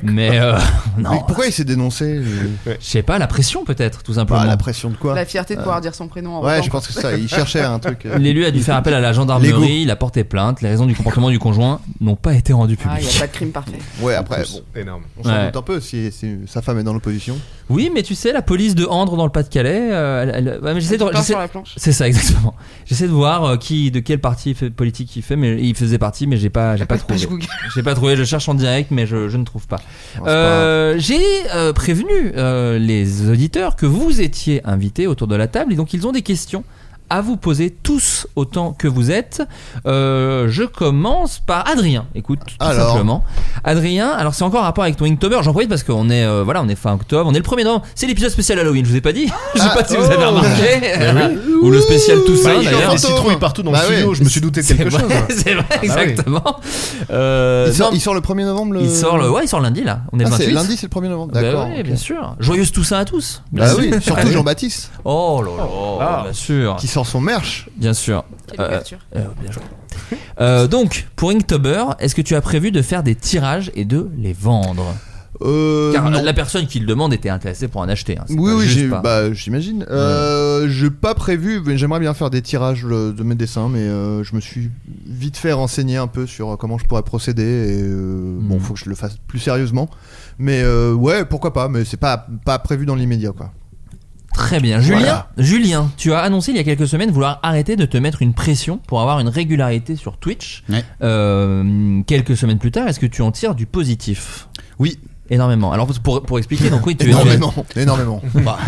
F: Mais euh, non,
B: Mais pourquoi il s'est dénoncé
F: je sais pas, la pression peut-être, tout simplement.
B: Bah, La pression de quoi Euh,
L: La fierté de pouvoir dire son prénom en
B: Ouais,
L: autant.
B: je pense que c'est ça. Il cherchait un truc. euh.
F: L'élu a dû faire appel à la
B: Lego.
F: gendarmerie, il a porté plainte. Les raisons du comportement du conjoint n'ont pas été rendues
L: Ah, il n'y a
F: publiques.
L: pas de crime parfait.
B: Ouais, après,
G: plus,
B: bon,
G: énorme. Bah,
B: on s'en
F: Ouais.
B: doute un peu si, si sa femme est dans l'opposition.
F: Oui, mais tu sais, la police de Andres dans le Pas-de-Calais, euh, elle- elle- ouais, mais j'essaie
L: Elle
F: de-
L: peint
F: j'essaie-
L: sur la planche.
F: C'est ça, exactement. J'essaie de voir euh, qui, de quel parti fait- politique il fait, mais il faisait partie, mais j'ai pas, j'ai pas trouvé. J'ai pas trouvé. Je cherche en direct, mais je, je ne trouve pas.
B: pas
F: Euh, j'ai euh, prévenu euh, les auditeurs que vous étiez invités autour de la table, et donc ils ont des questions à vous poser tous autant que vous êtes. Euh, je commence par Adrien. Écoute, tout
B: Alors.
F: simplement. Adrien, alors c'est encore en rapport avec ton Inktober, j'en profite parce qu'on est euh, voilà, on est fin octobre, on est le premier novembre. C'est l'épisode spécial Halloween, je vous ai pas dit. je sais pas si vous
B: Ah,
F: avez
G: oh.
F: remarqué.
G: Mais
F: Ou le spécial tout
G: Bah,
F: ça
G: il y a
F: d'ailleurs.
G: des citrouilles partout dans
B: Bah
G: le studio,
B: ouais.
G: je me suis douté de
F: C'est
G: quelque
F: vrai,
G: chose.
F: c'est vrai,
G: Ah bah oui.
F: exactement. Euh,
B: il, sort,
F: non,
B: il sort le 1er novembre le...
F: il sort le, ouais, il sort lundi là. On est le
B: Ah, c'est
F: 28.
B: lundi, c'est le 1er novembre.
F: Bah
B: D'accord.
F: ouais,
B: ok.
F: bien sûr. Joyeuse Toussaint à tous.
B: Bah
F: Bien
B: oui,
F: sûr.
B: surtout
F: Allez.
B: Jean-Baptiste
F: Oh là là, bien sûr.
B: qui sort son merch.
F: Bien sûr. Euh, euh, bien joué. Euh, donc, pour Inktober, est-ce que tu as prévu de faire des tirages et de les vendre
B: Euh,
F: Car
B: non.
F: la personne qui le demande était intéressée pour en acheter. hein. C'est
B: Oui,
F: pas
B: oui,
F: juste
B: j'ai-
F: pas-
B: bah, j'imagine. Euh, J'ai pas prévu, mais j'aimerais bien faire des tirages euh, de mes dessins, mais euh, je me suis vite fait renseigner un peu sur euh, comment je pourrais procéder. Et, euh, Bon, faut que je le fasse plus sérieusement. Mais euh, ouais, pourquoi pas, mais c'est pas, pas prévu dans l'immédiat, quoi.
F: Très bien. Julien,
A: Voilà.
F: Julien, tu as annoncé il y a quelques semaines vouloir arrêter de te mettre une pression pour avoir une régularité sur Twitch.
A: Ouais.
F: Euh, quelques semaines plus tard, est-ce que tu en tires du positif
A: Oui.
F: Énormément. Alors pour, pour expliquer, donc oui, tu
A: Énormément,
F: es
A: énormément. Bah.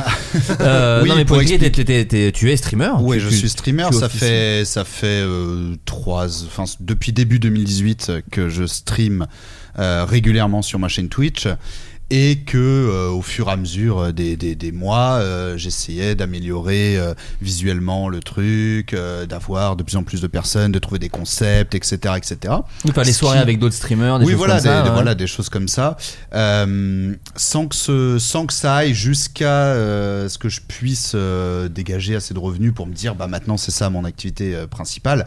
F: Euh,
A: Oui,
F: non mais pour,
A: pour
F: expliquer, t'es- t'es- t'es- tu es streamer.
A: Oui,
F: Tu-
A: je
F: tu-
A: suis streamer.
F: tu
A: Ça
F: officies.
A: fait, ça fait euh, trois, enfin, depuis début 2018 euh, que je stream euh, régulièrement sur ma chaîne Twitch et que euh, au fur et à mesure euh, des, des- des mois, euh, j'essayais d'améliorer euh, visuellement le truc, euh, d'avoir de plus en plus de personnes, de trouver des concepts, etc., etc.
F: Oui, faire les
A: Ce
F: soirées avec d'autres streamers, des
A: oui,
F: choses
A: voilà,
F: comme
A: des,
F: ça,
A: des-
F: ouais.
A: voilà, des choses comme ça, Euh, sans que ce, sans que ça aille jusqu'à euh, ce que je puisse euh, dégager assez de revenus pour me dire, bah maintenant c'est ça mon activité euh, principale.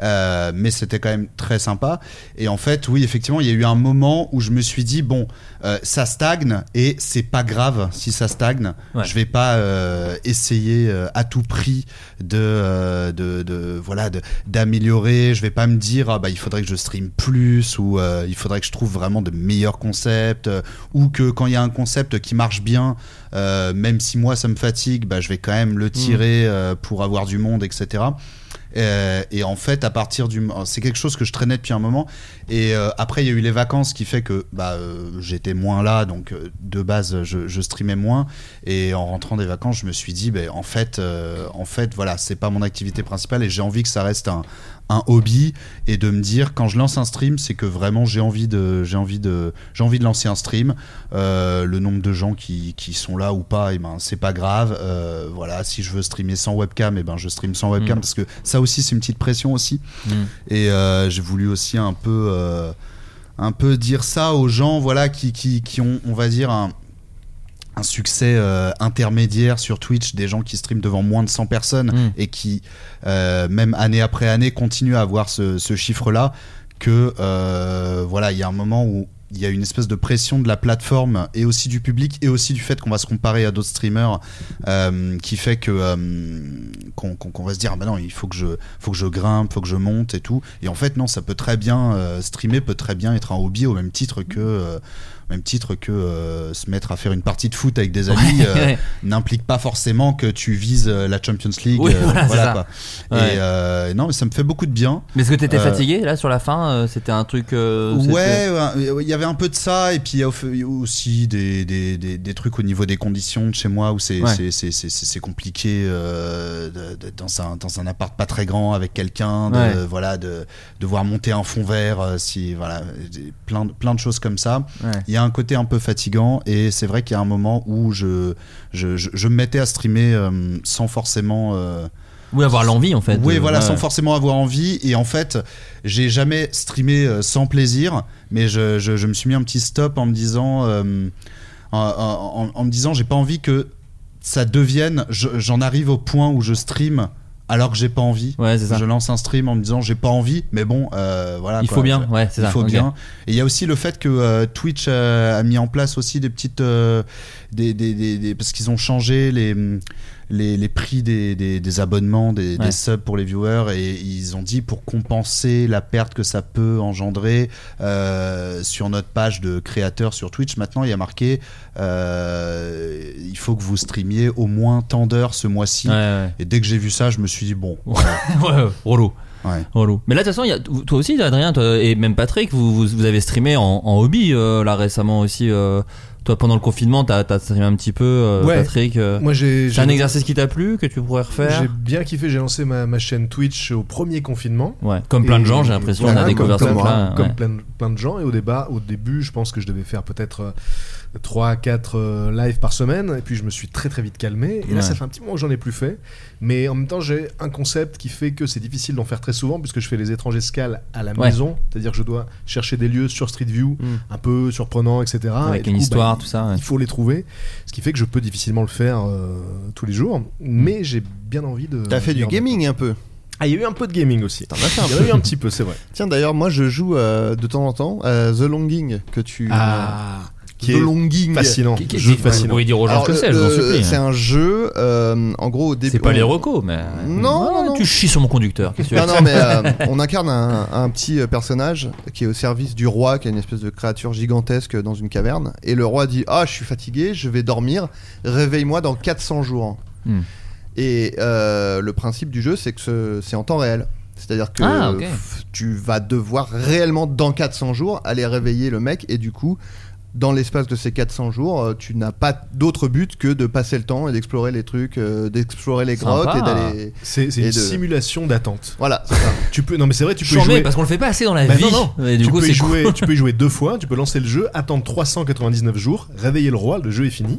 A: Euh, mais c'était quand même très sympa. Et en fait, oui, effectivement, il y a eu un moment où je me suis dit, bon, euh, ça stagne et c'est pas grave si ça stagne.
F: Ouais.
A: Je vais pas euh, essayer euh, à tout prix de, euh, de, de- voilà de- d'améliorer. Je vais pas me dire ah bah il faudrait que je stream plus ou euh, il faudrait que je trouve vraiment de meilleurs concepts euh, ou que quand il y a un concept qui marche bien, euh, même si moi ça me fatigue, bah je vais quand même le tirer euh, pour avoir du monde, etc. Euh, et en fait, à partir du, c'est quelque chose que je traînais depuis un moment. Et euh, après, il y a eu les vacances qui fait que bah, euh, j'étais moins là, donc euh, de base, je, je streamais moins. Et en rentrant des vacances, je me suis dit, ben en fait, euh, en fait, voilà, c'est pas mon activité principale et j'ai envie que ça reste un, un hobby et de me dire quand je lance un stream, c'est que vraiment j'ai envie de, j'ai envie de, j'ai envie de lancer un stream. Euh, le nombre de gens qui, qui sont là ou pas, et ben c'est pas grave. Euh, voilà, si je veux streamer sans webcam, et ben je stream sans webcam
F: Mm.
A: parce que ça aussi c'est une petite pression aussi.
F: Mm.
A: Et euh, j'ai voulu aussi un peu, euh, un peu dire ça aux gens, voilà, qui, qui, qui ont, on va dire un un succès euh, intermédiaire sur Twitch, des gens qui streament devant moins de 100 personnes
F: Mm.
A: et qui, euh, même année après année, continuent à avoir ce, ce chiffre-là, que euh, voilà, il y a un moment où il y a une espèce de pression de la plateforme et aussi du public et aussi du fait qu'on va se comparer à d'autres streamers euh, qui fait que euh, qu'on qu'on- qu'on va se dire ah bah non il faut que je faut que je grimpe faut que je monte et tout et en fait non ça peut très bien euh, streamer peut très bien être un hobby au même titre que euh, au même titre que euh, se mettre à faire une partie de foot avec des amis
F: Ouais,
A: euh,
F: ouais.
A: n'implique pas forcément que tu vises euh, la Champions League
F: Oui,
A: euh,
F: voilà, c'est ça.
A: quoi.
F: Ouais.
A: et euh, non mais ça me fait beaucoup de bien
F: Mais est-ce que t'étais
A: Euh,
F: fatigué là sur la fin euh, C'était un truc. euh, c'était-
A: Ouais, ouais, ouais, il y avait un peu de ça, et puis il y a au- il y a aussi des, des, des, des trucs au niveau des conditions de chez moi où c'est
F: Ouais.
A: c'est- c'est- c'est- c'est- c'est compliqué euh, de- de- dans, un, dans un appart pas très grand avec quelqu'un, de,
F: Ouais.
A: voilà, de devoir monter un fond vert, euh, si, voilà, des- plein, de- plein de choses comme ça.
F: Ouais.
A: Il y a un côté un peu fatigant, et c'est vrai qu'il y a un moment où je, je, je, je me mettais à streamer euh, sans forcément. euh,
F: Oui, avoir l'envie en fait.
A: oui,
F: Euh,
A: voilà,
F: ouais.
A: sans forcément avoir envie. Et en fait, j'ai jamais streamé euh, sans plaisir, mais je, je- je me suis mis un petit stop en me disant, euh, en, en- en- en me disant, j'ai pas envie que ça devienne, je- j'en arrive au point où je stream alors que j'ai pas envie. Je lance un stream en me disant j'ai pas envie, mais bon, euh, voilà.
F: Il
A: quoi.
F: faut bien,
A: Je-
F: ouais, c'est
A: Il
F: ça,
A: faut
F: ok.
A: bien. Et il y a aussi le fait que euh, Twitch euh, a mis en place aussi des petites, euh, des, des- des- des- parce qu'ils ont changé les. hum, les, les prix des, des- des abonnements, des, des
F: Ouais.
A: subs pour les viewers, et ils ont dit pour compenser la perte que ça peut engendrer euh, sur notre page de créateurs sur Twitch, maintenant il y a marqué euh, il faut que vous streamiez au moins tant d'heures ce mois-ci.
F: Ouais, ouais.
A: Et dès que j'ai vu ça, je me suis dit bon.
F: ouais, ouais, relou.
A: Ouais.
F: Relou. Mais là, de toute façon, il y a- toi aussi, Adrien, toi, et même Patrick, vous, vous, vous avez streamé en, en hobby euh, là récemment aussi. euh, toi, pendant le confinement, t'as as streamé un petit peu, euh,
G: Ouais.
F: Patrick. euh,
G: Moi, j'ai-
F: C'est un
G: j'ai-
F: exercice qui t'a plu, que tu pourrais refaire
G: J'ai bien kiffé, j'ai lancé ma, ma chaîne Twitch au premier confinement.
F: Ouais, comme plein de gens, j'ai l'impression, on a découvert
G: comme
F: ça,
G: plein-
F: plein,
G: Comme
F: ouais.
G: plein, de- plein de gens, et au, débat, au début, je pense que je devais faire peut-être euh, 3-4 euh, lives par semaine, et puis je me suis très très vite calmé. Et
F: Ouais.
G: là, ça fait un petit moment que j'en ai plus fait, mais en même temps, j'ai un concept qui fait que c'est difficile d'en faire très souvent, puisque je fais les étranges escales à la
F: Ouais.
G: maison, c'est-à-dire que je dois chercher des lieux sur Street View, un peu surprenants, etc.
F: Avec
G: Mm. Ah, Et du
F: une
G: coup, bah,
F: histoire, tout ça, ouais.
G: Il faut les trouver, ce qui fait que je peux difficilement le faire euh, tous les jours,
F: Mm.
G: mais j'ai bien envie de.
E: T'as fait du
G: d'y en mettre.
E: gaming un peu
G: Ah, il y a eu un peu de gaming aussi.
E: T'en as fait un
G: Il y en
E: peu.
G: a eu un petit peu, c'est vrai.
E: Tiens, d'ailleurs, moi je joue euh, de temps en temps à The Longing que tu.
G: Ah, qui
E: The
G: est
E: Longing.
G: fascinant. Qui- qui- Jeu qui- fascinant. vous pouvez dire aux gens
E: Alors,
G: ce que euh, c'est, je vous en
B: euh,
E: le-
G: supplie.
E: C'est un jeu, euh, en gros, au début.
F: hein. C'est pas
E: on-
F: les recos, mais.
E: Non,
F: Ouais,
E: non, non.
F: Tu chies sur mon conducteur. qu'est-ce que tu
E: Non,
F: veux
E: non, mais euh, on incarne un, un petit euh, personnage qui est au service du roi, qui est une espèce de créature gigantesque dans une caverne. Et le roi dit Ah, je suis fatigué, je vais dormir, réveille-moi dans 400 jours.
F: Hmm.
B: Et euh, le principe du jeu, c'est que ce- c'est en temps réel. C'est-à-dire que
F: Ah, ok.
B: f- tu vas devoir réellement, dans 400 jours, aller réveiller le mec. Et du coup, dans l'espace de ces 400 jours, euh, tu n'as pas d'autre but que de passer le temps et d'explorer les trucs, euh, d'explorer les grottes et d'aller.
G: C'est c'est
B: et
G: une
B: de-
G: simulation d'attente.
B: Voilà, c'est ça.
G: Tu peux, non mais c'est vrai, tu peux y
F: Chambé,
G: jouer.
F: parce qu'on le fait pas assez dans la
G: Bah
F: vie.
G: non, non.
F: Et du
G: tu,
F: coup,
G: peux y
F: c'est
G: jouer,
F: cool.
G: tu peux y jouer deux fois, tu peux lancer le jeu, attendre 399 jours, réveiller le roi, le jeu est fini.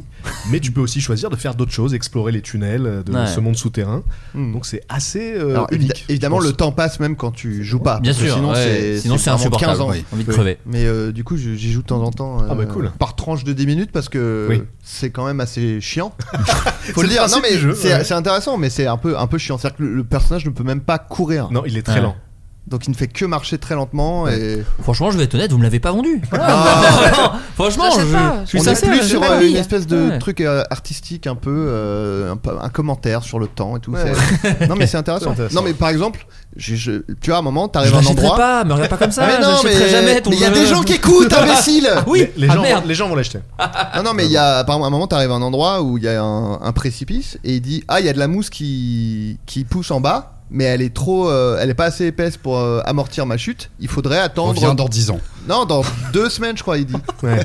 G: mais tu peux aussi choisir de faire d'autres choses, explorer les tunnels euh, de
F: Ouais.
G: ce monde souterrain.
B: Hmm.
G: Donc c'est assez euh,
B: Alors, évi-
G: unique.
B: évidemment,
G: je pense.
B: le temps passe même quand tu joues pas.
F: Bien
B: parce que
F: sûr,
B: Sinon,
F: ouais.
B: c'est
F: Sinon, c'est
B: vraiment
F: insupportable,
B: 15 ans.
F: oui. Envie de crever.
B: Mais euh, du coup, je- j'y joue de temps en temps.
G: Ah bah
B: euh,
G: cool.
B: Par tranche de 10 minutes parce que
G: Oui.
B: c'est quand même assez chiant. Faut
G: C'est
B: le
G: le
B: dire. Non
G: principe
B: mais
G: du jeu,
B: c'est
G: ouais.
B: c'est intéressant, mais c'est un peu un peu chiant. C'est-à-dire que le, le personnage ne peut même pas courir.
G: Non, il est très
F: Ouais.
G: lent.
B: Donc il ne fait que marcher très lentement et
F: Franchement, je vais être honnête, vous me l'avez pas vendu.
B: Ah.
F: Non, Franchement,
E: Je
F: je,
E: sais pas,
F: je suis
B: on est
F: sincère.
B: plus
F: je-
B: sur
F: j'ai pas
B: euh,
F: envie.
B: une espèce de
F: Ouais.
B: truc euh, artistique un peu euh, un, peu- un commentaire sur le temps et tout.
G: Ouais,
B: c'est- non mais c'est intéressant.
G: C'est intéressant.
B: Non mais par exemple, j'ai- je- tu vois à un moment,
F: Je
B: t'arrives à un
F: l'achèterai
B: endroit.
F: pas, me regarde pas comme ça.
B: mais non,
F: j'achèterai
B: mais
F: Ah, jamais ton
B: mais il y a
F: jeu.
B: des gens qui écoutent, imbécile
F: Ah oui,
G: les, les
F: ah
G: gens,
F: merde.
G: les gens vont l'acheter.
B: Non, non, mais il y a, par exemple, à un moment, t'arrives à un endroit où il y a un, un précipice et il dit Ah, il y a de la mousse qui, qui pousse en bas, mais elle est trop, euh, elle est pas assez épaisse pour euh, amortir ma chute. Il faudrait
A: On
B: attendre.
A: vient dans 10 ans.
B: Non, dans deux semaines, je crois, il dit.
G: Ouais.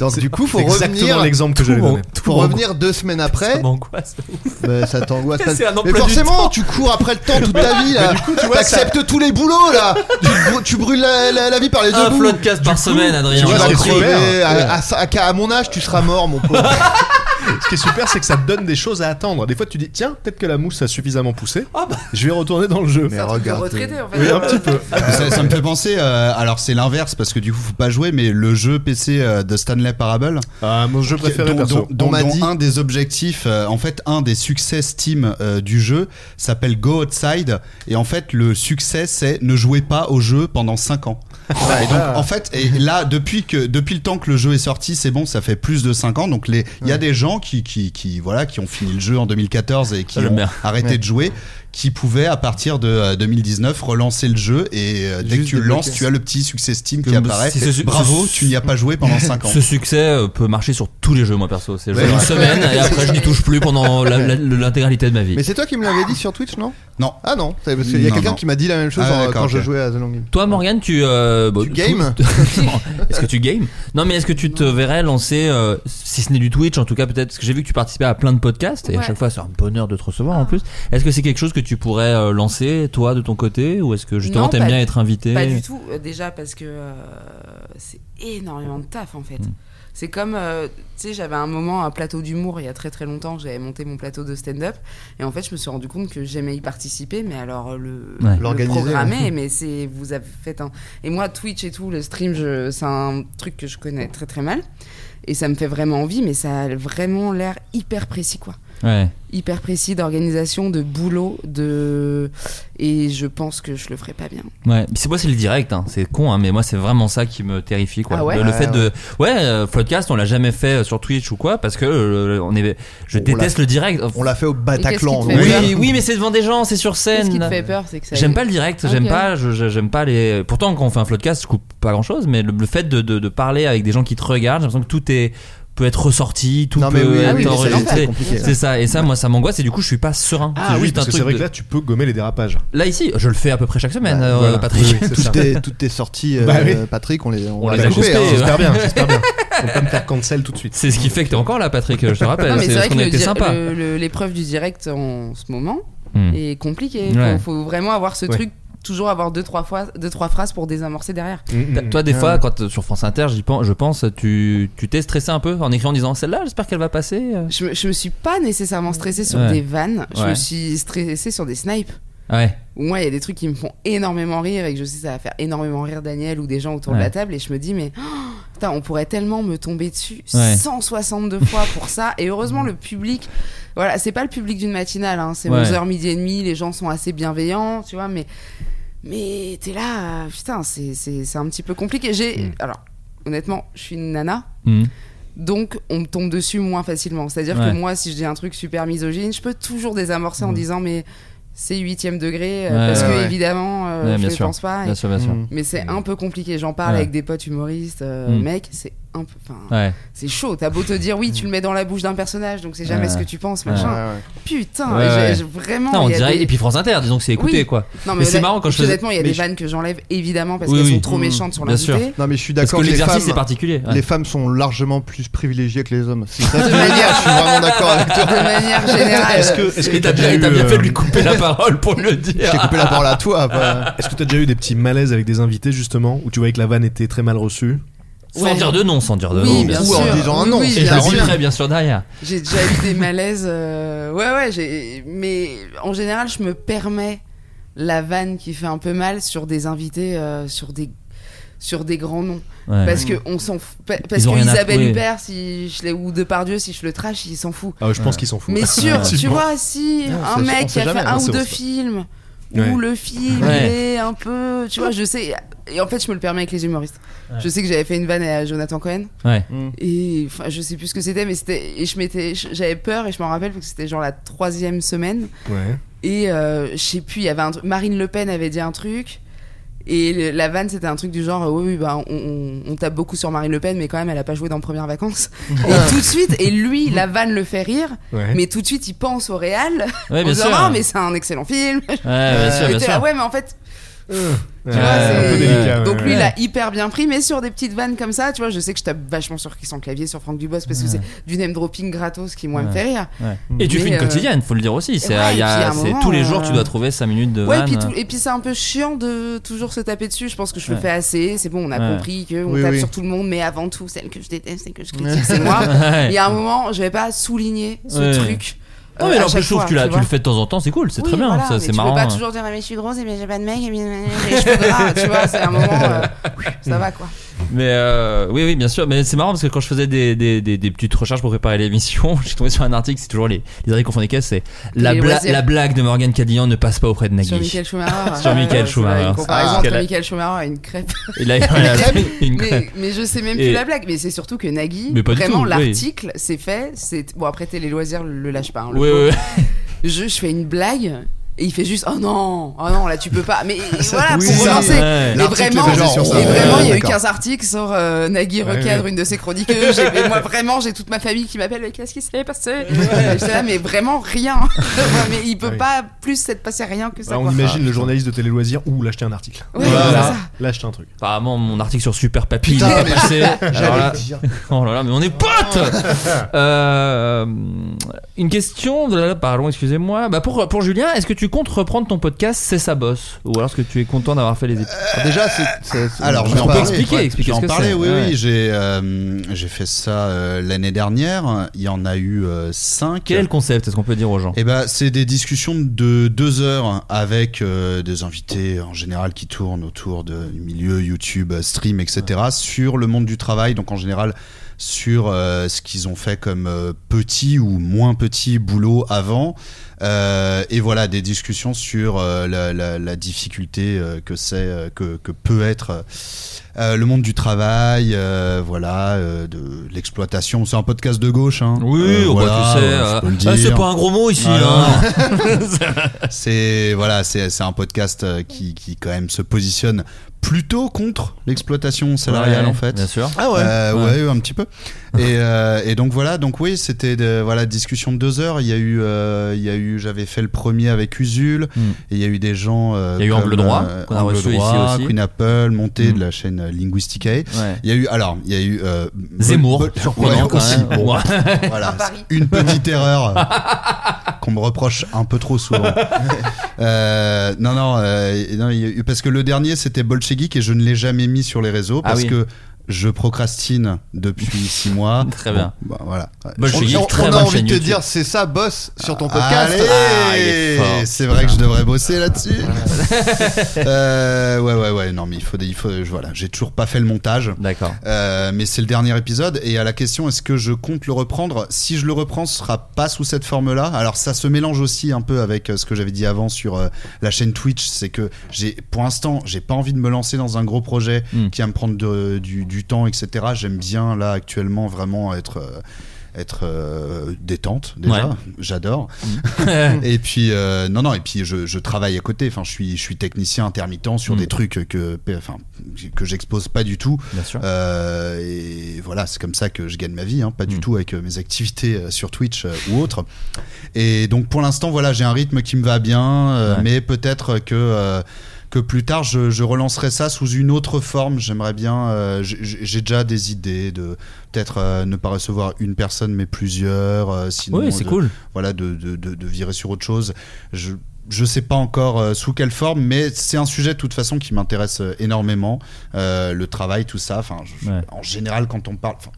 B: Donc, du coup, faut
G: C'est exactement
B: revenir.
G: l'exemple que j'allais
F: mon-
G: donner.
F: tout
B: Faut
F: mon-
B: revenir deux semaines
F: Ça
B: après,
F: m'angoisse.
B: Bah, ça t'angoisse pas.
F: C'est un
B: Mais
F: emploi du
B: forcément,
F: temps.
B: tu cours après le temps toute ta vie là. T'acceptes tous les boulots là. tu, brû- tu brûles la, la- la vie par les deux
F: Un
B: bouts.
F: floodcast par semaine, Adrien.
B: Tu vas
F: je t'en
G: c'est
F: prie.
G: trop bien.
B: crever.
G: Ouais.
B: À, à- à- à mon âge, tu seras mort, mon pauvre.
G: Ce qui est super, c'est que ça te donne des choses à attendre. Des fois, tu dis, tiens, peut-être que la mousse a suffisamment poussé.
F: Ah bah.
G: Je vais retourner dans le jeu.
B: Mais regarde.
E: Retraité en fait.
G: Oui, un petit peu.
A: ça, ça me fait penser, euh, alors c'est l'inverse parce que du coup faut pas jouer, mais le jeu PC euh, de Stanley Parable,
G: Ah, mon jeu préféré,
A: dont,
G: perso.
A: dont- dont-
B: On m'a
A: dont
B: dit-
A: un des objectifs, euh, en fait un des succès Steam euh, du jeu s'appelle Go Outside, et en fait le succès c'est ne jouez pas au jeu pendant 5 ans. Et donc,
F: Ah.
A: en fait, et là, depuis que depuis le temps que le jeu est sorti, c'est bon, ça fait plus de 5 ans. Donc, les- il y a des gens qui, qui, qui, voilà, qui ont fini le jeu en 2014 et qui
F: Ah, le
A: ont
F: maire.
A: arrêté
B: Ouais.
A: de jouer, qui pouvaient à partir de euh, 2019 relancer le jeu et euh, dès
B: Juste
A: que tu le
B: débloquer.
A: lances, tu as le petit succès Steam
F: Que-
A: qui apparaît.
F: si ce su-
A: Bravo,
F: ce-
A: tu n'y as pas joué pendant 5 ans.
F: Ce succès euh, peut marcher sur tous les jeux, moi perso. C'est joué
A: Ouais.
F: une semaine et après je n'y touche plus pendant la- la- l'intégralité de ma vie.
B: Mais c'est toi qui me l'avais dit sur Twitch, non
A: Non.
B: Ah non, c'est parce qu'il y a
A: Non,
B: quelqu'un
A: non.
B: qui m'a dit la même chose
A: Ah,
B: en-
A: d'accord,
B: quand je
A: ok.
B: jouais à The Long Game.
F: Toi, Morgane, tu. euh, bon,
B: Tu games
F: tout- Est-ce que tu games Non, mais est-ce que tu te verrais lancer, euh, si ce n'est du Twitch, en tout cas, peut-être, parce que j'ai vu que tu participais à plein de podcasts, et à
E: Ouais. Ah.
F: chaque fois, c'est un bonheur de te recevoir en plus. Est-ce que c'est quelque chose que tu pourrais euh, lancer, toi, de ton côté Ou est-ce que justement,
E: Non,
F: t'aimes
E: pas
F: bien
E: du-
F: être invité
E: Pas du tout, euh, déjà parce que euh, c'est énormément de taf en fait. C'est comme, euh, tu sais, j'avais un moment un plateau d'humour il y a très très longtemps, j'avais monté mon plateau de stand-up et en fait je me suis rendu compte que j'aimais y participer, mais alors euh, le,
F: Ouais.
E: le
B: L'organiser,
E: programmer, mais c'est vous avez fait un et moi Twitch et tout le stream, je- c'est un truc que je connais très très mal et ça me fait vraiment envie, mais ça a vraiment l'air hyper précis quoi
F: Ouais.
E: hyper précis d'organisation, de boulot, de et je pense que je le ferai pas bien.
F: Ouais, c'est moi c'est le direct, hein. c'est con, hein, mais moi c'est vraiment ça qui me terrifie quoi.
E: Ah ouais
F: le, le
B: Ouais,
F: fait de, ouais, euh, Floodcast on l'a jamais fait euh, sur Twitch ou quoi parce que euh, on est, je
B: On
F: déteste le direct.
B: On l'a fait au Bataclan.
E: qu'est-ce qui te fait peur
F: Oui, oui, mais c'est devant des gens, c'est sur
E: Qu'est-ce qui te
F: scène.
E: fait peur, c'est que ça.
F: J'aime pas le direct,
E: Ok.
F: j'aime pas, je- je- j'aime pas les. Pourtant quand on fait un Floodcast, je coupe pas grand chose, mais le, le fait de, de, de parler avec des gens qui te regardent, j'ai l'impression que tout est peut être ressorti, tout
B: Non, mais
F: peut
B: oui,
F: être
E: oui, mais c'est
F: enregistré.
B: l'enfer, compliqué.
F: C'est ça, et ça, moi, ça m'angoisse, et du coup, je suis pas serein.
G: Ah
F: c'est
G: oui,
F: juste un
G: parce que
F: truc.
G: c'est vrai
F: de-
G: que là, tu peux gommer les dérapages.
F: Là, ici, je le fais à peu près chaque semaine,
B: Bah,
F: euh,
G: voilà.
F: Patrick.
G: Oui, oui, c'est
B: Toutes
G: ça.
B: tes, toutes tes sorties, euh,
G: Bah oui.
B: Patrick, on les, on
F: On
B: va
F: les a
B: couper,
F: coupées,
B: hein.
F: hein.
G: Bah, J'espère bien, j'espère bien. Faut pas me faire cancel tout de suite.
F: C'est ce qui fait que t'es encore là, Patrick, je te rappelle.
E: Non, mais c'est
F: parce
E: vrai que
F: qu'on a
E: le
F: été
E: di-
F: sympa.
E: le- le- l'épreuve du direct en ce moment
F: Hmm.
E: est compliquée.
F: Ouais.
E: Faut, faut vraiment avoir ce
G: Ouais.
E: truc, toujours avoir deux trois fois, deux trois phrases pour désamorcer derrière.
G: Mm,
F: T'as-
G: mm,
F: Toi, des
B: Ouais.
F: fois, quand euh, sur France Inter, j'y pense, je pense, tu tu t'es stressé un peu en écrivant en disant celle-là, j'espère qu'elle va passer. euh.
E: Je me, je me suis pas nécessairement stressée sur
F: Ouais.
E: des vannes, je
F: Ouais.
E: me suis stressée sur des snipes.
F: Ouais.
E: Où moi, il y a des trucs qui me font énormément rire et que je sais ça va faire énormément rire Daniel ou des gens autour
F: Ouais.
E: de la table et je me dis mais oh, putain, on pourrait tellement me tomber dessus
F: Ouais.
E: 162 fois pour ça et heureusement le public voilà, c'est pas le public d'une matinale hein, c'est
F: Ouais.
E: 11h midi et demi, les gens sont assez bienveillants, tu vois mais mais t'es là euh, putain, c'est c'est c'est un petit peu compliqué. J'ai alors honnêtement, je suis une nana
F: Hmm.
E: donc, on me tombe dessus moins facilement. C'est-à-dire
F: Ouais.
E: que moi, si je dis un truc super misogyne, je peux toujours désamorcer en disant, mais c'est huitième degré, euh,
F: Ouais,
E: parce
B: ouais,
E: que
B: ouais.
E: évidemment, euh,
F: Ouais,
E: je
F: bien
E: ne
F: sûr.
E: pense pas. Et-
F: Bien sûr, bien sûr.
B: Mm.
E: Mais c'est un peu compliqué. J'en parle
F: Ouais.
E: avec des potes humoristes, euh,
F: Mm.
E: mec, c'est
B: un peu. enfin,
F: Ouais.
B: C'est chaud. T'as beau te dire oui, tu le mets dans la bouche d'un personnage, donc c'est jamais
F: Ouais.
B: ce que tu penses, machin.
F: Ouais, ouais.
B: Putain,
F: Ouais,
B: j'ai-
F: ouais.
B: j'ai vraiment.
F: Non, on
B: il y a
F: dirait-
B: des-
F: Et puis France Inter, disons que c'est écouté,
B: Oui.
F: quoi.
B: Non, mais,
F: mais c'est
B: honnête-
F: marrant quand je faisais-
B: Honnêtement, il y a
F: Mais
B: des
F: je-
B: vannes que j'enlève évidemment parce
F: Oui,
B: qu'elles
F: oui.
B: sont trop
F: Mmh.
B: méchantes sur
F: Bien
B: l'invité.
F: sûr.
E: Non mais je suis
F: Parce
E: d'accord.
F: que
E: les
F: l'exercice
E: femmes-
F: est particulier, ouais.
E: Les femmes sont largement plus privilégiées que les hommes. C'est ça que
B: De
E: je veux dire,
B: manière-
E: Je suis vraiment d'accord avec toi.
B: De manière générale.
G: Est-ce que, est-ce que
F: Et t'as
G: t'as déjà
F: bien- et
G: eu,
F: t'as bien fait de lui
G: euh,
F: couper la parole pour le dire. Je t'ai coupé la parole à toi, pas-
G: Est-ce que t'as déjà eu des petits malaises avec des invités justement où tu voyais que la vanne était très mal reçue
F: Sans dire de nom, sans dire de
G: Oui,
F: nom.
G: bien Ou en sûr. disant un Oui, nom, oui, si
F: Et
G: ça
F: je
G: revient.
F: très bien sûr derrière.
B: J'ai déjà eu des malaises. euh, Ouais, ouais, j'ai. Mais en général, je me permets la vanne qui fait un peu mal sur des invités, euh, sur des sur des grands noms
F: Ouais.
B: parce que
F: Mm.
B: on s'en f- pa- parce
F: ont
B: que
F: rien à-
B: Isabelle
F: oui.
B: Huppert si je l'ai ou Depardieu si je le trash ils s'en foutent
G: Ah ouais, je pense Ouais. qu'ils s'en foutent.
B: mais sûr tu
G: Effectivement.
B: vois si
E: Ah,
G: Non,
B: un
G: c'est- on
B: mec qui
G: sait
B: a
G: jamais,
B: fait
G: hein,
B: un ou
G: c'est-
B: deux films
G: Ouais.
B: où le film
G: Ouais.
B: il est un peu tu vois je sais et en fait je me le permets avec les humoristes
F: Ouais.
B: je sais que j'avais fait une vanne à Jonathan Cohen Mm.
F: Ouais.
B: et enfin, je sais plus ce que c'était, mais c'était. Et je m'étais, j'avais peur et je m'en rappelle parce que c'était genre la troisième semaine.
G: Ouais.
B: Et euh, je sais plus, il y avait un truc- Marine Le Pen avait dit un truc. Et le- la vanne, c'était un truc du genre, euh, oui, oui, bah, on, on- on tape beaucoup sur Marine Le Pen, mais quand même, elle a pas joué dans Premières Vacances. et tout de suite, et lui, la vanne le fait rire,
F: Ouais.
B: mais tout de suite, il pense au réel.
F: Ouais,
B: en
F: bien
B: disant,
F: sûr.
B: Ah, mais c'est un excellent film.
F: bien sûr,
B: Et
F: bien
B: t'es là,
F: sûr.
B: ouais, mais en fait. pff,
F: Ouais,
B: tu vois,
F: c'est un
B: c'est- euh,
F: peu délicat, ouais,
B: Donc lui,
F: ouais.
B: il a hyper bien pris, mais sur des petites vannes comme ça, tu vois, je sais que je tape vachement sur Christian Clavier, sur Franck Dubos, parce que c'est du name dropping gratos qui, moi, me
F: Ouais.
B: fait rire.
F: Ouais. Et tu
B: Mais,
F: fais une
B: euh,
F: quotidienne, faut le dire aussi. C'est
B: ouais,
F: il y a-
B: et puis à un
F: c'est-
B: moment,
F: tous les jours,
B: euh,
F: tu dois trouver 5 minutes de
B: Ouais, et
F: vanne.
B: puis, tout- et puis c'est un peu chiant de toujours se taper dessus. Je pense que je
F: Ouais.
B: le fais assez. C'est bon, on a
F: Ouais.
B: compris que on
F: Oui,
B: tape
F: oui.
B: sur tout le monde, mais avant tout, celle que je déteste et que je critique, c'est moi.
F: Ouais.
B: Il y a un moment, je vais pas souligner ce
F: Ouais.
B: truc.
F: Non,
B: euh,
F: mais
B: à
F: alors,
B: chaque
F: je trouve
B: fois,
F: que tu, l'as- tu
B: vois.
F: le fais de temps en temps, c'est cool, c'est
B: Oui,
F: très bien,
B: voilà,
F: ça,
B: mais
F: c'est
B: tu
F: marrant. hein.
B: peux pas toujours dire, Ah, mais je suis grosse et mais j'ai pas de mec et puis, euh, j'ai les cheveux gras, tu vois, c'est un moment, euh, ça va quoi.
F: Mais euh, oui, oui, bien sûr. Mais c'est marrant parce que quand je faisais des, des, des, des petites recherches pour préparer l'émission, j'ai tombé sur un article. C'est toujours les les articles qu'on fait des caisses. C'est la,
B: Les
F: bla-
B: loisirs.
F: la blague de Morgan Cadillan ne passe pas auprès de Nagui.
B: Sur Michael Schumacher.
F: Sur Michael
B: Ouais, c'est vrai,
F: Schumacher.
B: Une comparaison
F: Ah.
B: entre
F: Qu'elle a-
B: Michael Schumacher et une crêpe.
F: Il a- il a- une crêpe.
B: mais, mais je sais même
F: Et-
B: plus la blague. Mais c'est surtout que Nagui,
F: Mais pas du
B: vraiment,
F: tout, oui.
B: l'article, c'est fait. C'est... Bon, après, Télé Loisirs le lâche pas. hein, le
F: Ouais,
B: pauvre.
F: ouais,
B: Je, je fais une blague. Et il fait juste oh non oh non là tu peux pas mais voilà
F: Oui,
B: pour
F: c'est ça.
B: relancer
F: Ouais.
B: et
F: L'article est
B: vraiment
F: basé sur ça.
B: et vraiment
F: Ouais,
B: il y a eu
F: d'accord.
B: 15 articles sur euh, Nagui
F: Ouais,
B: recadre
F: ouais.
B: une de ses chroniqueuses et, et moi vraiment j'ai toute ma famille qui m'appelle mais qu'est-ce qui s'est passé J'étais là, mais vraiment rien mais il peut
G: Ah oui.
B: pas plus s'être passé rien que ça
G: Bah, on
B: quoi.
G: imagine le journaliste de Télé Loisirs ou l'acheter un article.
B: Ouais,
F: Voilà. c'est ça.
G: L'acheter un truc.
F: Apparemment, mon article sur Super Papy
G: Putain,
F: il est
G: mais-
F: passé.
G: j'allais
F: Alors là-
G: le dire.
F: Oh là là, mais on est potes Euh, Une question, de là, pardon, excusez-moi. Bah pour, pour Julien, est-ce que tu comptes reprendre ton podcast C'est sa bosse Ou alors est-ce que tu es content d'avoir fait les épisodes
A: Euh,
E: Déjà, c'est.
A: Alors, je
F: on
A: vais en
F: peut
A: parler.
F: expliquer, expliquer
A: Je
F: ce
A: vais
F: que
A: en parler,
F: c'est.
A: oui,
F: Ouais.
A: oui. J'ai euh, j'ai fait ça euh, l'année dernière. Il y en a eu euh, 5.
F: Quel est le concept Est-ce qu'on peut dire aux gens
A: Eh ben, c'est des discussions de deux heures avec euh, des invités en général qui tournent autour de, du milieu YouTube, euh, stream, etc. sur le monde du travail. Donc en général sur euh, ce qu'ils ont fait comme euh, petit ou moins petit boulot avant. Euh, et voilà, des discussions sur euh, la, la- la difficulté euh, que c'est, euh, que, que peut être euh, le monde du travail, euh, voilà, euh, de l'exploitation. C'est un podcast de gauche, hein.
F: Oui,
A: Euh,
F: oh, bah,
A: voilà,
F: tu sais,
A: euh, je
F: euh,
A: peux le
F: ah, c'est
A: dire.
F: pas un gros mot ici.
A: Ah,
F: hein.
A: c'est voilà, c'est c'est un podcast euh, qui, qui quand même se positionne plutôt contre l'exploitation salariale
F: Ouais,
A: en fait.
F: bien sûr.
A: Ah ouais.
F: Ouais.
A: ouais, un petit peu. Et, euh, et donc voilà, donc oui, c'était de- voilà discussion de deux heures. Il y a eu, euh, il y a eu, j'avais fait le premier avec Usul.
F: Hmm.
A: Et il y a eu des gens. euh,
F: Il y a eu
A: comme,
F: Angle Droit,
A: euh,
F: qu'on a
A: Angle
F: reçu ici
A: Droit,
F: aussi. Hmm.
A: Queen Apple, montée de la chaîne euh, Linguisticae. Il y a eu alors, il y a eu euh,
F: Zemmour,
A: Bol- Bol-
F: surprenant
A: ouais,
F: quand
A: aussi.
F: même.
A: Bon,
F: Ouais.
A: voilà, c'est une petite erreur qu'on me reproche un peu trop souvent. Euh, non, non, euh, non, il y a eu- parce que le dernier c'était Bolchegik et je ne l'ai jamais mis sur les réseaux
F: Ah
A: parce
F: oui.
A: que je procrastine depuis six mois.
F: Très bien.
A: Bon, bah, voilà.
F: Bolchegik,
A: On- on-
F: très
A: on a
F: bonne
A: envie
F: chaîne
A: de te
F: YouTube.
A: dire,
E: C'est ça, boss, sur ton podcast.
A: Allez,
F: Ah, il est fort.
A: c'est vrai que je devrais bosser là-dessus. Euh, ouais, ouais, ouais. Non, mais il faut, des- il faut. je- Voilà, j'ai toujours pas fait le montage.
F: D'accord.
A: Euh, mais c'est le dernier épisode. Et à la question, est-ce que je compte le reprendre Si je le reprends, ce sera pas sous cette forme-là. Alors, ça se mélange aussi un peu avec euh, ce que j'avais dit avant sur euh, la chaîne Twitch. C'est que j'ai, pour l'instant, j'ai pas envie de me lancer dans un gros projet
F: Hmm.
A: qui va me prendre de- du, du temps, etc. J'aime bien là actuellement vraiment être euh, être euh, détente déjà.
F: Ouais. Hmm.
A: J'adore. et puis euh, non non et puis je, je travaille à côté. Enfin je suis je suis technicien intermittent sur
F: Mm.
A: des trucs que enfin que j'expose pas du tout.
F: Bien sûr.
A: Euh, et voilà c'est comme ça que je gagne ma vie. hein, pas
F: Mm.
A: du tout avec euh, mes activités euh, sur Twitch euh, ou autre. Et donc pour l'instant voilà j'ai un rythme qui me va bien. euh,
F: Ouais.
A: Mais peut-être que euh, que plus tard je, je relancerai ça sous une autre forme. J'aimerais bien. euh, j- j- J'ai déjà des idées de peut-être euh, ne pas recevoir une personne mais plusieurs. euh, sinon
F: Oui, c'est
A: de-
F: cool.
A: Voilà, de, de, de- de virer sur autre chose. Je je sais pas encore euh, sous quelle forme, mais c'est un sujet de toute façon qui m'intéresse euh, énormément. Euh, le travail, tout ça. Enfin, je-
F: Ouais.
A: en général, quand on parle. enfin,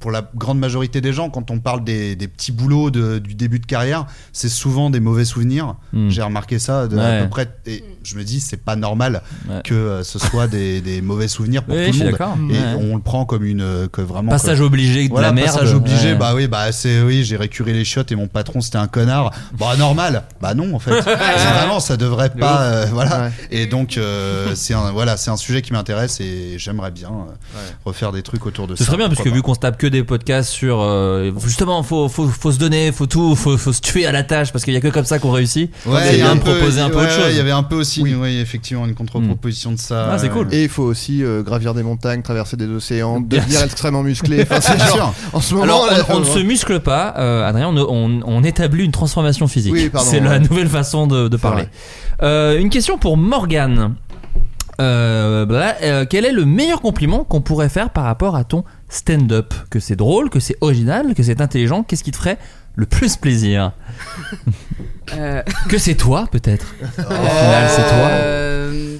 A: Pour la grande majorité des gens, quand on parle des, des petits boulots de- du début de carrière, c'est souvent des mauvais souvenirs.
F: Mm.
A: J'ai remarqué ça de
F: Ouais.
A: à peu près. Et je me dis, c'est pas normal que euh, ce soit des, des mauvais souvenirs pour
F: Oui,
A: tout
F: je suis
A: le
F: d'accord.
A: monde. Et
F: Ouais.
A: on le prend comme une euh, que vraiment
F: Passage
A: comme-
F: obligé de
A: Voilà,
F: la
A: Passage
F: merde.
A: obligé.
F: Ouais.
A: Bah oui, bah c'est oui, j'ai récuré les shots et mon patron c'était un connard. Bah normal. Bah non en fait. C'est vraiment ça devrait
F: De
A: pas.
F: ouf.
A: euh, voilà.
F: Ouais.
A: Et donc euh, c'est un voilà c'est un sujet qui m'intéresse et j'aimerais bien euh, refaire des trucs autour de
F: Ce
A: ça.
F: serait bien parce que vu qu'on se tape que des podcasts sur euh, justement faut, faut faut se donner, faut tout, faut, faut se tuer à la tâche parce qu'il y a que comme ça qu'on réussit.
A: Ouais,
F: c'est
A: il y a
F: bien
A: un
F: de
A: peu-
F: proposer un peu
A: ouais,
F: autre
A: ouais,
F: chose.
A: Il y avait un peu aussi, oui, effectivement, une contre-proposition de ça.
F: Ah, c'est cool.
E: Et il faut aussi euh, gravir des montagnes, traverser des océans,
F: Bien
E: devenir
F: sûr.
E: extrêmement musclé. Enfin, c'est
F: Bien
E: genre,
F: sûr.
E: en ce moment,
F: Alors, on-
E: là,
F: on,
A: hein.
F: ne se muscle pas, euh, Adrien, on, on- on établit une transformation physique.
E: Oui, pardon.
F: c'est la nouvelle façon de, de parler. Euh, une question pour Morgane. Euh, voilà, euh, quel est le meilleur compliment qu'on pourrait faire par rapport à ton stand-up Que c'est drôle, que c'est original, que c'est intelligent, qu'est-ce qui te ferait le plus plaisir Que c'est toi peut-être Au final c'est toi
B: Euh,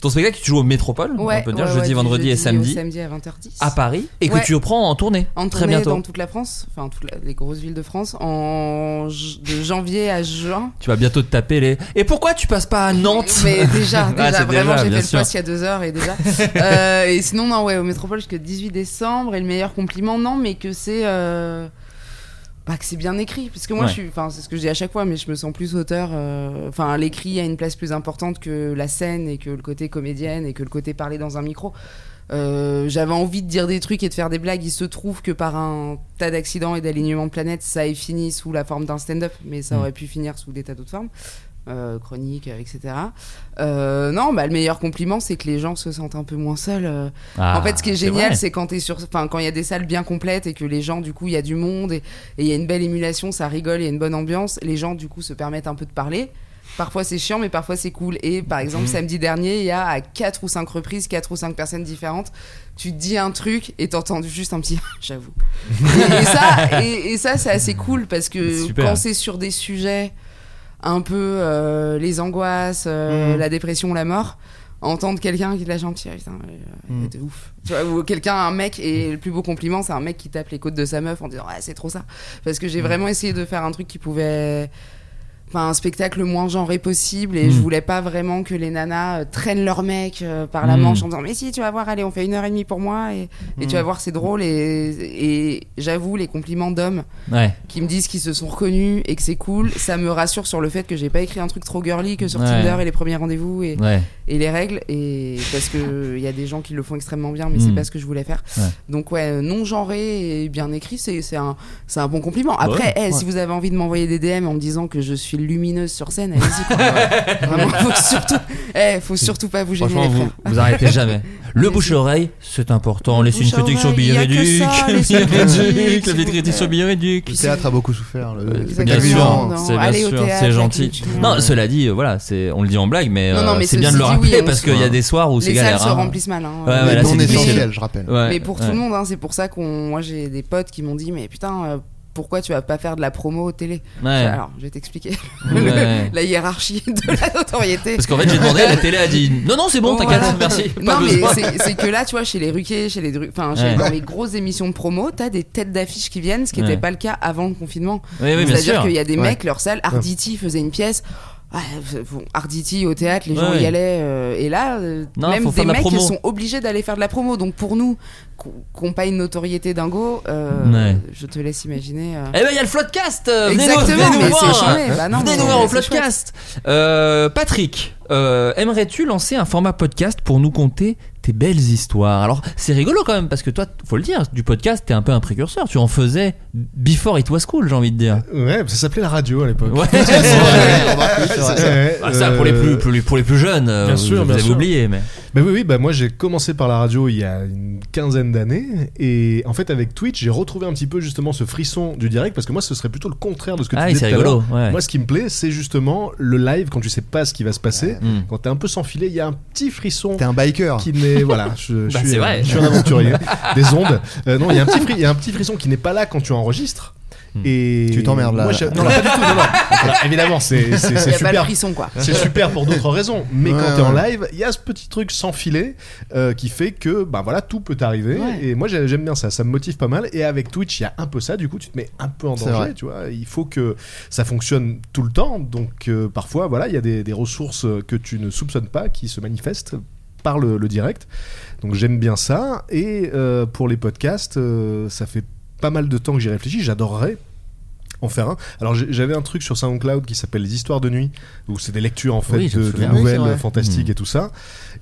F: Ton spectacle tu joues au Métropole, on
B: Ouais,
F: peut dire
B: ouais,
F: jeudi,
B: ouais, du
F: vendredi et
B: jeudi au
F: samedi,
B: samedi à 20h10.
F: à Paris et que
B: Ouais.
F: tu reprends en tournée,
B: En
F: très
B: tournée
F: bientôt.
B: dans toute la France, enfin toutes la- les grosses villes de France, en j- de janvier à juin.
F: Tu vas bientôt te taper les. Et pourquoi tu passes pas à Nantes
B: Mais déjà,
F: Ah,
B: déjà,
F: c'est
B: vraiment, j'ai
F: bien
B: fait le
F: sûr.
B: poste il y a deux heures et déjà. Euh, et sinon, non, ouais, au métropole jusqu'au 18 décembre. Et le meilleur compliment, non, mais que c'est. euh, bah, que c'est bien écrit. Parce que moi,
F: Ouais.
B: je suis. Enfin, c'est ce que je dis à chaque fois, mais je me sens plus auteur. euh, Enfin, l'écrit a une place plus importante que la scène et que le côté comédienne et que le côté parler dans un micro. Euh, J'avais envie de dire des trucs et de faire des blagues. Il se trouve que par un tas d'accidents et d'alignements de planètes, ça est fini sous la forme d'un stand-up, mais ça
F: Mm.
B: aurait pu finir sous des tas d'autres formes, euh, chroniques, euh, etc. Euh, non, bah, le meilleur compliment, c'est que les gens se sentent un peu moins seuls. euh.
F: Ah,
B: en fait, ce qui est
F: c'est
B: génial,
F: vrai.
B: c'est quand t'es sur, enfin, quand il y a des salles bien complètes et que les gens, du coup, il y a du monde et et il y a une belle émulation, ça rigole, il y a une bonne ambiance. Les gens, du coup, se permettent un peu de parler. Parfois c'est chiant, mais parfois c'est cool. Et par exemple,
F: Mhm.
B: samedi dernier, il y a à 4 ou 5 reprises, 4 ou 5 personnes différentes, tu dis un truc et t'entends juste un petit j'avoue. et, et ça, et, et ça c'est assez cool parce
F: C'est
B: que
F: super.
B: quand c'est sur des sujets un peu euh, les angoisses, euh,
F: Mhm.
B: la dépression, la mort, entendre quelqu'un qui te lâche un petit Ah, putain, euh,
F: Mhm.
B: de ouf. Tu vois, ou quelqu'un, un mec, et le plus beau compliment, c'est un mec qui tape les côtes de sa meuf en disant ah, c'est trop ça. Parce que j'ai
F: Mhm.
B: vraiment essayé de faire un truc qui pouvait. Enfin, un spectacle le moins genré possible et
F: Mhm.
B: je voulais pas vraiment que les nanas euh, traînent leur mec euh, par la
F: Mhm.
B: manche en disant mais si tu vas voir allez on fait une heure et demie pour moi et, et tu vas
F: Mhm.
B: voir c'est drôle et, et j'avoue les compliments d'hommes
F: Ouais.
B: qui me disent qu'ils se sont reconnus et que c'est cool ça me rassure sur le fait que j'ai pas écrit un truc trop girly que sur
F: Ouais.
B: Tinder et les premiers rendez-vous et,
F: Ouais.
B: et les règles et parce que il y a des gens qui le font extrêmement bien mais
F: Mhm.
B: c'est pas ce que je voulais faire
F: Ouais.
B: donc ouais euh, non genré et bien écrit c'est c'est un c'est un bon compliment après
F: Ouais.
B: eh,
F: Ouais.
B: si vous avez envie de m'envoyer des DM en me disant que je suis lumineuse sur scène allez-y quoi. Vraiment, faut surtout eh, faut surtout pas vous gêner
F: Franchement,
B: les frères.
F: vous, vous arrêtez jamais. Le bouche-oreille, c'est important. Laissez une
B: bouche à
F: critique sur
B: oreille, il y a que
F: Billeriduc.
B: ça,
F: La
B: laissez une critique, s'il
F: petite
B: vous
F: critique
B: plaît.
F: sur Billeriduc.
E: Le théâtre a beaucoup souffert. Le, le
F: Bien
E: spectacle vivant.
F: sûr, c'est bien
B: allez au
F: sûr,
B: théâtre,
F: c'est
B: la
F: gentil.
B: culture.
F: Non, cela dit, euh, voilà, c'est, on le dit en blague, mais,
B: Non, non,
F: euh,
B: mais
F: c'est bien de
B: ceci
F: le
B: dit,
F: rappeler
B: oui, on
F: parce
B: se-
F: qu'il y a des soirs où
B: les
F: c'est galère.
B: salles se
F: hein.
B: remplissent mal, hein.
F: Ouais,
B: Mais
F: voilà,
E: non
F: c'est
E: essentiel,
F: difficile.
E: je rappelle.
F: Ouais,
B: mais pour
F: ouais.
B: tout le monde, hein, c'est pour ça qu'on, moi j'ai des potes qui m'ont dit mais putain euh, pourquoi tu vas pas faire de la promo au télé
F: Ouais.
B: Alors je vais t'expliquer
F: Ouais.
B: la hiérarchie de la notoriété.
F: Parce qu'en fait, j'ai demandé, la télé a dit non, non, c'est bon, t'inquiète,
B: Oh, voilà.
F: merci.
B: Non
F: pas
B: mais
F: besoin.
B: c'est- c'est que là tu vois chez les Ruquier, chez les Dru- enfin chez-
F: Ouais.
B: dans les grosses émissions de promo, t'as des têtes d'affiches qui viennent, ce qui
F: Ouais.
B: n'était pas le cas avant le confinement.
F: Oui, oui, bien sûr.
B: C'est-à-dire qu'il y a des
F: Ouais.
B: mecs leur salle, Arditi faisait une pièce. Ah, bon, Arditi au théâtre, les gens
F: Ouais.
B: y allaient. euh, et là, euh,
F: Non,
B: même
F: faut
B: des
F: faire de la
B: mecs qui
F: promo.
B: sont obligés d'aller faire de la promo. Donc pour nous, qu'on qu'on pas une notoriété dingo, euh,
F: Ouais.
B: je te laisse imaginer. euh,
F: Eh ben, il y a le Floodcast euh, venez nous-
B: Exactement,
F: venez nous
B: mais
F: voir.
B: c'est chouette. Bah non,
F: Venez
B: mais
F: nous voir au
B: c'est chouette.
F: Floodcast Euh, Patrick, euh, aimerais-tu lancer un format podcast pour nous conter tes belles histoires. Alors, c'est rigolo quand même, parce que toi, faut le dire, du podcast, t'es un peu un précurseur. Tu en faisais before it was cool, j'ai envie de dire.
G: Ouais, ça s'appelait la radio à l'époque.
F: Ouais,
G: Ouais,
F: c'est vrai,
G: remarque, oui,
F: c'est
G: c'est Ah,
F: vrai.
G: vrai. Euh,
F: Bah, ça, pour les plus- pour les- pour les plus jeunes, euh,
G: bien
F: vous-
G: sûr,
F: vous
G: bien
F: avez
G: sûr.
F: oublié, mais-
G: Bah oui, oui, bah moi j'ai commencé par la radio il y a une quinzaine d'années et en fait avec Twitch j'ai retrouvé un petit peu justement ce frisson du direct parce que moi ce serait plutôt le contraire de ce que
F: Ah
G: tu
F: oui,
G: disais
F: c'est
G: tout à
F: rigolo,
G: l'heure.
F: ouais.
G: Moi ce qui me plaît c'est justement le live quand tu sais pas ce qui va se passer,
F: Mm.
G: quand t'es un peu sans filet, il y a un petit frisson.
E: T'es un biker.
G: Qui n'est voilà, je, je
F: Bah,
G: suis,
F: c'est
G: euh,
F: vrai.
G: je suis un aventurier des ondes. Euh, non, il y a un petit fri- il y a un petit frisson qui n'est pas là quand tu enregistres.
F: Mm.
G: Et
E: Tu t'emmerdes, là.
G: Moi, je- Non, non, pas du tout. non, non. Voilà, évidemment, c'est c'est-
B: Y a
G: c'est
B: pas
G: super.
B: le frisson, quoi.
G: C'est super pour d'autres raisons. Mais
E: Ouais,
G: quand t'es en
E: ouais.
G: live, il y a ce petit truc sans filet euh, qui fait que bah voilà tout peut arriver.
B: Ouais.
G: Et moi j'ai- j'aime bien ça, ça me motive pas mal. Et avec Twitch, il y a un peu ça. Du coup, tu te mets un peu en
E: C'est
G: danger.
E: vrai.
G: Tu vois, il faut que ça fonctionne tout le temps. Donc euh, parfois, voilà, il y a des, des ressources euh, que tu ne soupçonnes pas qui se manifestent par le, le direct. Donc j'aime bien ça. Et euh, pour les podcasts, euh, ça fait pas mal de temps que j'y réfléchis. J'adorerais en faire un. Alors j'ai- j'avais un truc sur SoundCloud qui s'appelle Les histoires de nuit, où c'est des lectures en fait
F: Oui, je me
G: de, de
F: souviens. Oui, c'est
G: nouvelles
F: vrai.
G: fantastiques
F: Mm.
G: et tout ça.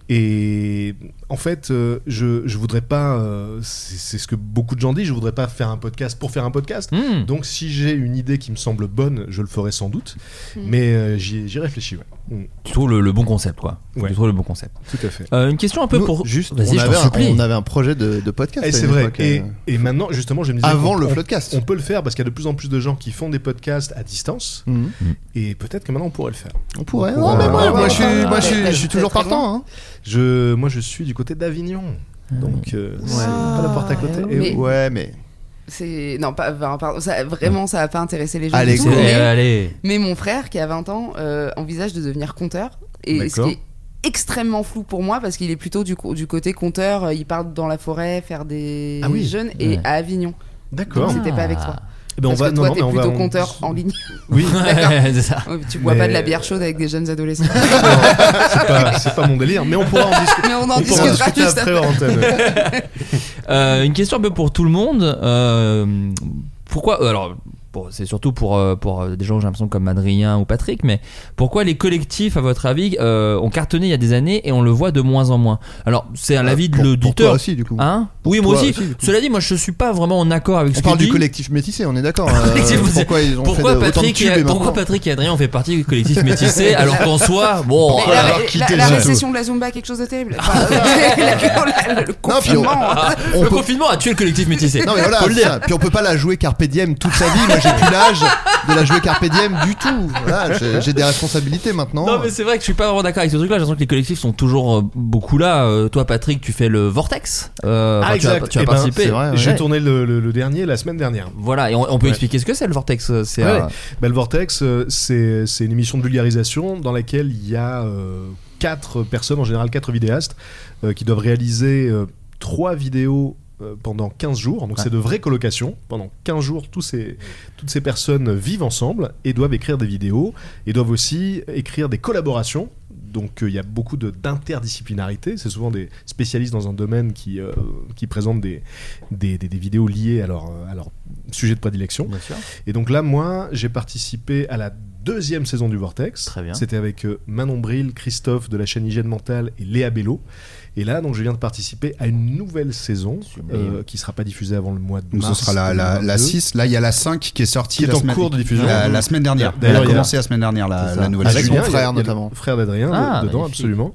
G: Et en fait, euh, je, je voudrais pas, euh, c'est c'est ce que beaucoup de gens disent, je voudrais pas faire un podcast pour faire un podcast.
F: Mm.
G: Donc si j'ai une idée qui me semble bonne, je le ferai sans doute.
B: Mm.
G: Mais euh, j'y j'y réfléchis, ouais. Mm.
F: Tu trouves le, le bon concept, quoi. Tu trouves le bon concept.
G: Tout à fait.
F: Euh, une question un peu
E: Nous,
F: pour.
E: Juste,
F: Vas-y,
E: on,
F: je
E: avait
F: t'en
E: un,
F: supplie.
E: on avait un projet de, de podcast.
G: Et
E: à
G: c'est
E: une
G: vrai.
E: époque,
G: Et,
E: euh.
G: et maintenant, justement, je me disais.
E: Avant
G: qu'on-
E: le
G: on-
E: podcast.
G: On peut le faire parce qu'il y a de plus en plus de gens qui font des podcasts à distance.
E: Mhm.
F: Mm.
G: Et peut-être que maintenant, on pourrait le faire.
E: On pourrait.
G: On
E: Non, mais moi,
G: pourrait.
E: moi, je suis, moi, je suis-
B: Ouais,
E: je suis toujours
B: très loin.
E: partant. hein.
G: Je, moi, je suis du côté d'Avignon. Donc, euh, c'est pas la porte à côté.
B: Mais-
G: Et-
E: Ouais, mais.
B: C'est non pas enfin, pardon, ça, vraiment ça a pas intéressé les gens.
E: Allez,
B: du tout,
G: euh,
E: go.
B: mais,
F: Allez.
B: mais mon frère qui a 20 ans euh, envisage de devenir compteur et ce
G: D'accord.
B: qui est extrêmement flou pour moi parce qu'il est plutôt du, co- du côté compteur, euh, il part dans la forêt faire des
G: Ah oui.
B: jeunes et
F: Ouais.
B: à Avignon.
G: D'accord.
B: Donc, C'était pas avec toi.
G: Eh ben, on
B: parce
G: va-
B: que
G: non,
B: toi
G: non,
B: t'es
G: mais on va-
B: plutôt
G: on-
B: compteur en ligne.
G: Oui.
F: c'est ça.
B: Ouais, Tu bois
G: Mais-
B: pas de la bière chaude avec des jeunes adolescents.
G: c'est pas, c'est pas mon délire, mais on pourra en discuter.
B: Mais on
G: pourra
B: en discutera
G: discuter
B: juste
G: après hors antenne.
F: Euh, une question un peu pour tout le monde. Euh, pourquoi euh, Alors, bon, c'est surtout pour, euh, pour euh, des gens, j'ai l'impression, comme Adrien ou Patrick, mais pourquoi les collectifs, à votre avis, euh, ont cartonné il y a des années et on le voit de moins en moins Alors, c'est à l'avis
E: Euh,
F: de
E: Pour- Pour
F: l'auditeur.
E: toi aussi, du coup.
F: Hein
E: Pour
F: oui, moi
E: toi
F: aussi.
E: aussi, du coup.
F: Cela dit, moi je suis pas vraiment en accord avec
E: On
F: ce
E: parle du
F: qu'il dit.
E: collectif métissé, on est d'accord. euh,
F: Collectif, c'est-
E: pourquoi ils ont
F: pourquoi
E: fait de- autant de
F: Patrick,
E: tubes
F: et,
E: et
F: pourquoi
E: maintenant-
F: Patrick et Adrien ont fait partie du collectif métissé alors qu'en soi, bon.
B: Mais
F: euh,
B: la,
E: alors,
B: la-
E: quitter
B: la
E: le
B: récession de la Zumba, quelque chose de terrible. Enfin, la- la- le
E: Non, puis on-
B: confinement. hein.
E: on
F: le
E: peut-
F: confinement a tué le collectif métissé.
E: Non mais voilà,
F: Faut le
E: c'est
F: dire.
E: ça. puis on peut pas la jouer Carpe Diem toute sa vie. Moi j'ai plus l'âge de la jouer Carpe Diem du tout. Voilà, j'ai- j'ai des responsabilités maintenant.
F: Non, mais c'est vrai que je suis pas vraiment d'accord avec ce truc-là. J'ai l'impression que les collectifs sont toujours euh, beaucoup là. Euh, toi, Patrick, tu fais le Vortex. Euh,
G: Ah,
F: enfin, tu as-
G: exact.
F: Tu as,
G: Eh ben,
F: participé.
E: c'est vrai, ouais.
G: J'ai tourné le, le- le dernier la semaine dernière.
F: Voilà, et on, on peut
G: Ouais.
F: expliquer ce que c'est le Vortex. euh, C'est
G: Ouais.
F: euh,
G: Bah, le Vortex, euh, c'est c'est une émission de vulgarisation dans laquelle il y a euh, quatre personnes, en général quatre vidéastes, euh, qui doivent réaliser euh, trois vidéos euh, pendant 15 jours. Donc
F: Ouais.
G: c'est de vraies colocations. Pendant 15 jours, tous ces, toutes ces personnes vivent ensemble et doivent écrire des vidéos et doivent aussi écrire des collaborations. Donc euh, il y a beaucoup de- d'interdisciplinarité. C'est souvent des spécialistes dans un domaine qui, euh, qui présentent des, des, des- des vidéos liées à leur, à leur sujet de prédilection.
F: Bien sûr.
G: Et donc là, moi, j'ai participé à la deuxième saison du Vortex.
F: Très bien.
G: C'était avec euh, Manon Bril, Christophe de la chaîne Hygiène Mentale et Léa Bello. Et là, donc, je viens de participer à une nouvelle saison
F: Sublime.
G: euh, qui sera pas diffusée avant le mois de
A: Donc
G: mars.
A: ce sera la, la, la
G: 2022.
A: 6. Là, il y a la 5 qui est sortie
G: Qui est
A: la
G: en
A: semaine,
G: cours de diffusion.
A: La,
G: Mhm.
A: la semaine dernière. Elle
G: D'ailleurs,
A: a
G: il y a-
A: commencé la semaine dernière,
G: C'est
A: la,
G: ça.
A: la nouvelle
G: Avec
A: saison.
G: mon
E: Julien,
G: frère,
E: il y a-
G: notamment. Frère d'Adrien,
F: Ah,
G: de- dedans,
F: magnifique.
G: absolument.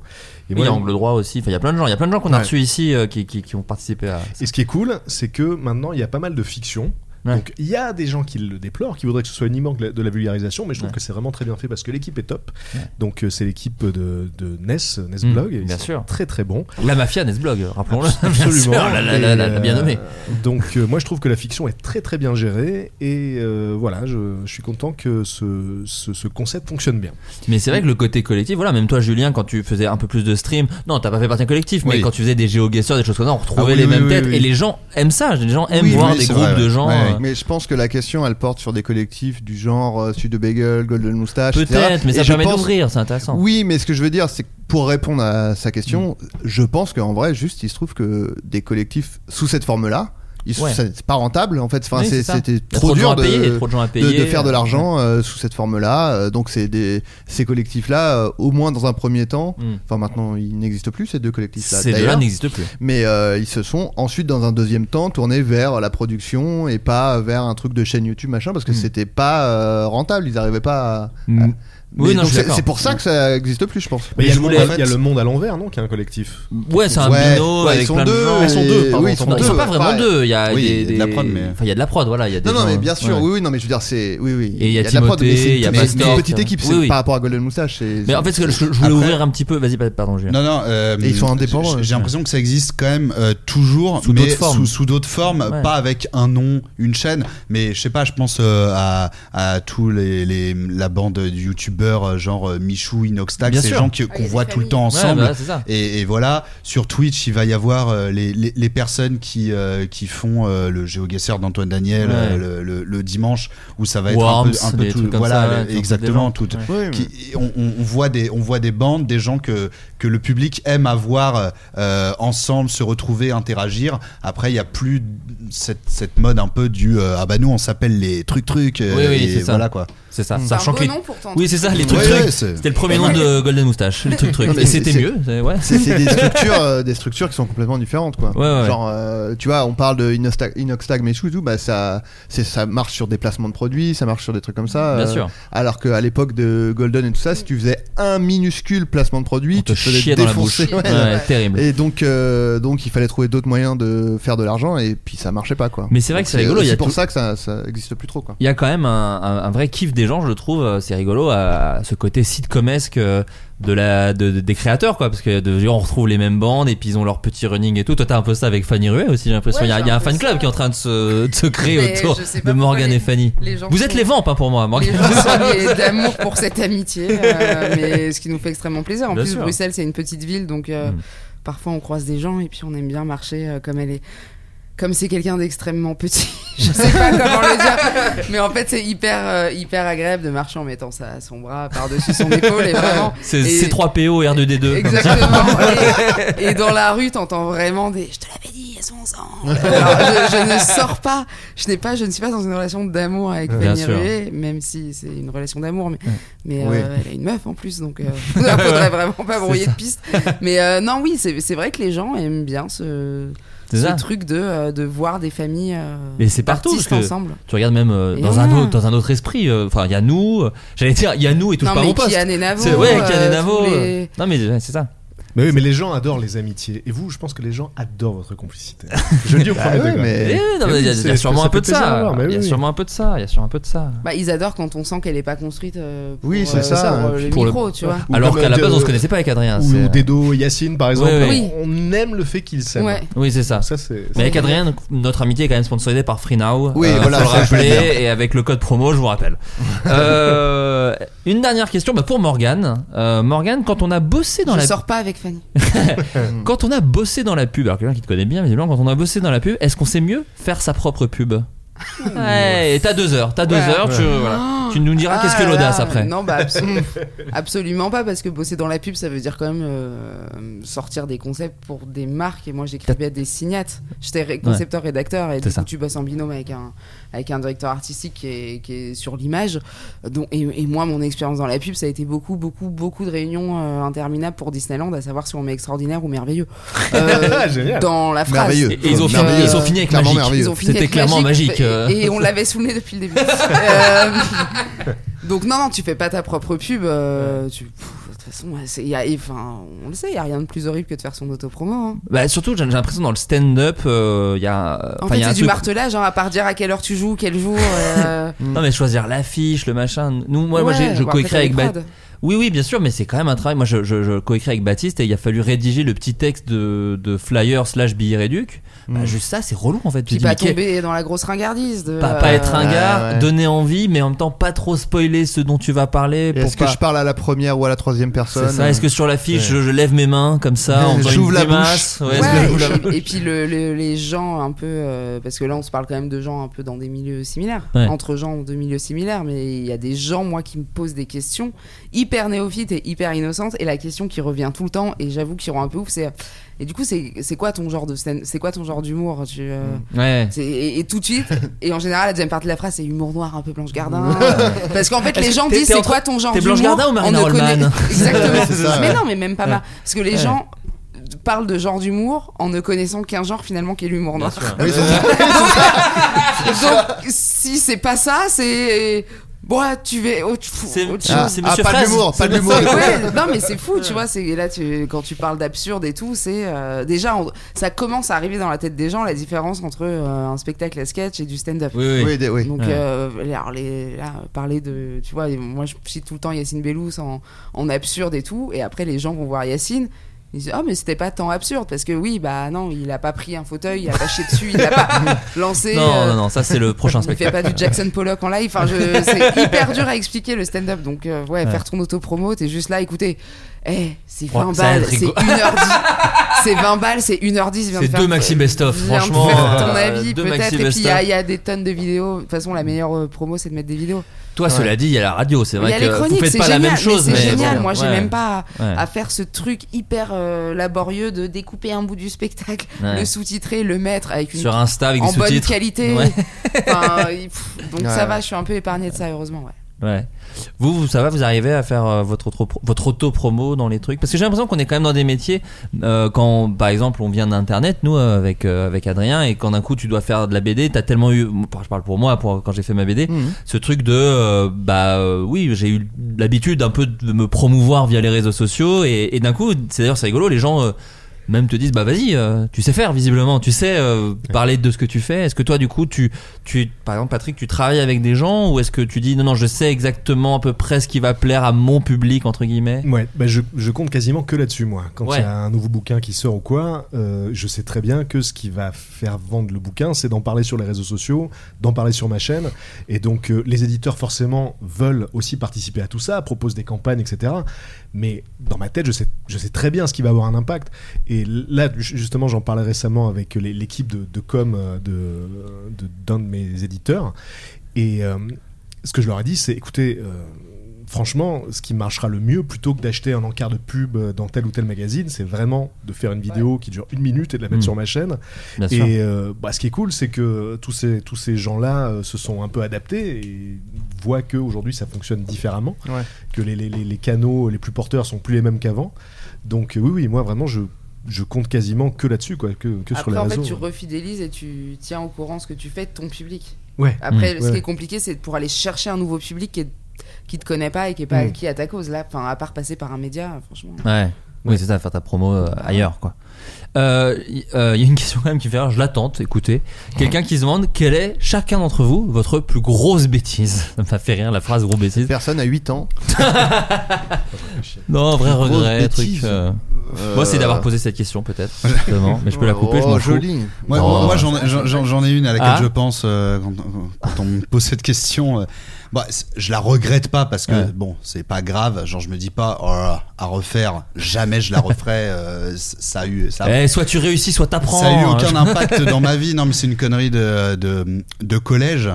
F: Oui, il y a Angle Droit aussi. Enfin, il y a plein de gens. Il y a plein de gens qu'on a
G: Ouais.
F: reçus ici euh, qui, qui, qui ont participé à.
G: Et ce qui est cool, c'est que maintenant, il y a pas mal de fiction.
F: Ouais.
G: Donc, il y a des gens qui le déplorent, qui voudraient que ce soit uniquement de la- de la vulgarisation, mais je trouve
F: Ouais.
G: que c'est vraiment très bien fait parce que l'équipe est top.
F: Ouais.
G: Donc, euh, c'est l'équipe de, de Ness, euh, Ness
F: Mm,
G: Blog. et
F: bien
G: ils
F: sûr.
G: sont Très, très bon.
F: La mafia Nesblog, rappelons-le. Bien sûr, Oh
G: Absolument.
F: la, la, la, la- la bien
G: Et, euh,
F: nommée.
G: Donc, euh, moi, je trouve que la fiction est très, très bien gérée. Et euh, voilà, je, je suis content que ce, ce- ce concept fonctionne bien.
F: Mais c'est vrai que le côté collectif, voilà, même toi, Julien, quand tu faisais un peu plus de stream, non, t'as pas fait partie d'un collectif, mais
A: Oui.
F: quand tu faisais des géoguesseurs, des choses comme ça, on retrouvait
A: Ah oui,
F: les
A: oui,
F: mêmes
A: oui,
F: têtes.
A: oui, oui.
F: Et les gens aiment ça. Les gens aiment
A: Oui,
F: voir
A: oui,
F: des
A: c'est
F: groupes
A: vrai,
F: de
A: ouais.
F: gens.
A: Ouais,
F: euh,
E: Mais je pense que la question elle porte sur des collectifs du genre euh, Sud de Bagel, Golden Moustache, etc.
F: Peut-être, mais
E: Et
F: ça
E: je
F: permet
E: pense-
F: d'ouvrir, c'est intéressant.
E: Oui, mais ce que je veux dire, c'est que pour répondre
F: Mm.
E: à sa question, je pense qu'en vrai, juste, il se trouve que des collectifs sous cette forme-là, ils-
F: Ouais.
E: c'est c'est pas rentable en fait. Enfin,
F: Oui,
E: c'est-
F: c'est ça. Il y
E: c'était
F: a
E: trop,
F: trop de gens
E: dur
F: à
E: de,
F: payer, il y a trop de gens à payer.
E: de faire de l'argent euh, sous cette forme-là. Euh, donc c'est des ces collectifs-là, euh, au moins dans un premier temps.
F: Mm.
E: Enfin maintenant, ils n'existent plus ces deux collectifs-là.
F: Ces deux-là
E: d'ailleurs.
F: n'existent plus.
E: Mais euh, ils se sont ensuite dans un deuxième temps tournés vers la production et pas vers un truc de chaîne YouTube machin parce que
F: Hmm.
E: c'était pas euh, rentable. Ils n'arrivaient pas. à- à-
F: Mm. Oui,
E: Mais
F: non,
E: donc
F: je suis
E: c'est-
F: d'accord. Hmm.
E: c'est pour ça que ça existe plus, je pense.
G: Mais il y, a le monde-
E: voulais-
G: il y a le monde à l'envers, non Qui est un collectif.
F: Ouais, c'est un binôme
G: ouais,
F: avec
G: ils sont
F: plein de
G: deux.
F: gens.
G: Ils sont deux, pardon,
F: Oui, ils sont,
G: pardon.
F: deux, pas vraiment
E: pareil.
F: deux. Il y a
E: Oui,
F: des,
E: il y a de la
F: des-
E: prod, mais-
F: Enfin, il y a de la prod, voilà. il Y a des
E: Non, non,
F: gens, euh,
E: mais bien sûr,
F: ouais.
E: oui, oui, non, mais je veux dire, c'est. Oui, oui.
F: Et il y a
E: de la prod,
F: Timothée,
E: mais c'est-
F: il y a
E: mais c'est
F: Pastor,
E: une petite
F: tiens.
E: équipe, c'est
F: Oui, oui.
E: par rapport à Golden Moustache. c'est-
F: Mais en fait, ce que je, je voulais
E: Après-
F: ouvrir un petit peu. Vas-y, pa- pardon, Julien.
A: Non, non. euh,
E: Et ils sont indépendants,
A: j'ai-
E: ouais.
A: J'ai l'impression que ça existe quand même euh, toujours,
F: Sous
A: mais
F: d'autres formes.
A: sous, sous d'autres formes,
F: Ouais.
A: pas avec un nom, une chaîne. Mais je sais pas, je pense euh, à, à tous les, les- la bande de youtubeurs euh, genre euh, Michou, Inoxtag,
F: Bien
A: ces
F: sûr.
A: gens que-
F: Ah,
A: qu'on
F: il y a
A: voit
F: des
A: tout le temps
F: familles.
A: ensemble.
F: Ouais, bah, c'est ça.
A: et, et voilà, sur Twitch, il va y avoir euh, les, les, les personnes qui euh, qui font euh, le GeoGuessr d'Antoine Daniel
F: Ouais.
A: euh, le, le- le dimanche où ça va être
F: Worms,
A: un peu, un peu
F: des
A: tout,
F: trucs comme
A: voilà,
F: ça, ouais, tout un peu des gens.
A: exactement, tout,
F: Ouais.
A: qui- et on, on- on voit des on voit des bandes des gens que que le public aime avoir euh, ensemble se retrouver interagir après il y a plus cette, cette mode un peu du euh, ah bah nous on s'appelle les trucs trucs euh,
F: Oui, oui,
A: et
F: c'est ça.
A: voilà quoi
F: C'est ça.
A: Mm.
F: Sachant
B: beau
F: que les-
B: nom pourtant.
F: Oui, c'est ça, les trucs
A: Ouais,
F: trucs.
A: ouais, c'est-
F: C'était le premier nom
A: Pas mal.
F: de Golden Moustache, les trucs
E: Non,
F: trucs.
E: mais
F: Et c'était
E: c'est-
F: mieux. c'est- Ouais.
E: C'est c'est des structures, euh, des structures qui sont complètement différentes, quoi.
F: Ouais, ouais.
E: Genre, euh, tu vois, on parle de Inoxtag, Inoxtag mais tout, bah ça, c'est ça marche sur des placements de produits, ça marche sur des trucs comme ça. euh,
F: Bien sûr.
E: Alors qu'à l'époque de Golden et tout ça, si tu faisais un minuscule placement de produit, tu te faisais
F: chiait dans la
E: défoncer.
F: bouche. Ouais, terrible.
E: Et donc, euh, donc il fallait trouver d'autres moyens de faire de l'argent, et puis ça marchait pas, quoi.
F: Mais c'est vrai que
E: Donc euh,
F: c'est rigolo, il y a
E: C'est pour
F: tout-
E: ça que ça, ça existe plus trop, quoi.
F: Il y a quand même un, un- un vrai kiff des gens, je le trouve, euh, c'est rigolo, à, à ce côté sitcomesque euh, de la, de- de- des créateurs, quoi, parce que de, on retrouve les mêmes bandes et puis ils ont leur petit running et tout. Toi, t'as un peu ça avec Fanny Ruet aussi, j'ai l'impression.
B: Ouais,
F: il y a,
B: j'ai
F: il y a
B: un
F: un
B: peu
F: fan
B: ça.
F: club qui est en train de se, de se créer
B: Mais
F: autour
B: je sais pas
F: de
B: pourquoi
F: Morgan
B: les-
F: et Fanny.
B: les gens
F: Vous êtes
B: sont-
F: les vampes, hein, pour moi,
B: Les
F: Morgan.
B: gens sont liés d'amour pour cette amitié, euh, mais ce qui nous fait extrêmement plaisir. En
F: Bien
B: plus,
F: sûr. Mm.
B: Bruxelles, c'est une petite ville, donc euh, parfois on croise des gens et puis on aime bien marcher euh, comme elle est. Comme c'est quelqu'un d'extrêmement petit, je sais pas comment le dire, mais en fait c'est hyper euh, hyper agréable de marcher en mettant sa, son bras par-dessus son épaule et vraiment.
F: C'est
B: et-
F: C3PO et R2D2.
B: Exactement. et, et dans la rue, t'entends vraiment des. Je te l'avais dit, elles sont ensemble. Alors, je, je ne sors pas. Je n'ai pas. Je ne suis pas dans une relation d'amour avec
F: Bien
B: Fanny
F: sûr.
B: Rué, même si c'est une relation d'amour, mais, mais
F: Oui.
B: euh, elle a une meuf en plus, donc euh, faudrait vraiment pas
F: C'est
B: brouiller
F: ça.
B: de piste. Mais euh, non, oui, c'est c'est vrai que les gens aiment bien ce.
F: C'est
B: ce
F: ça.
B: truc de, euh, de voir des familles euh,
F: Mais c'est partout parce
B: d'artistes
F: que
B: ensemble.
F: tu regardes même euh,
B: Et
F: dans
B: on
F: un
B: a.
F: autre dans un autre esprit. euh, Enfin, il y a nous. euh, J'allais dire, il y a nous et touche
B: Non,
F: pas
B: mais
F: mon poste.
B: Kian et Navo,
F: C'est- ouais,
B: euh,
F: Kian et Navo.
B: tous
F: euh,
B: les-
F: Non, mais euh, c'est ça.
G: Mais oui, mais les gens adorent les amitiés. Et vous, je pense que les gens adorent votre complicité. Je le dis au
F: Bah
G: premier
F: ouais,
G: degré.
F: mais- Eh oui, non,
G: Et
F: mais
G: oui,
F: il y a-
G: c'est-
F: il y
G: parce
F: a
G: que
F: sûrement un
G: ça
F: peu
G: fait
F: de
G: plaisir à
F: ça.
G: voir, mais
F: Il y a
G: oui.
F: sûrement un peu de ça. Il y a sûrement un peu de ça.
B: Bah, ils adorent quand on sent qu'elle est pas construite euh, pour,
E: Oui, c'est
B: euh,
E: ça,
B: pour
E: euh,
B: le
F: pour le-
B: micro, tu vois.
G: Ou
F: Alors
G: comme,
F: qu'à la base, on
G: euh,
F: se connaissait pas avec Adrien,
G: Ou,
F: c'est- euh,
G: ou Dedo, Yacine, par exemple.
F: Ouais, ouais.
G: On on aime le fait qu'ils s'aiment.
B: Ouais.
F: Oui, c'est ça. Mais avec Adrien, donc, notre amitié est quand même sponsorisée par FreeNow.
E: Oui, voilà,
F: faut le
E: ça, je voulais
F: rappeler,
E: dire.
F: et avec le code promo, je vous rappelle. Euh, une dernière question bah, pour Morgane. Euh, Morgane, quand on a bossé dans
B: je
F: la
B: sors pas avec Fanny.
F: quand on a bossé dans la pub, alors quelqu'un qui te connaît bien, visiblement, quand on a bossé dans la pub, est-ce qu'on sait mieux faire sa propre pub Ouais, et t'as deux heures, t'as deux
B: Ouais.
F: heures, tu,
B: Ouais.
F: voilà. Tu nous diras
B: Ah
F: qu'est-ce que
B: là
F: l'audace
B: là,
F: après.
B: Non, bah absolument, absolument pas, parce que bosser dans la pub, ça veut dire quand même euh, sortir des concepts pour des marques. Et moi, j'écrivais des signates. J'étais ré- concepteur, rédacteur, et
F: C'est
B: du
F: ça.
B: coup, tu bosses en binôme avec un, avec un directeur artistique qui est, qui est sur l'image. Donc, et, et moi, mon expérience dans la pub, ça a été beaucoup, beaucoup, beaucoup de réunions euh, interminables pour Disneyland, à savoir si on met extraordinaire ou merveilleux Euh,
G: Ah, Génial.
B: dans la phrase.
E: Merveilleux.
F: Et ils ont, fini,
E: Merveilleux.
F: ils ont fini avec
E: Clairement
F: magique.
E: merveilleux.
B: Ils ont fini
F: C'était
B: avec
F: clairement magique.
B: et-
F: euh.
B: Et, on l'avait sous le nez depuis le début. Euh, donc non, non, tu fais pas ta propre pub. euh, tu- pff, de toute façon, ouais, c'est- y a- et, enfin, on le sait, il n'y a rien de plus horrible que de faire son autopromo. hein.
F: Bah, surtout, j'ai j'ai l'impression dans le stand-up, euh, il y a.
B: En
F: enfin, il
B: fait,
F: y a
B: c'est
F: un
B: du
F: truc-
B: martelage, hein, à part dire à quelle heure tu joues, quel jour. euh,
F: Non mais choisir l'affiche, le machin. Nous, moi, moi,
B: Ouais,
F: j'ai- je
B: bah,
F: coécris
B: après,
F: avec
B: t'as les
F: Bat-
B: prods.
F: Oui, oui, bien sûr, mais c'est quand même un travail. Moi, je, je, je coécris avec Baptiste et il a fallu rédiger le petit texte de, de flyer slash billet réduc. Bah, juste ça, c'est relou en fait. Tu
B: Mm. puis
F: te dis,
B: pas
F: mais quel-
B: tomber dans la grosse ringardise. De,
F: pas, pas
B: euh,
F: être un
E: Ouais,
F: gars,
E: ouais.
F: donner envie, mais en même temps pas trop spoiler ce dont tu vas parler.
E: Et
F: pour
E: Est-ce que
F: pas-
E: je parle à la première ou à la troisième personne
F: C'est ça. Est-ce que sur l'affiche,
E: Ouais.
F: je, je lève mes mains comme ça, en faisant une
E: J'ouvre la
F: grimace
E: bouche.
F: Ouais,
B: Ouais,
F: est-ce que
B: et,
F: j'ouvre la-
B: puis- et puis le- le- les gens un peu euh, parce que là on se parle quand même de gens un peu dans des milieux similaires
F: Ouais.
B: entre gens de milieux similaires mais il y a des gens moi qui me posent des questions hyper hyper néophyte et hyper innocente. Et la question qui revient tout le temps, et j'avoue qu'il rend un peu ouf, c'est et du coup, c'est c'est quoi ton genre de scène C'est quoi ton genre d'humour Tu, euh,
F: Ouais.
B: c'est- et, et tout de suite, et en général, la deuxième partie de la phrase, c'est humour noir un peu Blanche Gardin. euh, parce qu'en fait,
F: Est-ce
B: les
F: que
B: gens
F: t'es-
B: disent
F: t'es
B: c'est
F: entre-
B: quoi ton genre
F: t'es
B: d'humour
F: Blanche Gardin ou
B: On
F: Marina
B: ne connaît-
F: Rollman
B: Exactement.
F: Ouais, c'est ça,
B: mais
F: ouais.
B: non, mais même pas
F: Ouais.
B: mal. Parce que les
F: Ouais.
B: gens parlent de genre d'humour en ne connaissant qu'un genre finalement qui est l'humour noir.
E: Ah
F: Oui, c'est
B: Donc, si c'est pas ça, c'est. Bon, là, tu vas autre,
F: C'est-
B: autre
F: ah,
B: chose.
F: c'est Ah, Monsieur pas Fraise. d'humour, pas d'humour.
B: Ouais, non, mais c'est fou, tu vois. C'est là, tu, quand tu parles d'absurde et tout, c'est euh, déjà on- ça commence à arriver dans la tête des gens la différence entre euh, un spectacle à sketch et du stand-up.
E: Oui, oui. Oui, des- oui.
B: Donc,
E: Ouais.
B: euh, alors les, là, parler de, tu vois, moi je cite tout le temps Yacine Bellous en, en absurde et tout, et après les gens vont voir Yacine. Ils disent, oh, mais c'était pas tant absurde parce que oui, bah non, il a pas pris un fauteuil, il a pas chié dessus, il a pas lancé.
F: Non,
B: euh,
F: non, non, ça, c'est le prochain
B: il fait
F: spectacle.
B: pas du Jackson Pollock en live. Enfin, je- c'est hyper dur à expliquer le stand-up. Donc, euh, ouais,
F: Ouais.
B: faire ton auto-promo, t'es juste là, écoutez, eh, c'est
F: Ouais,
B: 20
F: ça
B: balles,
F: aide,
B: c'est
F: rigolo.
B: 1h10. C'est 20 balles, c'est 1h10. viens de
F: C'est
B: faire-
F: deux maxi best-of,
B: viens de
F: franchement,
B: faire ton
F: euh,
B: avis,
F: deux
B: peut-être.
F: maxi
B: Et puis, il y, a-
F: best-of.
B: il y a des tonnes de vidéos. De toute façon, la meilleure euh, promo, c'est de mettre des vidéos.
F: Toi,
B: Ouais.
F: cela dit, il y a la radio, c'est
B: Il y a
F: vrai
B: les
F: que vous
B: chroniques,
F: faites
B: c'est
F: pas
B: génial,
F: la même chose,
B: mais
F: mais
B: c'est génial.
F: bon,
B: Moi, j'ai
F: ouais.
B: même pas à,
F: Ouais.
B: à faire ce truc hyper euh, laborieux de découper un bout du spectacle,
F: Ouais.
B: le sous-titrer, le mettre avec une
F: Sur Insta avec
B: en
F: des
B: bonne
F: sous-titres.
B: qualité.
F: Ouais.
B: Enfin, il- pff, donc
F: Ouais.
B: ça va, je suis un peu épargné de ça heureusement. Ouais.
F: Ouais. Vous, vous, ça va, vous arrivez à faire euh, votre, auto- votre auto-promo dans les trucs Parce que j'ai l'impression qu'on est quand même dans des métiers, euh, quand par exemple on vient d'Internet, nous euh, avec, euh, avec Adrien, et quand d'un coup tu dois faire de la BD, t'as tellement eu, je parle pour moi, pour, quand j'ai fait ma BD, ce truc de, euh, bah euh, oui, j'ai eu l'habitude un peu de me promouvoir via les réseaux sociaux, et, et d'un coup, c'est d'ailleurs c'est rigolo, les gens... euh, même te disent bah vas-y euh, tu sais faire visiblement tu sais euh, parler de ce que tu fais est-ce que toi du coup tu tu par exemple Patrick tu travailles avec des gens ou est-ce que tu dis non non je sais exactement à peu près ce qui va plaire à mon public entre guillemets
G: Ouais, bah je, je compte quasiment que là-dessus, moi. Quand il
F: Ouais.
G: y a un nouveau bouquin qui sort ou quoi, euh, je sais très bien que ce qui va faire vendre le bouquin, c'est d'en parler sur les réseaux sociaux, d'en parler sur ma chaîne. Et donc, euh, les éditeurs, forcément, veulent aussi participer à tout ça, proposent des campagnes, etc. Mais dans ma tête, je sais, je sais très bien ce qui va avoir un impact. Et là, ju- justement, j'en parlais récemment avec les- l'équipe de, de com euh, de- de- d'un de, mes éditeurs. Et euh, ce que je leur ai dit, c'est écoutez. euh, franchement, ce qui marchera le mieux, plutôt que d'acheter un encart de pub euh, dans tel ou tel magazine, c'est vraiment de faire une vidéo qui dure une minute et de la mettre
F: Mm.
G: sur ma chaîne.
F: Bien sûr.
G: et euh, bah, ce qui est cool, c'est que tous ces, tous ces gens-là euh, se sont un peu adaptés et voient qu'aujourd'hui ça fonctionne différemment,
E: Ouais.
G: que les, les- les- les canaux les plus porteurs sont plus les mêmes qu'avant. Donc euh, oui, oui, moi vraiment, je, je compte quasiment que là-dessus, quoi, que, que sur
B: Après,
G: les
B: en
G: réseaux.
B: fait, tu refidélises et tu tiens au courant ce que tu fais de ton public.
G: Ouais.
B: Après,
A: Mmh.
G: Mm.
B: ce
G: Ouais.
B: qui est compliqué, c'est pour aller chercher un nouveau public qui, est- qui te connaît pas et qui est pas
A: Mmh.
F: Mm.
B: qui à ta cause là. Enfin, à part passer par un média, franchement.
F: Ouais. Oui, c'est ça, faire ta promo euh, ailleurs, quoi. Euh, y- euh, Il y a une question quand même qui fait rire, je l'attente, écoutez. Quelqu'un qui se demande quelle est, chacun d'entre vous, votre plus grosse bêtise Ça m'a fait rire la phrase gros bêtise.
E: Personne à 8 ans.
F: non, vrai
E: Grosse
F: regret,
E: bêtise.
F: truc. euh,
E: Euh,
F: Moi, c'est d'avoir posé cette question, peut-être. justement. Mais je peux la couper, je
E: Oh,
F: m'en fous.
E: joli.
A: Moi,
F: Oh.
A: moi, j'en- j'en- j'en j'en ai une à laquelle
F: Ah.
A: je pense euh, quand, quand on me pose cette question. euh, bah, c'est- je la regrette pas parce que
F: Ouais.
A: bon, c'est pas grave. Genre, je me dis pas oh là là, à refaire. Jamais je la referai. euh, c- ça a eu. Ça a-
F: Eh, soit tu réussis, soit t'apprends.
A: Ça a eu
F: hein.
A: aucun impact dans ma vie. Non, mais c'est une connerie de, de, de collège.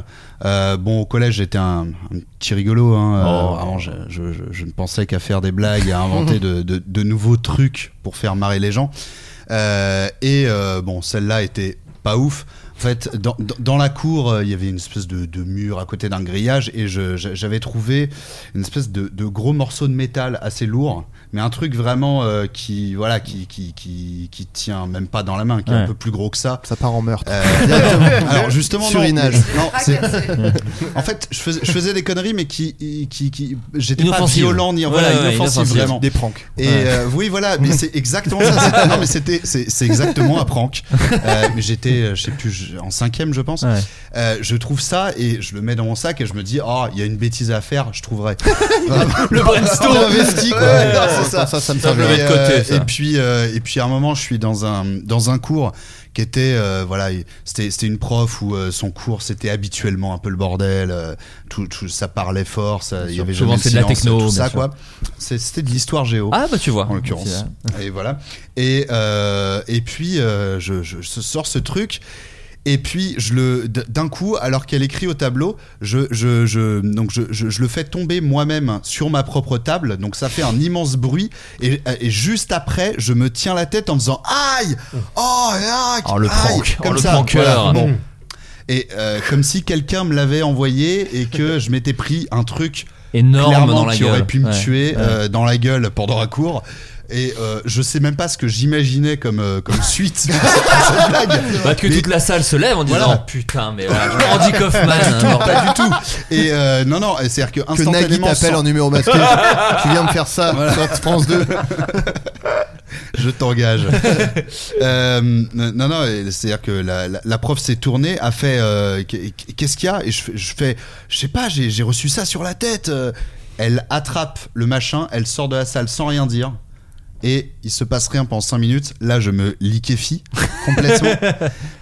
A: Euh, bon, au collège, j'étais un, un petit rigolo. hein. Euh,
F: Oh.
A: vraiment, je, je- je- je ne pensais qu'à faire des blagues, à inventer de, de- de nouveaux trucs pour faire marrer les gens. Euh, et euh, bon, celle-là était pas ouf. En fait, dans, dans- dans la cour, euh, il y avait une espèce de, de mur à côté d'un grillage et je- je- j'avais trouvé une espèce de, de gros morceau de métal assez lourd, mais un truc vraiment euh, qui, voilà, qui, qui, qui, qui tient même pas dans la main, qui est
E: Ouais.
A: un peu plus gros que ça.
E: Ça part en meurtre.
A: Euh, alors justement, non,
E: Surinage.
A: mais- non, c'est-
E: Fracassé.
A: en fait, je faisais, je faisais des conneries, mais qui, qui, qui j'étais pas
F: Inoffensive.
A: violent ni
F: Ouais,
A: voilà,
F: ouais,
A: inoffensif,
F: inoffensive.
A: vraiment.
F: Des pranks.
A: Et
F: Ouais.
A: euh, oui, voilà, mais c'est exactement ça. C'était- Non, mais c'était, c'est c'est exactement un prank. Euh, mais j'étais, euh, je sais plus, je- en cinquième, je pense. Euh, je trouve ça et je le mets dans mon sac et je me dis, oh, il y a une bêtise à faire, je trouverai.
E: Le brainstorm.
A: investi, quoi.
E: Ouais,
A: Non,
E: ouais,
A: c'est ça.
E: ça, ça me
A: Et,
E: semble.
A: euh,
E: Côté, ça.
A: et puis, euh, et puis à un moment, je suis dans un dans un cours qui était, euh, voilà, il- c'était c'était une prof où euh, son cours c'était habituellement un peu le bordel. euh, tout, tout- ça parlait fort, ça, il y
F: sûr.
A: avait
F: Souvent,
A: jamais
F: c'est de la
A: silence,
F: techno,
A: tout
F: bien
A: ça,
F: sûr.
A: quoi. C'est- C'était de l'histoire géo.
F: Ah, bah, tu vois.
A: En l'occurrence.
F: C'est-
A: Et voilà. Et, euh, et puis, euh, je, je- je sors ce truc. Et puis, je le, d- d'un coup, alors qu'elle écrit au tableau, je, je, je- donc je, je- je le fais tomber moi-même sur ma propre table. Donc, ça fait un immense bruit. Et, et juste après, je me tiens la tête en faisant Aïe Oh, et aïe
F: Oh, le
A: aïe
F: prank. Oh,
A: Comme
F: le
A: ça,
F: prankeur.
A: voilà. Bon.
F: Mm.
A: Et euh, comme si quelqu'un me l'avait envoyé et que je m'étais pris un truc
F: Énorme
A: clairement
F: dans la
A: qui
F: gueule.
A: aurait pu me
F: Ouais,
A: tuer
F: ouais.
A: euh, dans la gueule pendant un cours. Et euh, je sais même pas ce que j'imaginais comme, euh, comme suite à cette blague.
F: Bah, que
A: Mais-
F: toute la salle se lève en disant
A: Voilà.
F: Oh, putain, mais voilà, Andy Kaufman.
A: Pas du tout,
F: hein,
A: pas du tout. Et euh, non, non, c'est-à-dire que
E: Que Nagui
A: instantanément.
E: t'appelle
A: sans-
E: en numéro masqué. tu viens me faire ça
A: Voilà.
E: sur France 2.
A: Je t'engage. Euh, non, non, et c'est-à-dire que la, la- la prof s'est tournée, a fait euh, qu'est- Qu'est-ce qu'il y a Et je, fais- je fais Je sais pas, j'ai j'ai reçu ça sur la tête. euh. Elle attrape le machin, elle sort de la salle sans rien dire. Et il se passe rien pendant 5 minutes. Là, je me liquéfie complètement.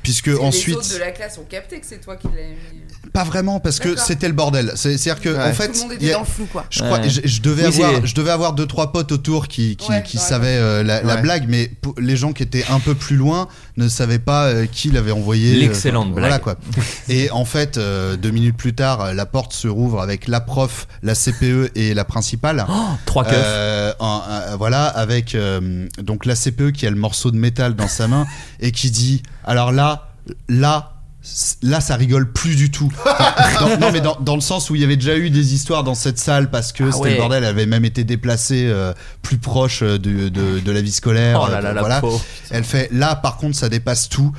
A: puisque
B: Parce que Les autres
A: ensuite.
B: de la classe ont capté que c'est toi qui l'avais mis.
A: Pas vraiment, parce que
B: D'accord.
A: c'était le bordel. C'est- C'est-à-dire que, en fait.
B: Tout le monde
A: il y
B: était
A: a-
B: dans le flou, quoi.
A: Je crois,
F: Ouais.
A: je, je devais
F: Oui, c'est-
A: avoir, je devais avoir deux trois potes autour qui qui,
F: Ouais,
A: qui
F: dans la
A: savaient euh, la, la
F: Ouais.
A: blague, mais pou- les gens qui étaient un peu plus loin ne savaient pas euh, qui l'avait envoyé. euh,
F: L'excellente
A: Voilà
F: blague.
A: quoi. Et en fait, euh, deux minutes plus tard, euh, la porte se rouvre avec la prof, la CPE et la principale.
F: Oh, trois keufs.
A: Euh, un- un- voilà, avec euh, donc la CPE qui a le morceau de métal dans sa main et qui dit alors là, là. c- Là, ça rigole plus du tout. Enfin, dans- non, mais dans, dans le sens où il y avait déjà eu des histoires dans cette salle parce que
F: Ah
A: c'était
F: ouais.
A: le bordel, elle avait même été déplacée euh, plus proche euh, de, de- de la vie scolaire. euh,
F: Oh là là, la
A: voilà.
F: pauvre.
A: Elle fait là, par contre, ça dépasse tout.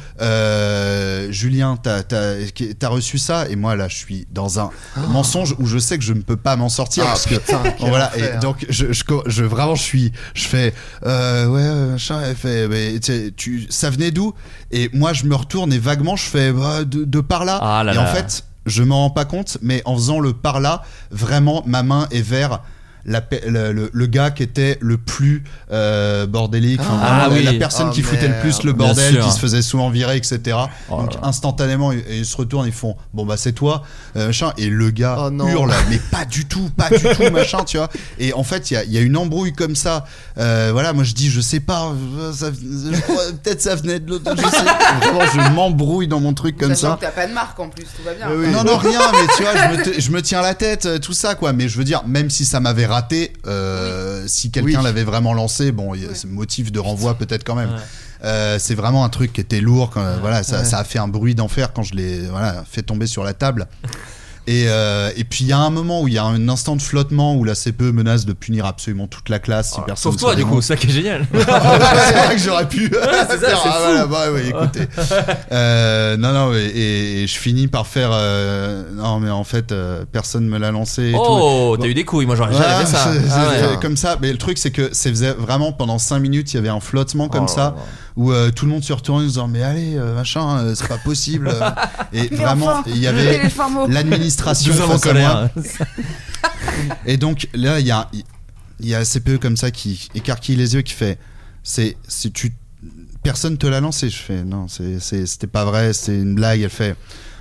A: Euh, Julien, t'as t'as- qu'est- t'as reçu ça et moi là, je suis dans un mensonge où je sais que je ne peux pas m'en sortir
E: Ah,
A: parce que
E: putain, quel
A: voilà. Et
E: enfer.
A: donc je, je, co- je- vraiment, je suis, je fais euh, ouais, ouais, machin. Elle fait mais tu, sais, tu- ça venait d'où Et moi, je me retourne et vaguement, je fais bah, de, de par là.
F: Ah là
A: et
F: là.
A: en fait, je m'en rends pas compte, mais en faisant le par là, vraiment, ma main est vers. la pe- le, le- le gars qui était le plus euh, bordélique, enfin,
F: Ah
A: vraiment, la,
F: oui.
A: la personne
F: Ah
A: qui foutait le
F: merde.
A: plus le
F: Bien
A: bordel,
F: sûr.
A: qui se faisait souvent virer, etc.
F: Oh
A: Donc
F: là là.
A: instantanément, ils, ils se retournent, ils font bon bah c'est toi, euh, machin, et le gars
F: Oh
A: hurle, mais pas du tout, pas du tout, machin, tu vois. Et en fait, il y a- il y, a une embrouille comme ça. Euh, voilà, moi je dis, je sais pas, euh, ça- je crois- peut-être ça venait de l'autre, je sais. Vraiment, je m'embrouille dans mon truc comme
B: Sachant
A: ça.
B: que t'as pas de marque en plus, tout va bien.
A: Non, non, rien, mais tu vois, je me, te- je me tiens la tête, euh, tout ça, quoi. Mais je veux dire, même si ça m'avait raté, euh, si quelqu'un
E: Oui.
A: l'avait vraiment lancé, bon, il y a ce motif de renvoi peut-être quand même. Euh, c'est vraiment un truc qui était lourd. Quand, voilà, ça,
F: Ouais.
A: ça a fait un bruit d'enfer quand je l'ai voilà, fait tomber sur la table. Et, euh, et puis il y a un moment où il y a un instant de flottement où la CPE menace de punir absolument toute la classe si personne
F: Sauf
A: se
F: toi, du
A: démonte.
F: coup, ça qui est génial.
A: c'est vrai que j'aurais pu.
F: c'est ça, c'est
A: faire, ah, voilà,
F: fou.
A: bah, ouais, écoutez. Euh, non, non, et, et je finis par faire. euh, non, mais en fait, euh, personne me l'a lancé. et
F: Oh,
A: tout.
F: t'as
A: Bon.
F: eu des couilles, moi j'aurais
A: Voilà,
F: jamais fait ça.
A: c'est- c'est-
F: Ah ouais.
A: c'est Comme ça, mais le truc c'est que c'est faisait vraiment pendant 5 minutes, il y avait un flottement comme
F: Oh là
A: ça
F: là.
A: où euh, tout le monde se retournait en disant mais allez euh, machin, euh, c'est pas possible. euh. et
B: Mais
A: vraiment,
B: enfin,
A: il y avait
B: les formaux.
A: l'administration
F: Nous avons
A: face à
F: colère.
A: moi. Et donc là, il y a, il y a un CPE comme ça qui écarquille les yeux, qui fait c'est si tu personne te l'a lancé. Je fais non, c'est- c'est- c'était pas vrai, c'est une blague. Elle fait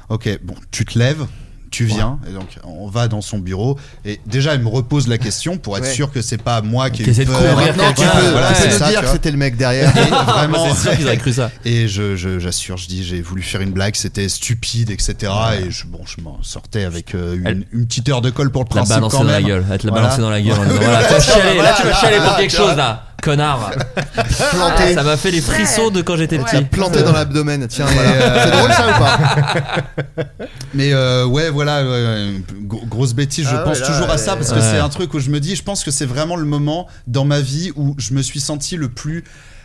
A: ok, bon, tu te lèves. Tu viens et donc on va dans son bureau et déjà elle me repose la question pour être
E: Ouais.
A: sûr que c'est pas moi qui ai
F: Qui
A: eu
F: essaie de
A: peur.
F: couvrir
A: Maintenant, tu
F: quelqu'un,
A: peux-
F: voilà,
A: tu peux
F: c'est
A: nous
F: ça,
A: dire
E: Dire
A: que
E: que c'était le mec derrière.
A: et vraiment,
F: C'est sûr qu'ils auraient cru ça.
A: Et je, je- j'assure, je dis, j'ai voulu faire une blague, c'était stupide, etc. Et je, bon, je m'en sortais avec euh, une,
F: Elle-
A: une petite heure de colle pour le
F: La
A: principe.
F: balancer
A: quand
F: dans la
A: même.
F: gueule, elle te la
A: Voilà.
F: balancer dans la gueule en disant voilà, tu vas chialer, là tu vas
A: Voilà,
F: chialer pour
A: voilà,
F: quelque
A: tu vois.
F: chose là, connard.
E: Planté.
F: Ah, ça m'a fait les frissons de quand j'étais
E: Tu as
F: petit.
E: planté dans l'abdomen. Tiens,
A: Et,
E: voilà.
A: euh,
E: C'est drôle ça ou pas
A: Mais euh, ouais, voilà, ouais, ouais, une gro- grosse bêtise. Je
E: Ah ouais,
A: pense
E: là,
A: toujours à
E: ouais.
A: ça parce que
F: Ouais.
A: c'est un truc où je me dis, je pense que c'est vraiment le moment dans ma vie où je me suis senti le plus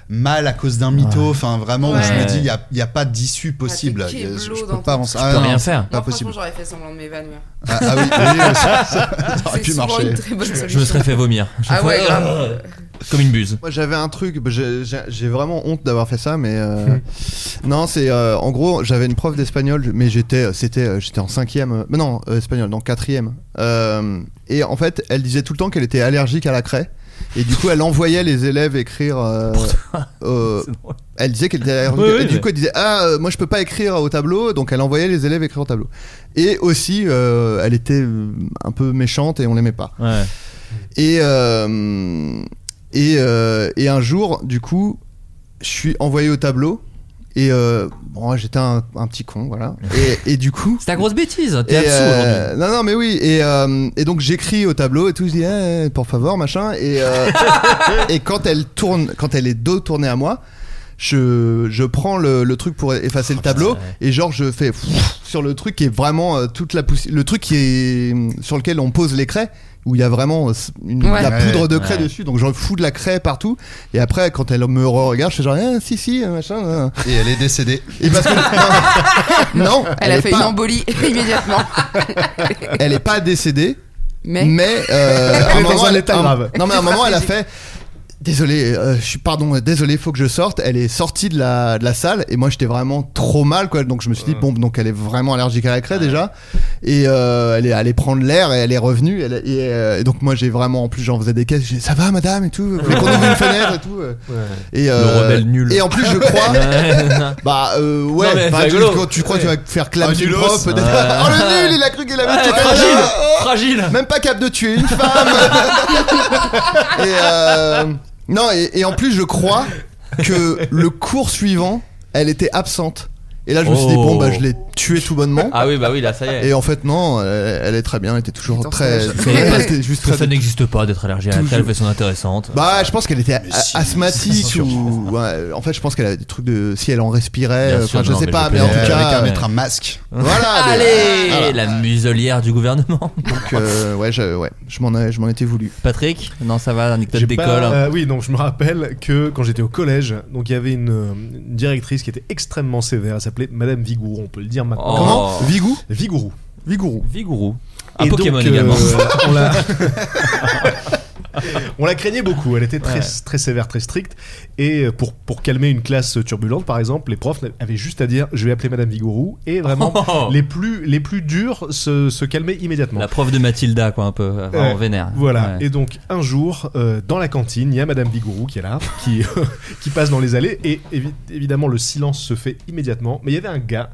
A: mal à cause d'un mytho. Enfin, vraiment, où je
F: Ouais.
A: me dis, il n'y a, il y a pas d'issue possible.
B: Ah, t'es
A: Il y a- je
B: kéblo
A: je
B: dans
A: peux
B: ton
A: pas avancer.
F: truc.
A: Ah,
F: Tu peux
A: non,
F: rien
A: c'est
F: faire.
A: Pas
B: Non,
A: possible.
B: franchement, j'aurais fait semblant de m'évanouir.
A: Ah, ah oui, oui, oui, ça, ça aurait
B: C'est
A: pu
B: souvent
A: marcher.
B: une très bonne
F: Je me
B: solution.
F: serais fait vomir. Je
B: Ah
F: me
B: ouais,
F: ferais- euh,
B: grave.
F: Comme une buse.
E: Moi j'avais un truc, bah, j'ai- j'ai j'ai vraiment honte d'avoir fait ça, mais euh, non c'est euh, en gros j'avais une prof d'espagnol, mais j'étais euh, c'était euh, j'étais en cinquième, euh, mais non euh, espagnol, non quatrième. Euh, et en fait elle disait tout le temps qu'elle était allergique à la craie, et du coup elle envoyait les élèves écrire. euh, euh, elle disait qu'elle était allergique.
F: Oui, oui,
E: Et du
F: mais-
E: coup elle disait ah euh, moi je peux pas écrire au tableau, donc elle envoyait les élèves écrire au tableau. Et aussi euh, elle était euh, un peu méchante et on l'aimait pas.
F: Ouais.
E: Et, euh, et, euh, et un jour, du coup, je suis envoyé au tableau. Et euh, bon, j'étais un, un petit con, voilà. Et, et du coup.
F: C'est ta grosse bêtise, t'es
E: et,
F: absous
E: euh, Non, non, mais oui. Et, euh, et donc j'écris au tableau et tout, je dis, eh, pour favor, machin. Et, euh, et quand elle tourne, quand elle est dos tournée à moi, je, je prends le, le truc pour effacer le tableau et genre je fais pfff sur le truc qui est vraiment euh, toute la poussi- le truc qui est sur lequel on pose les craies où il y a vraiment euh, une,
G: Ouais.
E: la
G: Ouais,
E: poudre de craie
G: ouais.
E: dessus donc j'en fous de la craie partout et après quand elle me regarde je fais genre Ah, si si machin euh.
A: Et elle est décédée.
E: et parce que- non
B: Elle a
E: est
B: fait
E: pas-
B: une embolie immédiatement.
E: elle est pas décédée
B: mais,
E: euh, à
G: Elle est
E: moment,
G: dans un état grave.
E: non mais à un moment elle a fait désolé euh, je suis pardon euh, désolé faut que je sorte elle est sortie de la, de la salle et moi j'étais vraiment trop mal quoi donc je me suis dit bon donc elle est vraiment allergique à la craie déjà et euh, elle est allée prendre l'air et elle est revenue elle, et, euh, et donc moi j'ai vraiment en plus j'en faisais des caisses j'ai dit, ça va madame et tout vous voulez qu'on ouvre une fenêtre et tout euh. et euh,
F: rebelle nul.
E: et en plus je crois
F: Ouais, non.
E: bah euh, ouais
F: Non, mais
E: bah,
F: c'est
E: tu,
F: rigolo.
E: quand tu crois que tu vas faire clam
F: Ah, nulos.
E: propre peut-être.
F: Ouais. Ah,
E: oh le nul il a cru qu'il
A: Ah,
E: avait
F: Ouais,
E: tué
F: fragile,
E: quelqu'un. Oh,
F: fragile.
E: même pas capable de tuer une femme et euh, non, et, et en plus, je crois que le cours suivant, elle était absente. Et là, je me suis dit,
F: Oh.
E: bon, bah, je l'ai tuée tout bonnement.
F: Ah oui, bah oui, là, ça y est.
E: Et en fait, non, elle, elle est très bien, elle était toujours très.
F: Mais
E: elle
F: parce-
E: était juste
F: parce que
E: très.
F: ça n'existe pas d'être allergique à la
E: Toujours.
F: craie, elle fait son intéressante.
E: Bah, je pense qu'elle était a- asthmatique ou. ouais, en fait, je pense qu'elle avait des trucs de. Si elle en respirait,
F: Bien
E: euh,
F: sûr,
E: enfin, je
F: non,
E: sais
F: mais
E: pas,
F: je
E: mais en tout
F: connais. Elle avait
E: cas.
F: qu'à
E: euh,
F: mettre un
A: masque.
E: Voilà!
F: Allez,
E: voilà.
F: la muselière du gouvernement.
E: Donc, euh, ouais, je, ouais, je m'en ai- je m'en étais voulu.
F: Patrick, non ça va, anecdote
G: J'ai
F: d'école.
G: pas- euh, oui, donc je me rappelle que quand j'étais au collège, donc il y avait une, euh, une directrice qui était extrêmement sévère. Elle s'appelait Madame Vigourou. On peut le dire maintenant.
F: Oh. Comment
E: Vigou
G: Vigourou.
E: Vigourou.
F: Vigourou. Un
G: Et
F: Pokémon
G: donc, euh,
F: également.
G: on l'a- On la craignait beaucoup, elle était très,
F: Ouais.
G: très sévère, très stricte. Et euh, pour, pour calmer une classe turbulente, par exemple, les profs avaient juste à dire Je vais appeler Madame Vigourou. Et vraiment,
F: Oh.
G: les, plus, les plus durs se, se calmaient immédiatement.
F: La prof de Mathilda, quoi, un peu. euh,
G: Ouais,
F: en vénère.
G: Voilà.
F: Ouais.
G: Et donc un jour, euh, dans la cantine, il y a Madame Bigourou qui est là, qui, qui passe dans les allées, et évi- évidemment le silence se fait immédiatement. Mais il y avait un gars.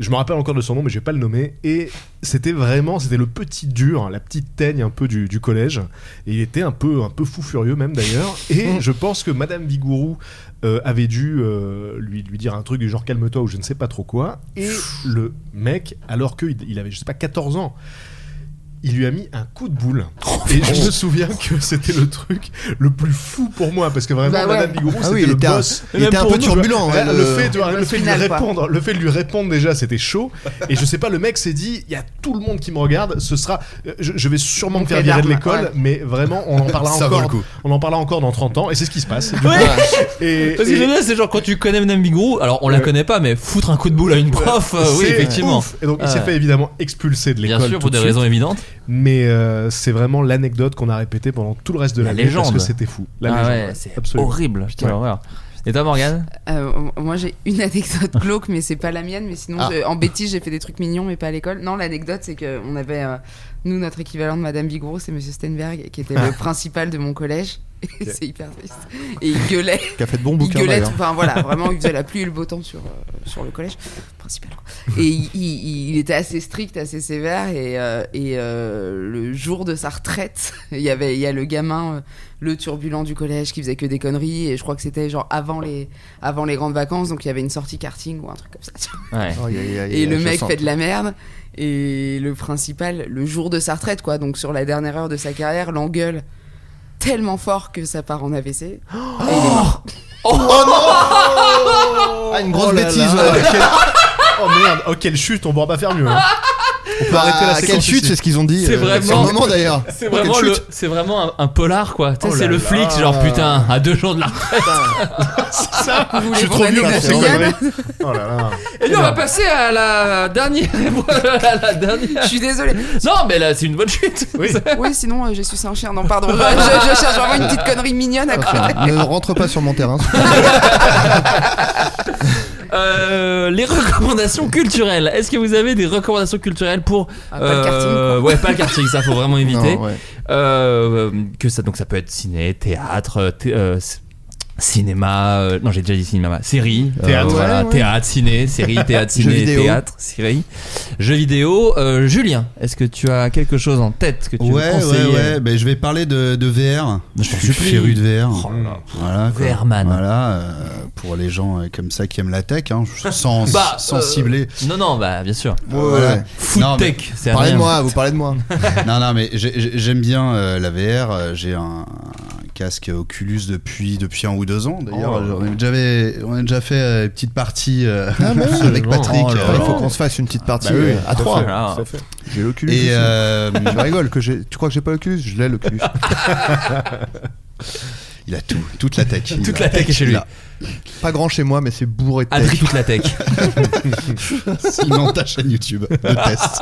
G: Je me rappelle encore de son nom, mais je vais pas le nommer. Et c'était vraiment, c'était le petit dur, hein, la petite teigne un peu du, du collège. Et il était un peu, un peu fou furieux même d'ailleurs. Et je pense que Madame Vigourou euh, avait dû euh, lui, lui dire un truc du genre calme-toi ou je ne sais pas trop quoi. Et le mec, alors qu'il il avait je sais pas 14 ans, il lui a mis un coup de boule.
E: Oh,
G: Et je me souviens que c'était le truc le plus fou pour moi parce que vraiment
E: Bah ouais.
G: Madame Bigourou
E: Ah
G: c'était
E: oui, il
G: le
E: était un-
G: boss.
E: il était
G: Même
E: un
G: pour
E: peu
G: nous, tu vois.
E: turbulent, ouais,
G: le,
E: le-
G: fait, tu vois, le
E: Le
G: fait de lui
E: final, quoi.
G: répondre, le fait de lui répondre déjà c'était chaud. Et je sais pas, le mec s'est dit, il y a tout le monde qui me regarde, ce sera, euh, je, je vais sûrement me
B: Montrer
G: faire virer de
B: l'arme,
G: l'école,
B: ouais.
G: mais vraiment on en parlera
A: Ça vaut le
G: encore,
A: coup.
G: on en parlera encore dans 30 ans et c'est ce qui se passe. du coup.
F: Ouais.
G: Et-
F: Parce que
G: et-
F: génial, c'est genre quand tu connais Madame Bigourou, alors on la
G: Ouais.
F: connaît pas, mais foutre un coup de boule à une prof, euh, oui,
G: C'est
F: effectivement.
G: ouf. Et donc il s'est
F: Ouais.
G: fait évidemment expulser de
F: Bien
G: l'école.
F: sûr,
G: tout
F: pour
G: de
F: des
G: suite.
F: raisons évidentes.
G: Mais euh, c'est vraiment l'anecdote qu'on a répétée pendant tout le reste de
F: La
G: l'année parce
F: légende.
G: que c'était fou. La
F: Ah
G: légende,
F: ouais,
G: ouais.
F: c'est
G: Absolument.
F: horrible, putain,
G: Ouais.
F: l'horreur. Et toi, Morgane
B: Euh, moi j'ai une anecdote glauque mais c'est pas la mienne mais sinon
F: Ah.
B: je- en bêtise j'ai fait des trucs mignons mais pas à l'école. Non l'anecdote c'est que on avait euh, nous notre équivalent de Madame Bigourou c'est Monsieur Stenberg qui
E: Ah.
B: était le principal de mon collège. Et c'est hyper triste. Et il gueulait.
E: Qui a fait de bons
B: Il
E: bouquins,
B: gueulait,
E: d'ailleurs.
B: enfin voilà, vraiment il faisait la pluie et le beau temps sur, euh, sur le collège principal. quoi. Et il, il- il était assez strict, assez sévère. Et, euh, et, euh, le jour de sa retraite, il y avait il y a le gamin, euh, le turbulent du collège qui faisait que des conneries. Et je crois que c'était genre avant les, avant les grandes vacances, donc il y avait une sortie karting ou un truc comme ça. tu vois.
E: Aïe,
F: Ouais.
E: aïe, aïe,
B: Et le
E: je
B: mec
E: sens.
B: fait de la merde. Et le principal, le jour de sa retraite, quoi, donc sur la dernière heure de sa carrière, l'engueule tellement fort que ça part en AVC. Et il est mort.
E: Oh non Ah, une grosse
G: Oh là
E: bêtise
G: là,
E: ouais.
G: quelle- Oh merde, oh quelle chute, on pourra pas faire mieux. hein. On peut
E: Bah,
G: arrêter la
E: quelle
G: séquence
E: chute,
G: ici.
E: c'est ce qu'ils ont dit,
F: C'est vraiment.
E: moment, d'ailleurs.
F: C'est
E: Oh, quelle
F: vraiment, le-
E: chute.
F: c'est vraiment un, un polar, quoi. Tu sais,
G: Oh
F: c'est
G: là
F: le
G: là.
F: flic, genre putain, à deux jours de la
G: Ça,
B: Vous voulez
G: je suis
B: qu'on
G: trop vieux pour
B: anecdote
G: ces
B: Yann
G: conneries. Oh là là.
F: Et nous, on va passer à la dernière. à la dernière.
B: Je suis désolée.
F: Non, mais là, c'est une bonne chute.
B: Oui, sinon euh, j'ai sucé un chien. Non, pardon. Je, je- je cherche vraiment une petite connerie mignonne à côté.
E: Attention, ne rentre pas hein, sur mon terrain.
F: Euh, les recommandations culturelles. Est-ce que vous avez des recommandations culturelles pour
G: Ah,
F: euh,
B: pas le karting,
F: ouais, pas le karting, ça faut vraiment éviter.
E: Non, ouais.
F: Euh, que ça, donc ça peut être ciné, théâtre, thé- euh, c- Cinéma, euh, non j'ai déjà dit cinéma, série, euh,
G: Théâtre.
F: voilà,
G: Ouais, ouais.
F: théâtre, ciné, série, théâtre,
G: Jeux
F: ciné,
G: vidéo.
F: théâtre, série, jeux vidéo. Euh, Julien, est-ce que tu as quelque chose en tête que tu veux
A: Ouais, ouais,
F: conseiller
A: ouais. Ben, je vais parler de, de VR. Je suis
F: supplie.
A: féru de VR.
F: Oh là là.
A: Voilà, quoi.
F: VR man.
A: Voilà, euh, pour les gens euh, comme ça qui aiment la tech, hein, sans,
F: Bah,
A: sans
F: euh,
A: cibler.
F: Non, non, bah bien sûr.
A: Voilà.
F: Food
A: Non, mais-
F: tech, c'est rien.
E: parlez de moi.
A: non, non, mais j'ai- j'ai- j'aime bien euh, la VR. euh, J'ai un, un casque Oculus depuis, depuis un ou deux ans. D'ailleurs,
E: Oh.
A: J'en ai déjà fait- on a déjà fait euh, une petite partie euh,
E: Ah, mais oui.
A: avec Patrick.
E: Oh là
A: euh,
E: là. Il faut qu'on se fasse une petite partie
A: Bah oui,
E: euh,
A: tout
E: à
A: à
E: trois.
A: fait,
F: Ah.
A: tout à fait.
E: J'ai l'Oculus.
A: Et,
E: aussi.
A: euh,
E: Je rigole. Que j'ai- tu crois que j'ai pas l'Oculus Je l'ai l'Oculus.
A: Il a tout, toute la tech. Il
E: Toute
A: a-
E: la tech chez lui.
A: il a-
E: Pas grand chez moi, mais c'est bourré de tech.
F: Adri toute la tech.
A: Sinon, ta chaîne YouTube, le test.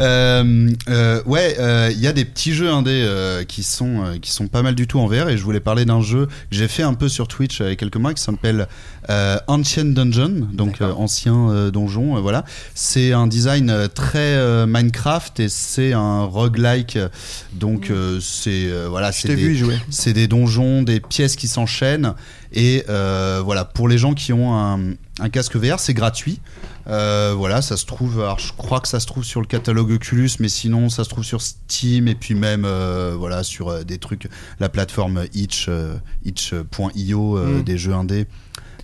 A: Euh, euh, ouais, euh, il y a des petits jeux indés euh, qui sont euh, qui sont pas mal du tout en VR et je voulais parler d'un jeu que j'ai fait un peu sur Twitch euh, il y a quelques mois qui s'appelle euh, Ancient Dungeon, donc euh, ancien euh, donjon. euh, voilà, c'est un design euh, très euh, Minecraft et c'est un roguelike, euh, donc euh, c'est euh, voilà, c'est
E: Hmm. t'ai vu y jouer.
A: des, c'est des donjons, des pièces qui s'enchaînent. Et euh, voilà, pour les gens qui ont un, un casque VR, c'est gratuit. Euh, voilà, ça se trouve. Alors, je crois que ça se trouve sur le catalogue Oculus, mais sinon, ça se trouve sur Steam et puis même euh, voilà sur euh, des trucs, la plateforme itch, euh, itch.io euh,
E: Mm.
A: des jeux indés.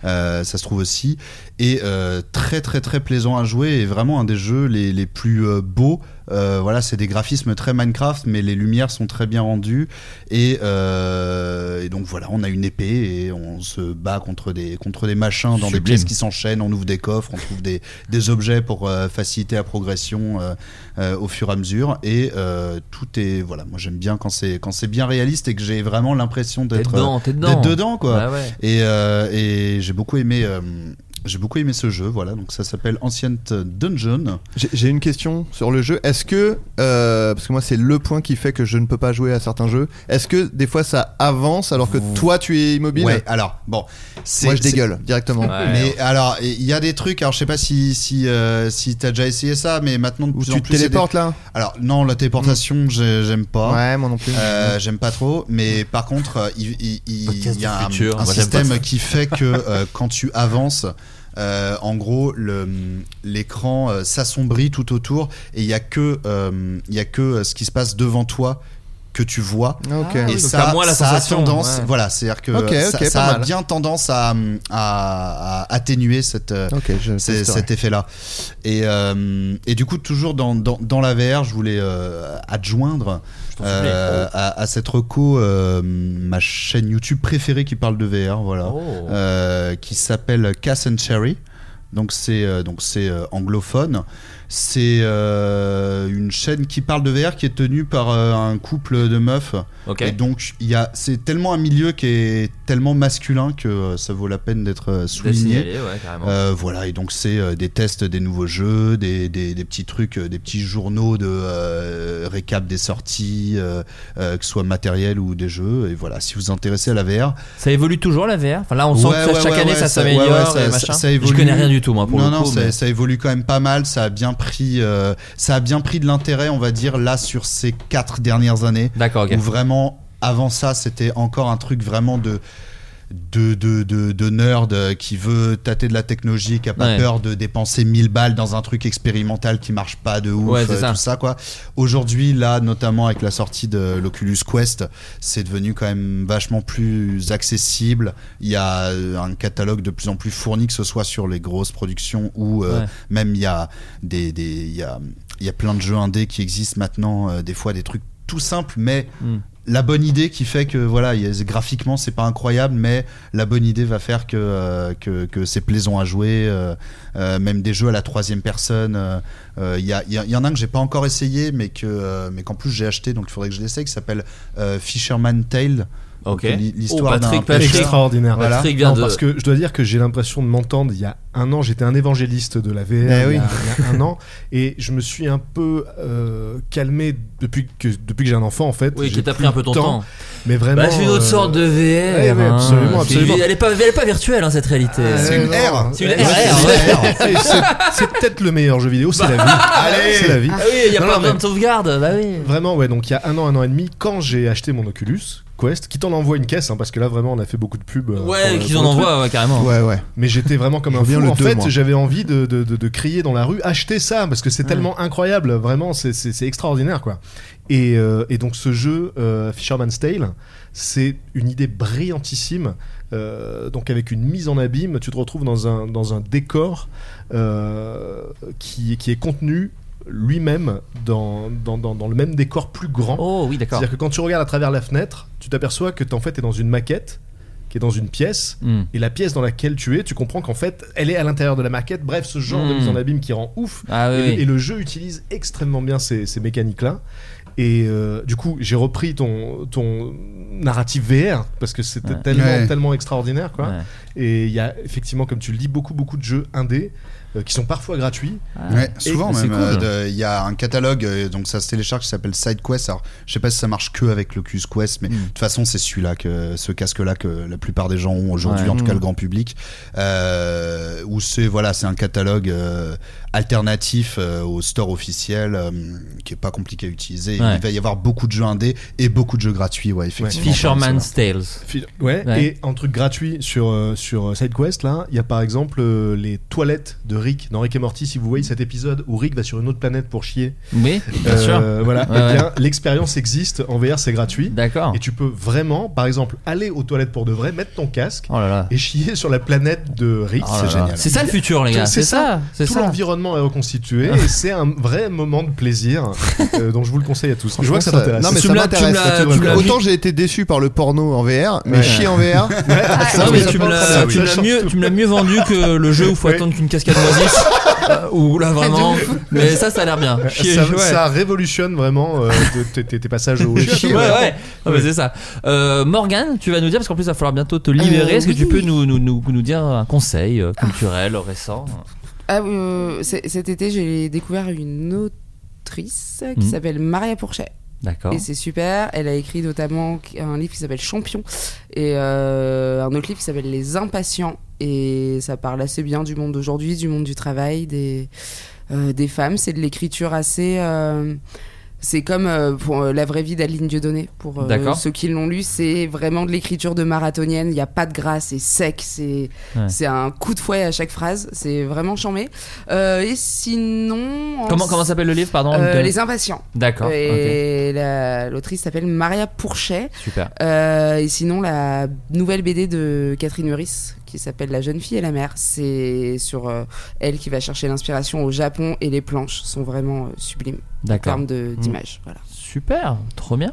A: Euh, ça se trouve aussi et euh, très très très plaisant à jouer et vraiment un des jeux les, les plus euh, beaux Euh, voilà c'est des graphismes très Minecraft mais les lumières sont très bien rendues et, euh, et donc voilà on a une épée et on se bat contre des contre des machins dans des
F: Sublime.
A: pièces qui s'enchaînent on ouvre des coffres on trouve des, des objets pour euh, faciliter la progression euh, euh, au fur et à mesure et euh, tout est voilà moi j'aime bien quand c'est quand c'est bien réaliste et que j'ai vraiment l'impression d'être
F: dedans,
A: euh,
F: t'es dedans.
A: d'être dedans quoi
F: Bah ouais.
A: et, euh, et j'ai beaucoup aimé euh, j'ai beaucoup aimé ce jeu voilà donc ça s'appelle Ancient Dungeon
E: J'ai- J'ai une question sur le jeu. Est-ce que, euh, parce que moi c'est le point qui fait que je ne peux pas jouer à certains jeux, est-ce que des fois ça avance alors que toi tu es immobile
A: Ouais, alors, bon. c'est-
E: Moi je
A: c'est-
E: dégueule directement.
A: mais alors il y a des trucs alors je sais pas si si euh, si t'as déjà essayé ça mais maintenant de
E: Ou
A: plus
E: tu
A: en
E: te
A: plus, c'est des-
E: téléportes, là
A: alors non la téléportation j'ai- j'aime pas
E: Ouais, moi non plus.
A: Euh,
E: Ouais.
A: j'aime pas trop mais par contre euh, il, il- il- il y a
E: du
A: un,
E: futur,
A: un
E: moi, j'aime pas ça.
A: système qui fait que euh, quand tu avances euh, en gros, le- l'écran euh, s'assombrit tout autour et il y a que, euh, il y a que euh, ce qui se passe devant toi que tu vois.
E: Ah, ok.
A: Et
E: Donc
A: ça,
E: t'as moins la
A: ça a
E: sensation,
A: tendance,
E: ouais.
A: voilà, c'est-à-dire que
E: Ok,
A: ça-
E: ok,
A: ça,
E: pas
A: a
E: mal.
A: bien tendance à, à- à atténuer cette, euh,
E: Ok, je
A: c'est-
E: testerai.
A: cet effet-là. Et, euh, et du coup, toujours dans, dans, dans la VR, je voulais euh, adjoindre euh, à, à cette reco euh, ma chaîne YouTube préférée qui parle de VR, voilà,
F: Oh.
A: euh, qui s'appelle Cass and Cherry. Donc c'est euh, donc c'est euh, anglophone. C'est euh, une chaîne qui parle de VR qui est tenue par euh, un couple de meufs.
F: Ok.
A: Et donc il y a c'est tellement un milieu qui est tellement masculin que euh, ça vaut la peine d'être euh, souligné.
F: signalé, ouais, carrément.
A: Euh, voilà et donc c'est euh, des tests des nouveaux jeux, des, des- des petits trucs, euh, des petits journaux de euh, récap des sorties, euh, euh, que ce soit matériel ou des jeux. Et voilà si vous vous intéressez à la VR,
F: Ça évolue toujours la VR. Enfin là, on sent
A: Ouais,
F: que ça,
A: ouais,
F: chaque
A: ouais,
F: année
A: ouais,
F: ça s'améliore
A: ouais, ouais,
F: et
A: ça- ça-
F: machin.
A: ça évolue.
F: Je connais rien du tout moi pour
A: non,
F: le
A: non,
F: coup.
A: ça,
F: mais-
A: ça évolue quand même pas mal. Ça a bien pris, euh, ça a bien pris de l'intérêt, on va dire, là sur ces quatre dernières années.
F: D'accord.
A: Où vraiment, avant ça, c'était encore un truc vraiment de. De, de, de, de nerd euh, qui veut tâter de la technologie, qui a pas
F: Ouais.
A: peur de dépenser 1000 balles dans un truc expérimental qui marche pas de ouf,
F: Ouais, c'est
A: euh,
F: ça.
A: tout ça quoi. Aujourd'hui, là, notamment avec la sortie de l'Oculus Quest, c'est devenu quand même vachement plus accessible. Il y a euh, un catalogue de plus en plus fourni, que ce soit sur les grosses productions ou euh,
F: Ouais.
A: même il y a des, des- il y a, il y a plein de jeux indés qui existent maintenant, euh, des fois des trucs tout simples, mais
F: Mm.
A: la bonne idée qui fait que voilà il y a- graphiquement c'est pas incroyable mais la bonne idée va faire que euh, que, que c'est plaisant à jouer euh, euh, même des jeux à la troisième personne euh, euh, il y, a- il y a- il y en a un que j'ai pas encore essayé mais que euh, mais qu'en plus j'ai aché donc il faudrait que je l'essaye qui s'appelle euh, Fisherman Tale
F: Ok.
A: Donc, li- l'histoire
F: Oh,
A: d'un
F: Patrick Patrick.
A: pêcheur.
G: extraordinaire.
A: Voilà.
G: Non, parce que je dois dire que j'ai l'impression de m'entendre. Il y a un an, j'étais un évangéliste de la VR.
E: Eh
G: il, y
E: oui.
G: a, il y a un an, et je me suis un peu euh, calmé depuis que depuis que j'ai un enfant en fait.
F: Oui,
G: J'ai
F: qui t'a
G: plus
F: pris un peu
G: le
F: ton temps.
G: Mais vraiment,
F: Bah, c'est une autre
G: euh,
F: sorte de VR.
G: ouais, ouais,
F: hein.
G: absolument,
F: C'est-
G: absolument.
F: Elle est pas, elle est pas virtuelle hein, cette réalité.
G: C'est une R. hein.
F: C'est une
G: Ouais,
F: R. hein.
G: c'est- c'est- C'est peut-être le meilleur jeu vidéo, c'est la vie.
F: Bah, Allez.
G: c'est la vie.
F: Ah oui, il y a
G: Non,
F: pas
G: non,
F: besoin
G: mais
F: de sauvegarde. Bah oui.
G: Vraiment, ouais. Donc il y a un an, un an et demi, quand j'ai acheté mon Oculus, Quest, qui t'en envoie une caisse, hein, parce que là vraiment on a fait beaucoup de pubs. euh,
F: Ouais,
G: pour, euh,
F: qu'ils
G: pour
F: en
G: le truc.
F: envoient, ouais, carrément.
E: Ouais, ouais.
G: Mais j'étais vraiment comme
E: Je
G: un
E: viens
G: fou.
E: le
G: En
E: deux,
G: fait,
E: moi.
G: j'avais envie de, de- de- de crier dans la rue, achetez ça, parce que c'est tellement incroyable, vraiment, c'est- c'est c'est extraordinaire, quoi. Et, euh, et donc ce jeu, euh, Fisherman's Tale, c'est une idée brillantissime. euh, donc avec une mise en abîme, tu te retrouves dans un, dans un décor euh, qui, qui est contenu lui-même dans, dans, dans- dans le même décor plus grand.
F: Oh oui, d'accord.
G: C'est-à-dire que quand tu regardes à travers la fenêtre, tu t'aperçois que t'es en fait t'es dans une maquette qui est dans une pièce
F: Mm.
G: et la pièce dans laquelle tu es, tu comprends qu'en fait, elle est à l'intérieur de la maquette. Bref, ce genre de
F: Mm.
G: mise en abîme qui rend ouf.
F: Ah oui,
G: et,
F: oui.
G: et le jeu utilise extrêmement bien ces, ces mécaniques-là. Et euh, du coup, j'ai repris ton, ton narratif VR parce que c'était
F: Ouais.
G: tellement,
F: Ouais.
G: tellement extraordinaire. Quoi.
F: Ouais.
G: Et il y a effectivement, comme tu le dis, beaucoup, beaucoup de jeux indés euh, qui sont parfois gratuits.
A: Ouais,
G: Et-
A: souvent
G: c'est
A: même.
G: cool.
A: euh, de- Il y a un catalogue, euh, donc ça se télécharge, qui s'appelle SideQuest. Alors, je sais pas si ça marche que avec l'Oculus Quest, mais de toute façon, c'est celui-là, que, ce casque-là que la plupart des gens ont aujourd'hui,
F: Ouais.
A: en tout cas
F: Mm.
A: le grand public. Euh, où c'est voilà, c'est un catalogue euh, alternatif euh, au store officiel, euh, qui est pas compliqué à utiliser.
F: Ouais.
A: Il va y avoir beaucoup de jeux indés et beaucoup de jeux gratuits, ouais, effectivement.
F: Fisherman's Tales.
G: Fi- Ouais,
F: Ouais.
G: et un truc gratuit sur, euh, sur SideQuest, là, il y a par exemple euh, les toilettes de Rick dans Rick et Morty. Si vous voyez cet épisode où Rick va sur une autre planète pour chier,
F: Oui, bien sûr.
G: Voilà,
F: Ouais,
G: eh bien,
F: ouais.
G: l'expérience existe en VR, c'est gratuit.
F: D'accord.
G: Et tu peux vraiment, par exemple, aller aux toilettes pour de vrai, mettre ton casque
F: Oh là là.
G: et chier sur la planète de Rick.
F: Oh là
G: c'est
F: là.
G: génial.
F: C'est ça, le futur, les gars,
G: C'est
F: c'est
G: ça.
F: ça, c'est
G: Tout
F: ça. Ah.
G: l'environnement est reconstitué et c'est un vrai moment de plaisir. euh, donc je vous le conseille à tous. Je vois que ça t'intéresse.
E: Non, mais ça m'intéresse. Autant j'ai été déçu par le porno en VR, mais
G: Ouais.
E: chier en VR.
F: Non, mais tu me
E: Ah,
F: l'as- tu me l'as mieux, tu me l'as mieux vendu que le jeu où faut attendre qu'une cascade moisisse. Euh, Ou là vraiment. Mais ça, ça a l'air bien. Chier,
G: euh, ça,
F: ouais.
G: ça révolutionne vraiment euh, de- tes- tes tes passages au
F: Ouais, ouais. Non, mais c'est ça. Euh, Morgane, tu vas nous dire, parce qu'en plus, il va falloir bientôt te libérer.
B: Euh,
F: Est-ce que tu
B: oui.
F: peux nous, nous, nous, nous dire un conseil euh, culturel récent
B: Ah, euh, c- cet été, j'ai découvert une autrice qui
F: Mhm.
B: s'appelle Maria Pourchet.
F: D'accord.
B: Et c'est super. Elle a écrit notamment un livre qui s'appelle Champion et euh, un autre livre qui s'appelle Les Impatients. Et ça parle assez bien du monde d'aujourd'hui, du monde du travail, des, euh, des femmes. C'est de l'écriture assez. euh, c'est comme euh, pour euh, la vraie vie d'Aline Dieudonné. Pour euh,
F: D'accord.
B: ceux qui l'ont lu, c'est vraiment de l'écriture de marathonienne. Il n'y a pas de gras, c'est sec, c'est
F: Ouais.
B: c'est un coup de fouet à chaque phrase. C'est vraiment chambé. Euh, et sinon, en-
F: Comment, comment s'appelle le livre, pardon
B: Euh,
F: de-
B: Les Impatients.
F: D'accord. ok.
B: Et la- l'autrice s'appelle Maria Pourchet.
F: Super.
B: Euh, et sinon, la nouvelle BD de Catherine Meurice, qui s'appelle La jeune fille et la mère, c'est sur euh, elle qui va chercher l'inspiration au Japon et les planches sont vraiment euh, sublimes en
F: D'accord.
B: termes de-
F: Mm.
B: d'image. Voilà.
F: Super, trop bien.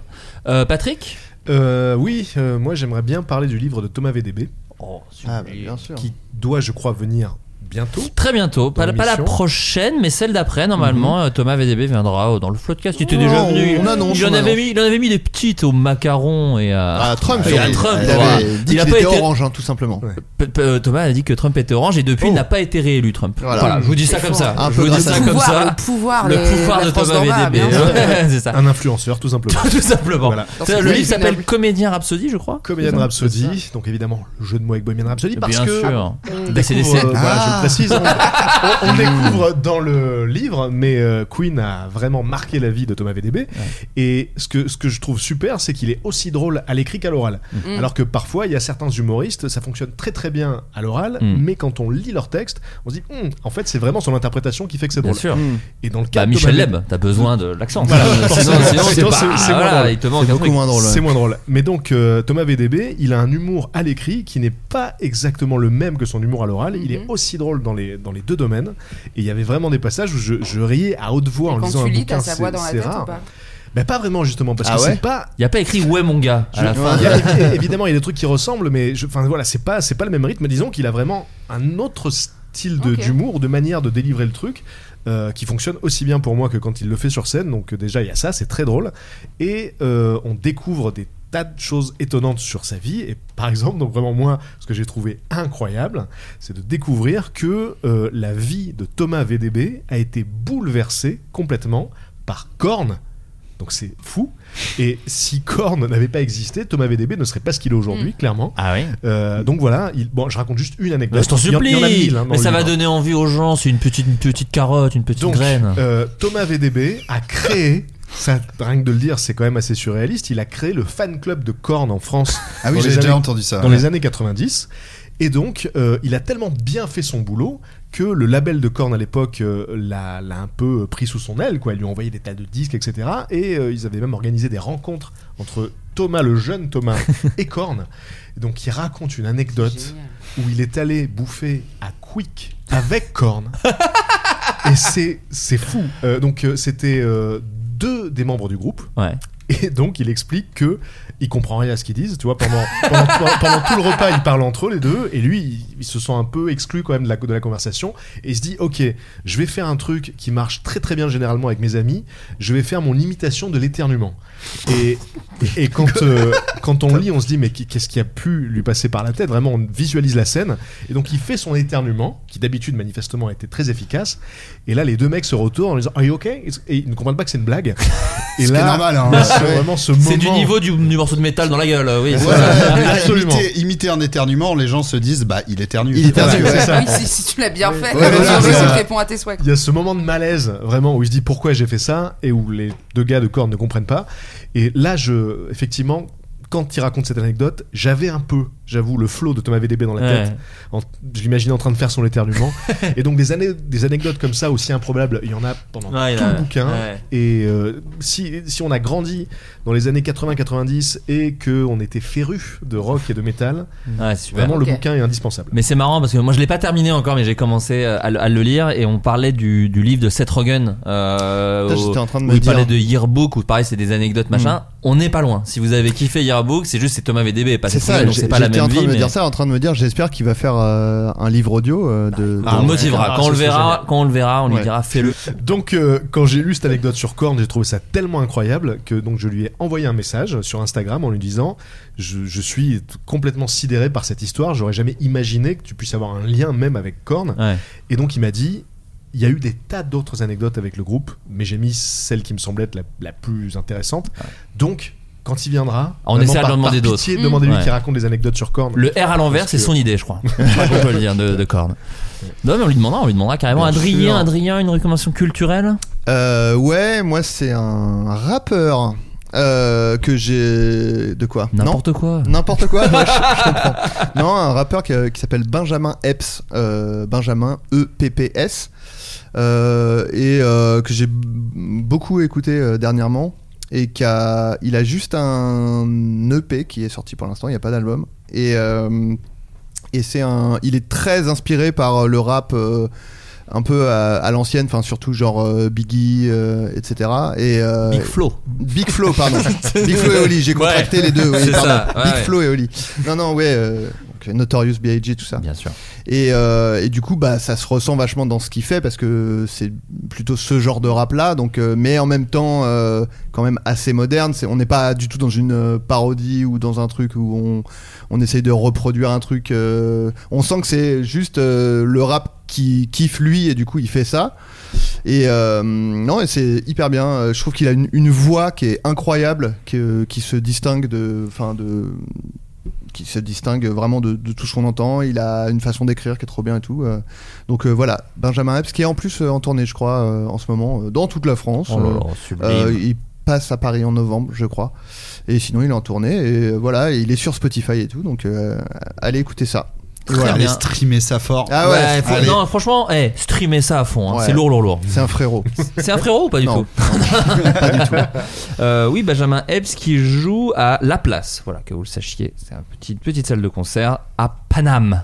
F: Euh, Patrick
G: Euh, oui, euh, moi j'aimerais bien parler du livre de Thomas VDB.
E: Ah, bah, bien sûr.
G: Qui doit, je crois, venir bientôt.
F: Très bientôt, pas,
G: Dans
F: pas la
G: l'émission.
F: prochaine, mais celle d'après. Normalement, euh, Thomas VDB viendra euh, dans le floodcast. Il était
E: Oh,
F: déjà venu.
E: on annonce,
F: il, en
E: on
F: avait
E: annonce.
F: mis, il en avait mis des petites au macaron et euh, à,
E: Ah, Trump,
F: et à
E: surtout.
F: Trump,
E: Il
F: voilà.
E: avait dit
F: Il a
E: qu'il
F: pas
E: était
F: été-
E: orange, hein, tout simplement.
F: P- p- euh, Thomas a dit que Trump était orange et depuis il n'a pas été réélu Trump. Voilà.
E: Voilà.
F: je vous dis ça
E: C'est
F: comme
E: fort.
F: ça.
E: Un
F: je
E: peu
F: vous dis
E: grâce à
F: Ah, ça
E: ça.
F: comme
B: Pouvoir,
F: ça.
B: le pouvoir,
F: le
B: les-
F: pouvoir
B: la
F: de
B: France
F: Thomas hein.
B: d'en bas,
F: VDB.
B: bien sûr.
F: Ouais, c'est ça.
G: Un influenceur, tout simplement.
F: Tout simplement.
G: Voilà.
F: Ça, le
G: Oui,
F: livre s'appelle
G: Noble.
F: Comédien Rhapsody, je crois.
G: Comédienne
F: C'est ça.
G: Rhapsody, donc évidemment le jeu de mots avec Bohemian Rhapsody, parce
F: Bien
G: que
F: sûr.
G: on
F: Décès,
G: découvre,
F: décès.
G: euh, voilà, je
F: Ah.
G: le précise, hein. on, on- on découvre dans le livre, mais euh, Queen a vraiment marqué la vie de Thomas VDB. Et ce que ce que je trouve super, c'est qu'il est aussi drôle à l'écrit qu'à l'oral.
F: Mm.
G: Alors que parfois, il y a certains humoristes, ça fonctionne très très bien à l'oral,
F: Mm.
G: mais quand on lit leur texte, on se dit, Hum, en fait, c'est vraiment son interprétation qui fait que c'est
F: Bien
G: drôle.
F: sûr. Mm.
G: Et dans le
F: Bah,
G: cas de
F: Michel
G: Thomas
F: Leb, t'as besoin de l'accent.
G: voilà,
F: sinon, sinon, c'est pas- Ah,
G: moins
F: voilà,
G: drôle.
F: il te manque un truc.
G: C'est moins drôle. Mais donc, euh, Thomas VDB, il a un humour à l'écrit qui n'est pas exactement le même que son humour à l'oral. Il est
B: Mhm.
G: aussi drôle dans les, dans les deux domaines. Et il y avait vraiment des passages où je, je riais à haute voix en
B: Quand
G: lisant
B: tu
G: un
B: lis,
G: bouquin.
B: t'as sa voix
G: c'est-
B: dans la
G: c'est
B: tête
G: rare.
B: ou pas
G: Bah, pas vraiment, justement, parce
F: Ah
G: que
F: ouais Ah.
G: c'est pas.
F: Il n'y a pas écrit ouais mon gars à la
G: Je-
F: fin.
G: il y a- é- évidemment, il y a des trucs qui ressemblent, mais je- enfin voilà, c'est pas c'est pas le même rythme. Disons qu'il a vraiment un autre style de-
F: Ok.
G: d'humour, de manière de délivrer le truc. euh, qui fonctionne aussi bien pour moi que quand il le fait sur scène. Donc euh, déjà il y a ça, c'est très drôle. Et euh, on découvre des tas de choses étonnantes sur sa vie. Et par exemple, donc vraiment moi, ce que j'ai trouvé incroyable, c'est de découvrir que euh, la vie de Thomas VDB a été bouleversée complètement par Korn. Donc c'est fou. Et si Korn n'avait pas existé, Thomas VDB ne serait pas ce qu'il est aujourd'hui, clairement. Euh,
F: Ah oui.
G: donc voilà, il... bon, je raconte juste une anecdote.
F: Mais Bah, je t'en
G: Il y en-
F: supplie.
G: il y en a mille, hein, dans
F: mais
G: le
F: ça va
G: livre.
F: donner
G: euh,
F: envie aux gens. C'est une petite, une petite carotte, une petite
G: Donc,
F: graine.
G: euh, Thomas VDB a créé ça, rien que de le dire, c'est quand même assez surréaliste. Il a créé le fan club de Korn en France.
A: Ah oui,
G: dans les
A: j'avais déjà
G: années-
A: entendu ça,
G: Dans
A: ouais.
G: les années 90. Et donc, euh, il a tellement bien fait son boulot que le label de Korn à l'époque euh, l'a l'a un peu pris sous son aile. Quoi. Ils lui ont envoyé des tas de disques, etc. Et euh, ils avaient même organisé des rencontres entre Thomas, le jeune Thomas, et Korn. Et donc, il raconte une anecdote où il est allé bouffer à Quick avec Korn. et c'est c'est fou. Euh, donc euh, c'était euh, deux des membres du groupe. Et donc il explique que il comprend rien à ce qu'ils disent, tu vois. Pendant, pendant, pendant tout le repas, ils parlent entre eux les deux, et lui, il, il se sent un peu exclu quand même de la, de la conversation, et il se dit, ok, je vais faire un truc qui marche très très bien généralement avec mes amis. Je vais faire mon imitation de l'éternuement. Et, et quand euh, quand on lit, on se dit, mais qui- qu'est-ce qui a pu lui passer par la tête Vraiment, on visualise la scène. Et donc, il fait son éternuement, qui d'habitude, manifestement, a été très efficace. Et là, les deux mecs se retournent en disant, Are you okay Et ils ne comprennent pas que c'est une blague. Et
A: Ce qui
G: là,
A: est normal, hein.
G: là, c'est
A: Ouais.
G: vraiment ce moment.
F: C'est du niveau du, du morceau de métal dans la gueule, oui.
A: Ouais,
F: Voilà.
A: absolument. Imiter, imiter un éternuement, les gens se disent bah il éternue.
G: Il éternue,
A: Voilà,
G: ouais.
A: c'est ça.
B: Oui, si, si tu l'as bien fait,
A: Ouais, ouais,
B: bien
A: c'est
B: joué,
A: ça.
B: tu réponds à tes souhaits.
G: Il y a ce moment de malaise, vraiment, où il se dit pourquoi j'ai fait ça, et où les deux gars de corne ne comprennent pas. Et là, je, effectivement, quand il raconte cette anecdote, j'avais un peu, j'avoue, le flow de Thomas VDB dans la
F: Ouais.
G: tête. En- je l'imaginais en train de faire son éternuement. et donc, des, années, des anecdotes comme ça, aussi improbables, il y en a pendant
F: Ouais,
G: tout
F: ouais,
G: le bouquin.
F: ouais.
G: Et euh, si, si on a grandi dans les années 80-90 et qu'on était féru de rock et de métal,
F: Ouais, super.
G: vraiment,
F: Ok.
G: le bouquin est indispensable.
F: Mais c'est marrant parce que moi je l'ai pas terminé encore, mais j'ai commencé euh, à, le- à le lire et on parlait du, du livre de Seth Rogen. Euh,
E: Putain,
F: au-
E: j'étais en train de
F: où
E: me
F: il
E: dire.
F: parlait de Yearbook, où pareil c'est des anecdotes machin.
E: Mm.
F: On n'est pas loin. Si vous avez kiffé Yearbook, c'est juste c'est Thomas VDB et pas
E: C'est
F: Seth Rogen,
E: ça,
F: donc
E: j'ai-
F: Ah, c'est pas la
E: j'étais
F: même
E: en train
F: vie.
E: de me
F: mais-
E: dire ça, en train de me dire, j'espère qu'il va faire euh, un livre audio euh, de.
F: On le motivera. Quand on le verra, quand on le verra, on lui
G: Ouais.
F: dira fais-le.
G: Donc, euh, quand j'ai lu cette anecdote sur Korn, j'ai trouvé ça tellement incroyable que donc je lui ai envoyé un message sur Instagram en lui disant Je, je suis t- complètement sidéré par cette histoire, j'aurais jamais imaginé que tu puisses avoir un lien même avec Korn.
F: Ouais.
G: Et donc, il m'a dit Il y a eu des tas d'autres anecdotes avec le groupe, mais j'ai mis celle qui me semblait être la, la plus intéressante. Donc, quand il viendra,
F: Ah, On
G: vraiment,
F: essaiera de
G: par-
F: lui demander
G: par
F: d'autres.
G: pitié,
F: Mm.
G: Demandez-lui
F: Ouais.
G: qu'il raconte des anecdotes sur Korn.
F: Le R à l'envers,
G: Parce
F: c'est
G: que-
F: son idée, je crois. Je crois qu'on peut le dire de, de Korn. Non, mais on lui demandera, on lui demandera carrément.
E: Bien
F: Adrien,
E: sûr.
F: Adrien, une recommandation culturelle
E: Euh, ouais, moi c'est un rappeur euh, que j'ai de quoi Non
F: N'importe quoi.
E: N'importe quoi. ouais, je, je comprends. Non, un rappeur qui, euh, qui s'appelle Benjamin Epps, euh, Benjamin E P P S, euh, et euh, que j'ai b- beaucoup écouté euh, dernièrement. Et qui a- il a juste un EP qui est sorti pour l'instant, il n'y a pas d'album. Et euh, et c'est un il est très inspiré par euh, le rap euh, un peu à, à l'ancienne enfin surtout genre euh, Biggie euh, etc et euh,
F: Big Flo.
E: Big Flo pardon Big Flo et Oli j'ai contracté
F: Ouais.
E: les deux oui,
F: C'est
E: pardon.
F: ça, ouais,
E: Big
F: ouais.
E: Flo et Oli non non ouais euh, donc, Notorious B.I.G. tout ça
F: bien sûr
E: et, euh, et du coup bah ça se ressent vachement dans ce qu'il fait parce que c'est plutôt ce genre de rap là donc euh, mais en même temps euh, quand même assez moderne c'est on n'est pas du tout dans une euh, parodie ou dans un truc où on on essaye de reproduire un truc euh, on sent que c'est juste euh, le rap qui kiffe lui et du coup il fait ça et euh, non et c'est hyper bien Euh, je trouve qu'il a une, une voix qui est incroyable qui, euh, qui se distingue de enfin de qui se distingue vraiment de, de tout ce qu'on entend. Il a une façon d'écrire qui est trop bien et tout. euh. Donc euh, voilà, Benjamin Epps, qui est en plus euh, en tournée, je crois, euh, en ce moment, euh, dans toute la France.
F: Oh là là,
E: Euh,
F: sublime.
E: euh, il passe à Paris en novembre, je crois. Et sinon, il est en tournée. Et euh, voilà, et il est sur Spotify et tout. Donc euh, allez écouter ça. Et
A: Très
E: voilà.
A: bien. Allez streamer ça fort.
E: Ah ouais,
F: faut-
E: allez.
F: non, franchement, eh, streamer ça à fond. hein.
E: Ouais.
F: C'est lourd, lourd, lourd.
E: C'est un frérot.
F: C'est un frérot ou pas du
E: Non.
F: tout Euh, oui, Benjamin Epps qui joue à La Place. Voilà, que vous le sachiez, c'est une petite, petite salle de concert à Paname.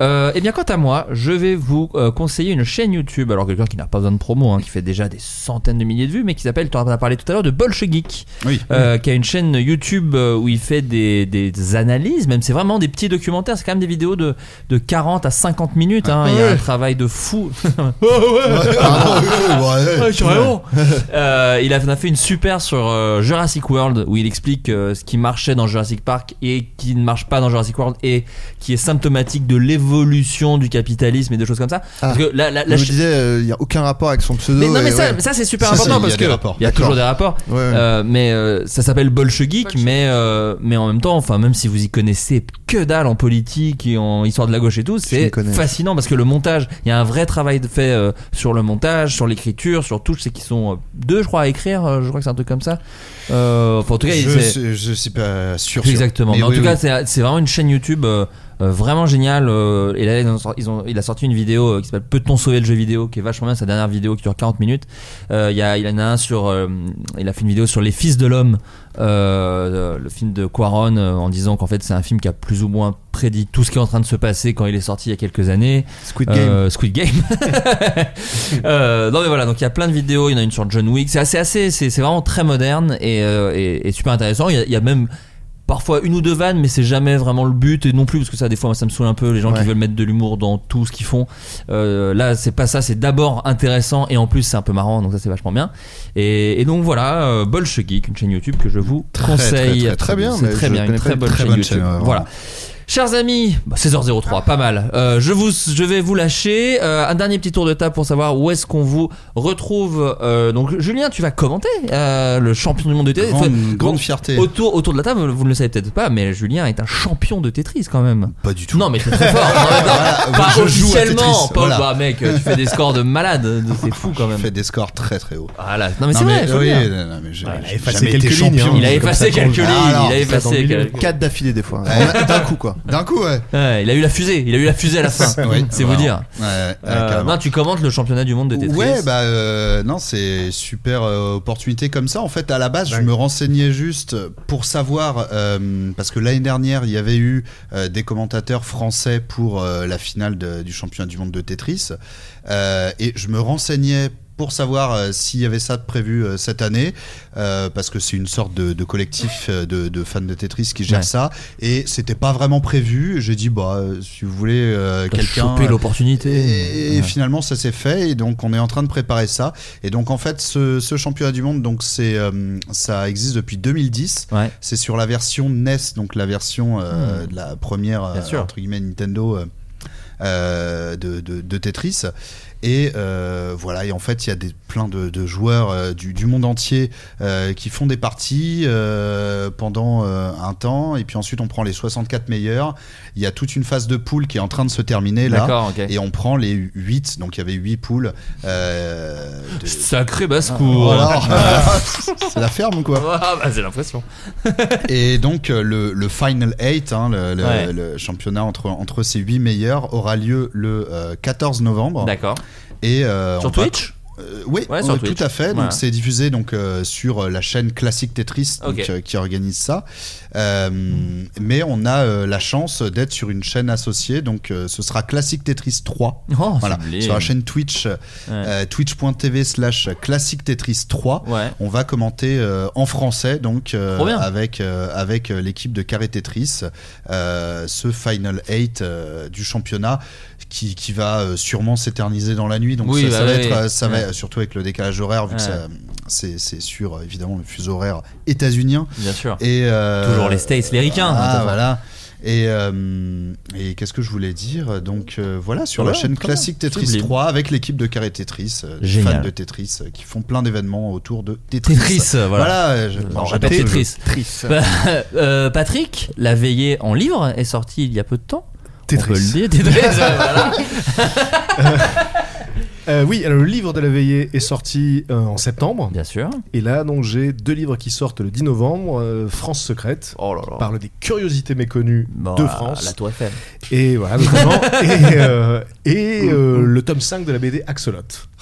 F: Euh, et bien, quant à moi, je vais vous euh, conseiller une chaîne YouTube. Alors, quelqu'un qui n'a pas besoin de promo, hein, qui fait déjà des centaines de milliers de vues, mais qui s'appelle, tu en as parlé tout à l'heure, de Bolche Geek.
E: Mm.
F: Euh, qui a une chaîne YouTube euh, où il fait des, des analyses, même c'est vraiment des petits documentaires, c'est quand même des vidéos de, de 40 à 50 minutes.
E: Ah
F: hein. Il y a un travail de fou. Ouais, carrément. Euh, il a il a fait une super sur euh, Jurassic World où il explique euh, ce qui marchait dans Jurassic Park et qui ne marche pas dans Jurassic World et qui est symptomatique de l'évolution l'évolution du capitalisme et des choses comme ça. Parce que là, là,
E: Je
F: là,
E: vous
F: je-
E: disais, euh, il n'y a aucun rapport avec son pseudo.
F: mais non, mais
E: et
F: ça,
E: ouais.
F: ça, c'est super important parce que il y a
E: D'accord.
F: toujours des rapports. Euh, mais euh, ça s'appelle bolchevique, mais euh, mais en même temps, enfin même si vous y connaissez que dalle en politique et en histoire de la gauche et tout,
E: m'y
F: c'est
E: connais.
F: fascinant parce que le montage, il y a un vrai travail de fait euh, sur le montage, sur l'écriture, sur tout. Je sais qu'ils sont euh, deux, je crois, à écrire. euh, je crois que c'est un truc comme ça. Euh, enfin, en tout cas,
A: je,
F: c'est-
A: sais- je sais pas sûr.
F: plus Exactement.
A: sûr.
F: Mais,
A: Mais oui,
F: en tout
A: oui.
F: cas, c'est- c'est vraiment une chaîne YouTube euh, euh, vraiment géniale. euh, et là, ils ont sor- ils ont- il a sorti une vidéo euh, qui s'appelle Peut-on sauver le jeu vidéo qui est vachement bien. Sa dernière vidéo qui dure 40 minutes. Euh, il y a, il en a un sur. euh, il a fait une vidéo sur Les Fils de l'Homme, euh, le film de Quaron, euh, en disant qu'en fait, c'est un film qui a plus ou moins prédit tout ce qui est en train de se passer quand il est sorti il y a quelques années.
E: Squid
F: Euh,
E: Game.
F: Squid Game. Euh, non mais voilà, donc il y a plein de vidéos, il y en a une sur John Wick, c'est assez, assez c'est c'est vraiment très moderne et, euh, et- et super intéressant, il y, a, il y a même parfois une ou deux vannes mais c'est jamais vraiment le but et non plus parce que ça des fois moi, ça me saoule un peu les gens qui
E: Ouais.
F: veulent mettre de l'humour dans tout ce qu'ils font Euh, là c'est pas ça c'est d'abord intéressant et en plus c'est un peu marrant donc ça c'est vachement bien et, et donc voilà euh, Bolche Geek une chaîne YouTube que je vous
A: Très, très,
F: conseille
A: très, très bien,
F: c'est
A: mais
F: très
A: je
F: bien une
A: connais
F: très
A: très,
F: bonne
A: très
F: chaîne
A: bonne
F: YouTube
A: chaîne, ouais, vraiment.
F: voilà Chers amis, bah, 16h03, pas mal. Euh, je vous, je vais vous lâcher. Euh, un dernier petit tour de table pour savoir où est-ce qu'on vous retrouve. Euh, donc Julien, tu vas commenter euh, le champion du monde de Tetris.
A: Grande-
F: Enfin,
A: grande fierté.
F: Autour, autour de la table, vous ne le savez peut-être pas, mais Julien est un champion de Tetris quand même.
A: Pas du tout.
F: Non, mais t'es très fort. Non, mais non, pas
A: je joue à
F: officiellement.
A: Tetris,
F: pas-
A: voilà.
F: bah, mec, tu fais des scores de malade. C'est fou quand même.
A: Je fais des scores très très hauts.
F: Voilà. Non mais c'est vrai. faut le
A: oui,
F: dire.
A: non, non, mais j'ai-
F: Ouais, il a
A: j'ai
F: effacé
A: jamais été
F: quelques lignes,
A: champion.
F: hein. Il a effacé quelques lignes,
A: Alors,
F: il
A: ça,
F: a
A: dans le
F: effacé
A: milieu.
F: quelques-
E: 4 d'affilée des fois.
A: Ouais.
E: D'un coup quoi.
A: D'un coup, ouais.
F: Ouais, il a eu la fusée, il a eu la fusée à la fin.
A: Ouais,
F: c'est vous
A: vraiment.
F: dire.
A: Ouais, ouais,
F: Euh,
A: carrément.
F: non, tu commentes le championnat du monde de Tetris.
A: Ouais, bah euh, non, c'est super euh, opportunité comme ça. En fait, à la base, je me renseignais juste pour savoir, euh, parce que l'année dernière, il y avait eu euh, des commentateurs français pour euh, la finale de- du championnat du monde de Tetris. Euh, et je me renseignais pour savoir euh, s'il y avait ça de prévu euh, cette année, euh, parce que c'est une sorte de, de collectif euh, de, de fans de Tetris qui gère
F: Ouais.
A: ça, et c'était pas vraiment prévu. J'ai dit, bah, euh, si vous voulez, euh,
F: T'as
A: quelqu'un.
F: chopé l'opportunité.
A: Et
F: Ouais.
A: finalement, ça s'est fait, et donc on est en train de préparer ça. Et donc, en fait, ce, ce championnat du monde, donc c'est, euh, ça existe depuis 2010.
F: Ouais.
A: C'est sur la version NES, donc la version euh,
F: Hmm.
A: de la première
F: Bien
A: euh,
F: sûr.
A: entre guillemets Nintendo. euh, euh, de, de- de Tetris et euh, voilà et en fait il y a des, plein de, de joueurs euh, du, du monde entier euh, qui font des parties euh, pendant euh, un temps et puis ensuite on prend les 64 meilleurs il y a toute une phase de poule qui est en train de se terminer là
F: D'accord, ok.
A: et on prend les 8 donc il y avait 8 poules euh, de-
F: Sacré basse-cour.
A: Ah, alors, c'est la ferme ou quoi
F: Ah, bah, j'ai l'impression.
A: et donc euh, le, le Final 8, hein, le, le-
F: Ouais.
A: le championnat entre, entre ces 8 meilleurs, aura lieu le euh, 14 novembre.
F: D'accord.
A: Et, euh,
F: Sur
A: on va-
F: Twitch
A: Euh, oui,
F: Ouais, sur
A: euh,
F: Twitch.
A: tout à fait. Donc
F: Voilà.
A: c'est diffusé donc euh, sur euh, la chaîne classique Tetris donc,
F: Ok.
A: euh, qui organise ça. Euh, Mais on a euh, la chance d'être sur une chaîne associée, donc euh, ce sera classique Tetris 3.
F: Oh,
A: voilà,
F: sublime.
A: sur la chaîne Twitch, euh, twitch.tv slash classique Tetris 3.
F: Ouais.
A: On va commenter euh, en français donc euh,
F: Trop bien.
A: avec euh, avec euh, l'équipe de Carré Tetris euh, ce final 8 euh, du championnat qui, qui va euh, sûrement s'éterniser dans la nuit donc ça,
F: Oui,
A: ça
F: bah
A: va
F: oui.
A: être euh, ça va
F: Ouais.
A: surtout avec le décalage horaire vu que
F: Ouais.
A: ça- c'est c'est sur euh, évidemment le fuseau horaire états-unien
F: Bien sûr.
A: et euh,
F: Toujours les States, les ricains,
A: ah,
F: notamment.
A: voilà et, euh, et qu'est-ce que je voulais dire Donc euh, voilà, sur
F: Ouais,
A: la chaîne
F: très bien.
A: classique Tetris
F: Sublime.
A: 3 avec l'équipe de Carré Tetris, euh, des
F: Génial.
A: fans de Tetris euh, qui font plein d'événements autour de Tetris.
F: Tetris, euh, voilà.
A: euh, je-
F: Euh,
A: bon,
F: on
A: j'adore
F: répète
A: ce
F: Tetris.
A: jeu.
F: Bah, euh, Patrick, La Veillée en livre est sorti il y a peu de temps. Tetris. On peut le dire, Tetris, euh, voilà.
G: Euh, oui, alors le livre de la veillée est sorti euh, en septembre.
F: Bien sûr.
G: Et là, donc j'ai deux livres qui sortent le 10 novembre euh, France secrète.
F: Oh
G: Parle des curiosités méconnues
F: Bon,
G: de
F: à-
G: France.
F: La Tour Eiffel.
G: Et voilà, notamment. et euh, et, euh, le tome 5 de la BD Axolot.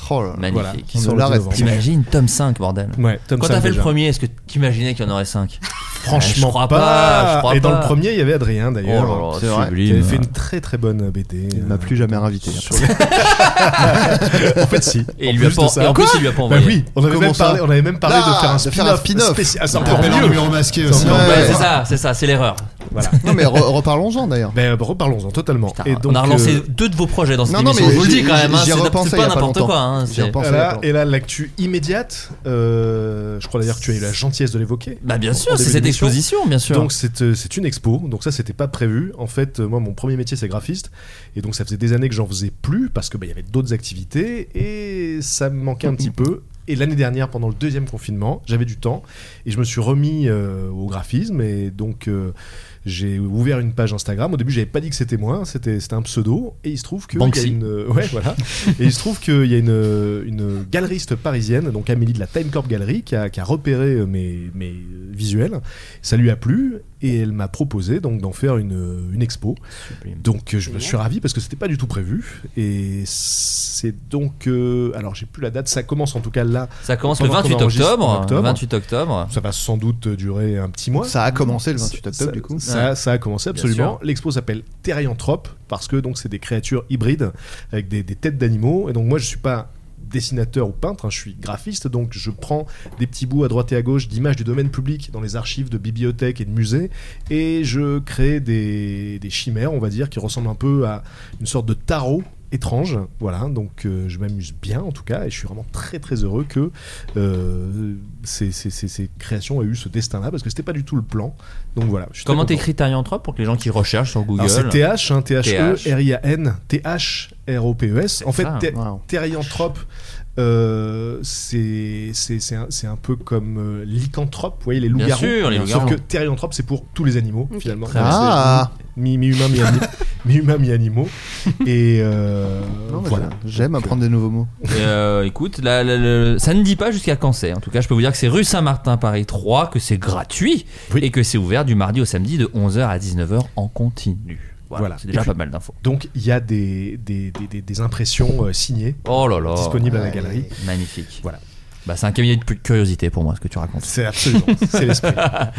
E: Oh là là.
F: Magnifique.
G: Voilà, on
F: Sur
G: ne
F: la
G: l'arrête
F: raison.
G: pas.
F: T'imagines tome 5, bordel.
G: Ouais, tome
F: Quand
G: 5
F: t'as fait
G: déjà.
F: le premier, est-ce que t'imaginais qu'il y en aurait 5
G: Franchement,
F: je crois pas. je crois
G: et dans
F: pas.
G: le premier, il y avait Adrien d'ailleurs.
F: Oh là là,
G: C'est vrai.
F: sublime.
G: Qui avait fait une très très bonne BD.
E: Il m'a plus jamais invité. hein.
G: en fait, si.
F: Et il
G: En
F: lui a
G: plus
F: pas-
G: de ça-
F: et en plus,
G: Quoi
F: il lui a pas
G: Bah
F: envoyé.
G: oui, on avait
F: Comment
G: même
F: ça
G: parlé, on avait même parlé
F: Là,
G: de faire un
F: de faire
G: spécial.
F: un spin-off.
G: Ah, c'est
F: Ah,
G: encore
F: mais
G: mieux.
F: non, mais on masquait
G: C'est
F: aussi.
G: encore
F: Ouais,
G: mieux.
F: c'est ça, c'est ça, c'est l'erreur.
G: Voilà.
E: Non, mais re- reparlons-en d'ailleurs.
F: Ben,
G: Mais reparlons-en totalement. Et donc,
F: on a relancé
G: euh,
F: deux de vos projets dans cette
E: Non, non,
F: émission,
E: mais
F: je vous le
E: j'y-
F: dis quand même, hein,
E: j'y ai
F: c'est c'est
E: repensé il y
F: pas
E: a pas
F: n'importe
E: longtemps.
F: quoi. hein,
E: J'y ai
F: c'est-
E: repensé.
G: et
E: il y a
G: là-
E: pas
G: et là, l'actu immédiate, euh, je crois d'ailleurs que tu as eu la gentillesse de l'évoquer.
F: Bah, bien
G: en-
F: sûr,
G: en
F: c'est
G: début
F: cette
G: d'émission.
F: exposition, bien sûr.
G: Donc c'est euh, c'est une expo, donc ça c'était pas prévu. En fait, euh, moi mon premier métier c'est graphiste, et donc ça faisait des années que j'en faisais plus parce que bah, il y avait d'autres activités et ça me manquait un petit peu. Et l'année dernière, pendant le deuxième confinement, j'avais du temps et je me suis remis euh, au graphisme et donc. euh, j'ai ouvert une page Instagram. Au début, j'avais pas dit que c'était moi, c'était c'était un pseudo. Et il se trouve que il y a
F: Banksy.
G: une, euh, ouais, voilà. Et il se trouve qu'il y a une, une galeriste parisienne, donc Amélie de la Time Corp Gallery, qui a, qui a repéré euh, mes, mes visuels. Ça lui a plu et elle m'a proposé donc d'en faire une, une expo. Donc euh, je me suis ravi parce que c'était pas du tout prévu. Et c'est donc. euh, alors j'ai plus la date, ça commence en tout cas là.
F: Ça commence le
G: Pendant qu'on
F: 28
G: enregistre, en
F: octobre,
G: octobre.
F: 28 octobre.
G: Ça va sans doute durer un petit mois.
E: Ça a commencé le 28 octobre,
G: Ça-
E: du coup.
G: Ça,
E: Ouais.
G: ça a commencé
E: Bien
G: absolument.
E: sûr.
G: L'expo s'appelle Terrianthrope parce que donc c'est des créatures hybrides avec des, des têtes d'animaux. Et donc moi je suis pas dessinateur ou peintre, hein, je suis graphiste, donc je prends des petits bouts à droite et à gauche d'images du domaine public dans les archives de bibliothèques et de musées, et je crée des, des chimères, on va dire, qui ressemblent un peu à une sorte de tarot étrange, voilà, donc euh, je m'amuse bien en tout cas, et je suis vraiment très très heureux que euh, ces, ces- ces- ces créations aient eu ce destin-là, parce que c'était pas du tout le plan, donc voilà. je suis très
F: Comment
G: content.
F: t'écris Tarianthrope pour que les gens qui recherchent sur Google
G: Alors, c'est TH, hein,
F: TH.
G: T-H-E-R-I-A-N, T-H-R-O-P-E-S. E En fait,
F: ça. hein,
G: ter-
F: Wow.
G: terrianthrope, euh, c'est c'est- c'est un, c'est un peu comme euh, lycanthrope, vous voyez, les
F: Bien
G: loups-garous.
F: sûr, les
G: Sauf
F: loups-garous.
G: que terrianthrope, c'est pour tous les animaux, finalement.
F: Très
E: Ah.
G: C'est mi- Mi-humain, mi, ami- mi-humain, mi-animaux. Et euh,
E: Non, mais
G: voilà.
E: j'aime- J'aime apprendre des nouveaux mots.
F: Et, euh, écoute, là, là, là, ça ne dit pas jusqu'à quand c'est. En tout cas, je peux vous dire que c'est rue Saint-Martin, Paris 3, que c'est gratuit et que c'est ouvert du mardi au samedi de 11h à 19h en continu. Voilà.
G: Voilà.
F: C'est déjà
G: Et puis-
F: pas mal d'infos.
G: Donc, il y a des, des, des- des- des impressions euh, signées
F: Oh là là.
G: disponibles à la galerie.
F: Magnifique.
G: Voilà.
F: Bah, c'est un cabinet de curiosité pour moi ce que tu racontes.
G: C'est absolument, c'est l'esprit.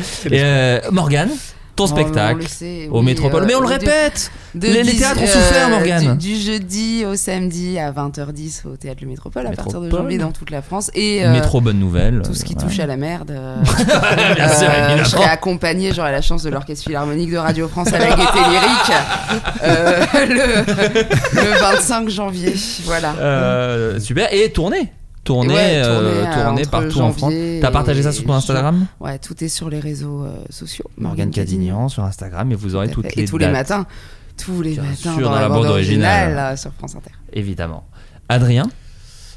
G: C'est
F: Et
G: l'esprit.
F: euh, Morgane, ton
B: Oh, on
F: spectacle
B: le sait,
F: au
B: oui,
F: métropole.
B: euh,
F: Mais on le
B: au dé-
F: répète
B: de
F: les, les
B: dix-
F: théâtres ont
B: euh,
F: souffert, Morgane.
B: Du, du jeudi au samedi à 20h10 au théâtre du Métropole, à partir de
F: Métropole.
B: janvier dans toute la France. Et euh,
F: Métro, bonne nouvelle.
B: Tout ce qui
F: Voilà.
B: touche à la merde. euh,
F: Bien sûr, évidemment.
B: je serai accompagnée, j'aurai la chance de l'Orchestre Philharmonique de Radio France à la Gaieté Lyrique euh, le, le 25 janvier. Voilà.
F: Euh, super. Et tournée. Tournée,
B: Ouais,
F: euh,
B: tournée, euh,
F: tournée
B: entre
F: partout en
B: janvier
F: France. T'as partagé ça sur ton
B: et
F: Instagram
B: juin. Ouais, tout est sur les réseaux euh, sociaux.
F: Morgane Cadignan sur Instagram et vous aurez toutes les
B: Et tous les
F: dates,
B: matins. Tous les
F: Bien
B: matins.
F: sûr,
B: dans, la bande, originale. euh, sur France Inter.
F: Évidemment. Adrien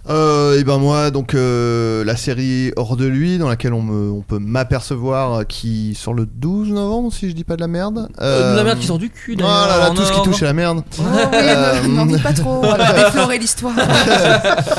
E: Euh, et ben moi donc euh, la série Hors de lui dans laquelle on, me- on peut m'apercevoir euh, qui sort le 12 novembre si je dis pas de la merde.
F: Euh, de la merde qui sort du cul, d'ailleurs,
E: Ah là là,
F: en
E: tout ce qui
F: or.
E: touche à la merde.
B: Oh oui, n'en dis pas trop, on va déflorer l'histoire.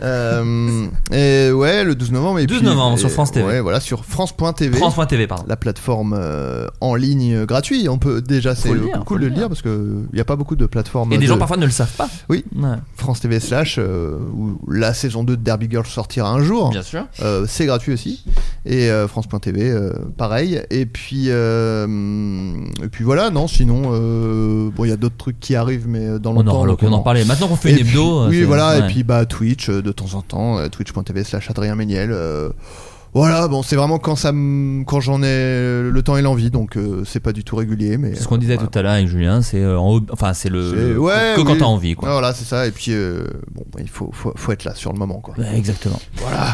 E: Euh, et ouais, le 12 novembre. Et
F: 12
E: puis-
F: novembre
E: et-
F: sur France TV.
E: Ouais, voilà, sur France.tv.
F: France.tv, pardon.
E: La plateforme euh, en ligne euh, gratuite. On peut déjà, c'est
F: Faut le
E: euh,
F: dire, faut
E: cool
F: le
E: de le dire parce que il y a pas beaucoup de plateformes.
F: Et des
E: de-
F: gens parfois ne le savent pas.
E: Oui.
F: Ouais.
E: France TV slash euh, où la saison 2 de Derby Girl sortira un jour.
F: Bien sûr.
E: Euh, c'est gratuit aussi. Et euh, France.tv, euh, pareil. Et puis, euh, et puis voilà, non, sinon, euh, bon, il y a d'autres trucs qui arrivent, mais euh, dans
F: On
E: longtemps.
F: aura
E: donc
F: l'occasion d'en parler. Maintenant qu'on fait
E: Et
F: une hebdo,
E: puis-
F: euh,
E: Oui,
F: c'est-
E: voilà.
F: ouais.
E: Et puis, bah, Twitch, euh, de temps en temps, euh, twitch.tv slash Adrien Méniel. euh, voilà, bon, c'est vraiment quand ça, me- quand j'en ai le temps et l'envie, donc euh, c'est pas du tout régulier, mais
F: C'est ce qu'on disait tout à l'heure avec Julien, c'est euh, en haut- enfin c'est le
E: c'est-
F: le-
E: ouais,
F: que quand
E: oui.
F: t'as envie quoi.
E: Ah, voilà, c'est ça. Et puis, euh, bon, bah, il faut, faut, faut être là sur le moment, quoi.
F: Ouais, Bah, exactement.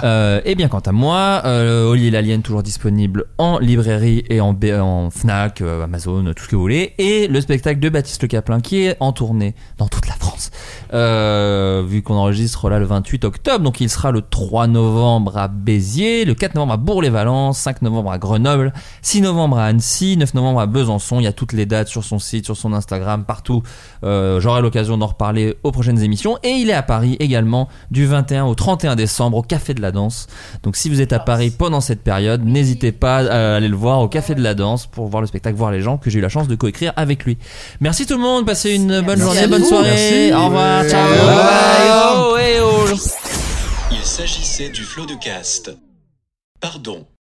F: Euh, et bien quant à moi, euh, Oli et l'Alien toujours disponible en librairie et en, B- en Fnac, euh, Amazon, tout ce que vous voulez. Et le spectacle de Baptiste Le Caplin qui est en tournée dans toute la France. Euh, vu qu'on enregistre là le 28 octobre, donc il sera le 3 novembre à Béziers, le 4 novembre à Bourg-les-Valence, 5 novembre à Grenoble, 6 novembre à Annecy, 9 novembre à Besançon. Il y a toutes les dates sur son site, sur son Instagram, partout. Euh, J'aurai l'occasion d'en reparler aux prochaines émissions. Et il est à Paris également du 21 au 31 décembre au Café de la Danse. Donc si vous
N: Ah,
F: êtes à Paris pendant cette période, n'hésitez pas à aller le voir au Café de la Danse pour voir le spectacle, voir les gens que j'ai eu la chance de coécrire avec lui. Merci tout le monde, passez une bonne
N: Merci
F: journée,
N: à
F: bonne
N: vous.
F: soirée.
N: Merci.
F: Au revoir, ciao.
N: Ouais.
F: Bye bye. Oh, eh, oh.
N: Il s'agissait du flot de caste. Pardon.